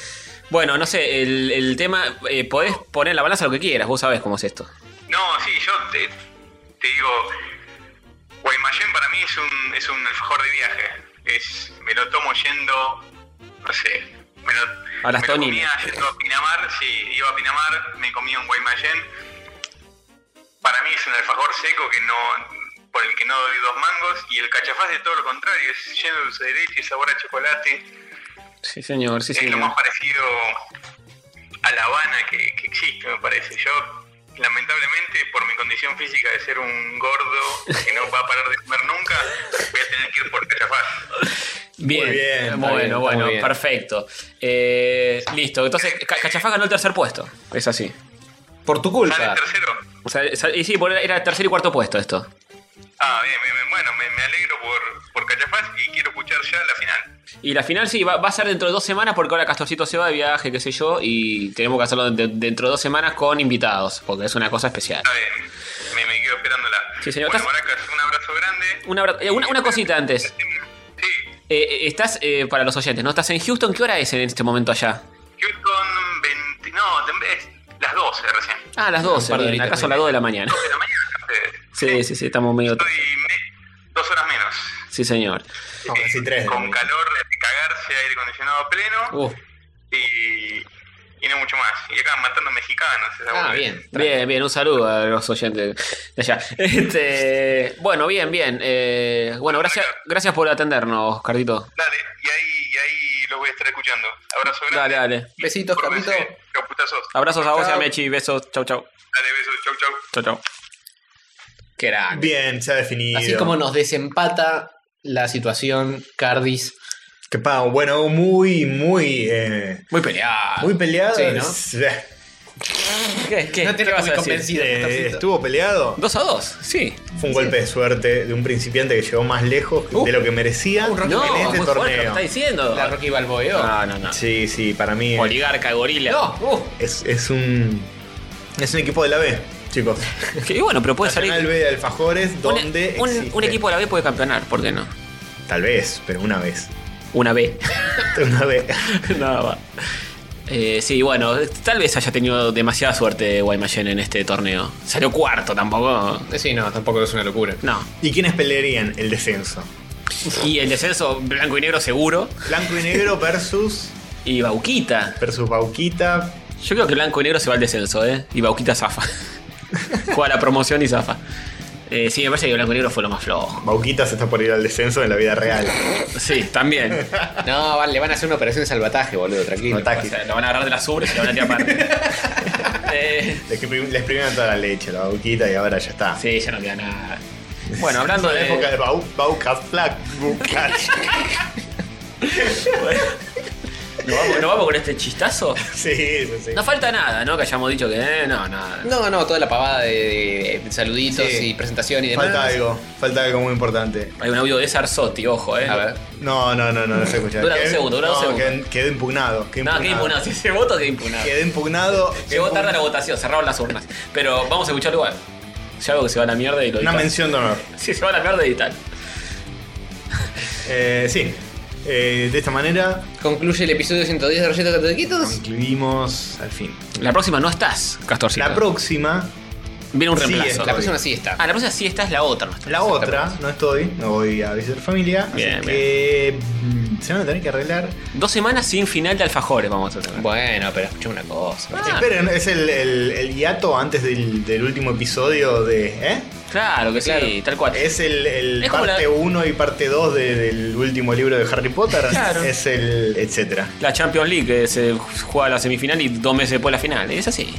bueno, no sé, el, el tema, eh, podés poner en la balanza lo que quieras, vos sabés cómo es esto.
No, sí, yo te, te digo, Guaymallén para mí es un, es un alfajor de viaje. Es, me lo tomo yendo, no sé, me lo,
A las
me lo
Tony.
comía yendo a Pinamar, sí, iba a Pinamar, me comía un Guaymallén. Para mí es un alfajor seco que no por el que no doy dos mangos y el cachafaz de todo lo contrario, es lleno de dulce de leche, sabor a chocolate,
Sí, señor, sí,
es lo
señor.
más parecido a La Habana que, que existe, me parece. Yo, lamentablemente, por mi condición física de ser un gordo que no va a parar de comer nunca, voy a tener que ir por Cachafaz.
Bien,
Muy bien, está
bueno,
bien, está
bueno,
muy bien.
perfecto. Eh, listo, entonces Ca- Cachafaz ganó el tercer puesto. Es así.
Por tu
¿Sale el
culpa.
tercero?
O sea, sa- y sí, bueno, era el tercer y cuarto puesto esto.
Ah, bien, bien, bien. bueno, me, me alegro por, por Cachafaz y quiero escuchar ya la final.
Y la final sí, va, va a ser dentro de dos semanas porque ahora Castorcito se va de viaje, qué sé yo, y tenemos que hacerlo de- dentro de dos semanas con invitados, porque es una cosa especial.
Me, me quedo esperándola.
Sí, señor.
Bueno,
¿Estás-
Maracas, un abrazo grande.
Un abra- eh, una, una cosita antes. Eh, eh, estás, eh, para los oyentes, ¿no? Estás en Houston, ¿qué hora es en este momento allá?
Houston, 20, no, te- es las 12 recién.
Ah, las 12,
par de
bien,
horitas,
acá son las 2 de la mañana. Sí, sí, sí, estamos medio...
Dos horas menos.
Sí, señor.
Eh, con calor, de cagarse, aire acondicionado pleno
Uf.
y, y no mucho más. Y acá matando mexicanos. esa boludez.
Ah, Bien, bien, un saludo a los oyentes de allá. Este, bueno, bien, bien. eh, bueno, gracias, gracias por atendernos, Cardito.
Y los voy a estar escuchando. Abrazo grande.
Dale, Ah. dale.
Besitos, Capito.
Caputazos.
Abrazos a vos y a
Chau.
Mechi, besos, chau, chau.
Dale, besos. Chau, chau.
Chau, chau.
Que era.
Bien, se ha definido.
Así como nos desempata la situación, Cardis.
Que pa, bueno, muy, muy. eh,
muy peleado.
Muy peleado.
Sí, ¿no?
¿Qué, qué,
No te
qué
lo
vas
muy
a decir?
convencido,
Eh,
Castorcito.
¿Estuvo peleado?
Dos a dos, sí. Uh.
Fue un golpe de suerte de un principiante que llegó más lejos de lo que merecía
no,
en este
muy fuerte,
torneo.
lo que está diciendo.
La Rocky Balboeo.
No, no, no.
Sí, sí, para mí. eh,
Oligarca, gorila.
No, uh,
Es, es un. Es un equipo de la B, chicos.
Y bueno, pero puede salir.
Nacional B de Alfajores,
Un- e-
donde.
un,
existe-
un equipo de la B puede campeonar, ¿por qué no?
Tal vez, pero una vez.
Una B.
Una B.
Nada más. Eh, sí, bueno, tal vez haya tenido demasiada suerte Guaymallén en este torneo. Salió cuarto tampoco.
Eh, Sí, no, tampoco es una locura.
No.
¿Y quiénes pelearían el descenso?
Y el descenso blanco y negro seguro.
Blanco y negro versus.
Y Bauquita.
Versus Bauquita.
Yo creo que blanco y negro se va al descenso, ¿eh? Y Bauquita zafa. Juega la promoción y zafa. Eh, sí, me parece que blanco y negro fue lo más flojo.
Bauquita se está por ir al descenso en la vida real.
Sí, también.
No, vale, le van a hacer una operación de salvataje, boludo, tranquilo.
Ataque.
O sea, lo van a agarrar de la sur y se lo van a tirar para. Eh,
Les exprim- les exprimieron toda la leche, la Bauquita, y ahora ya está.
sí, ya no queda nada. Bueno, hablando
Es la
de.
época de Bau, Bauca Flag. Bucat.
¿Nos vamos, nos vamos con este chistazo?
sí, sí, sí.
No falta nada, ¿no? Que hayamos dicho que. eh, no, nada.
No, no, toda la pavada de, de- de saluditos
Sí.
y presentación y demás.
Falta algo, falta algo muy importante.
Hay un audio de Sarsotti, ojo, ¿eh?
A ver.
No, no, no, no, no se escucha.
Dura dos
Quedé-
segundos, dura dos
no,
segundos.
quedé- Quedó impugnado. Quedó
No,
impugnado.
qué impunado. Si se vota, qué impunado.
Quedó impugnado.
Llegó
impugn-
tarde la votación, cerraron las urnas. Pero vamos a escuchar igual. Ya algo que se va a la mierda y lo
Una
editan.
mención de honor.
Sí, se va a la mierda y tal.
Eh, sí. Eh, de esta manera
Concluye el episodio 110 de Rolletas Católicos.
concluimos al fin.
La próxima no estás, Castorcito.
La próxima,
Viene un
Sí,
reemplazo.
es
La próxima sí está.
Ah, la próxima sí esta es la otra. no está.
la otra, no estoy, no voy a visitar familia.
Bien,
así que mm, se van a tener que arreglar.
Dos semanas sin final de alfajores vamos a tener.
Bueno, pero escucha una cosa.
Ah.
Esperen, es el, el, el hiato antes del, del último episodio de. ¿Eh?
Claro que sí, tal cual.
Es el, el
Es como
parte
la-
1 y parte 2 de- del último libro de Harry Potter.
Claro.
Es el. etcétera.
La Champions League que se juega la semifinal y dos meses después la final. Es así.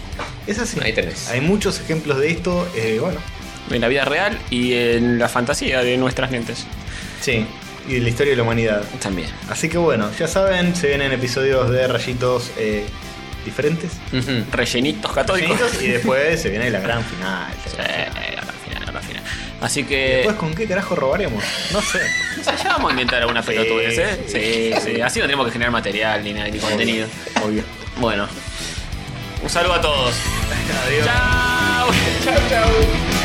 Es así.
Ahí tenés.
Hay muchos ejemplos de esto. eh, bueno.
En la vida real y en la fantasía de nuestras mentes.
Sí. Y de la historia de la humanidad.
También.
Así que bueno, ya saben, se vienen episodios de rayitos eh, diferentes.
Ujú.
Rellenitos católicos.
Rayitos, Y después se viene la gran final.
Sí, la final, la final. Así que.
Después, ¿con qué carajo robaremos? No sé.
O sea, ya vamos a inventar algunas
Sí,
pelotudes, ¿eh? Sí, sí. Así no tenemos que generar material ni nada, ni contenido.
Obvio.
Bueno. Un saludo a todos.
Adiós.
Chao.
Chau, chau.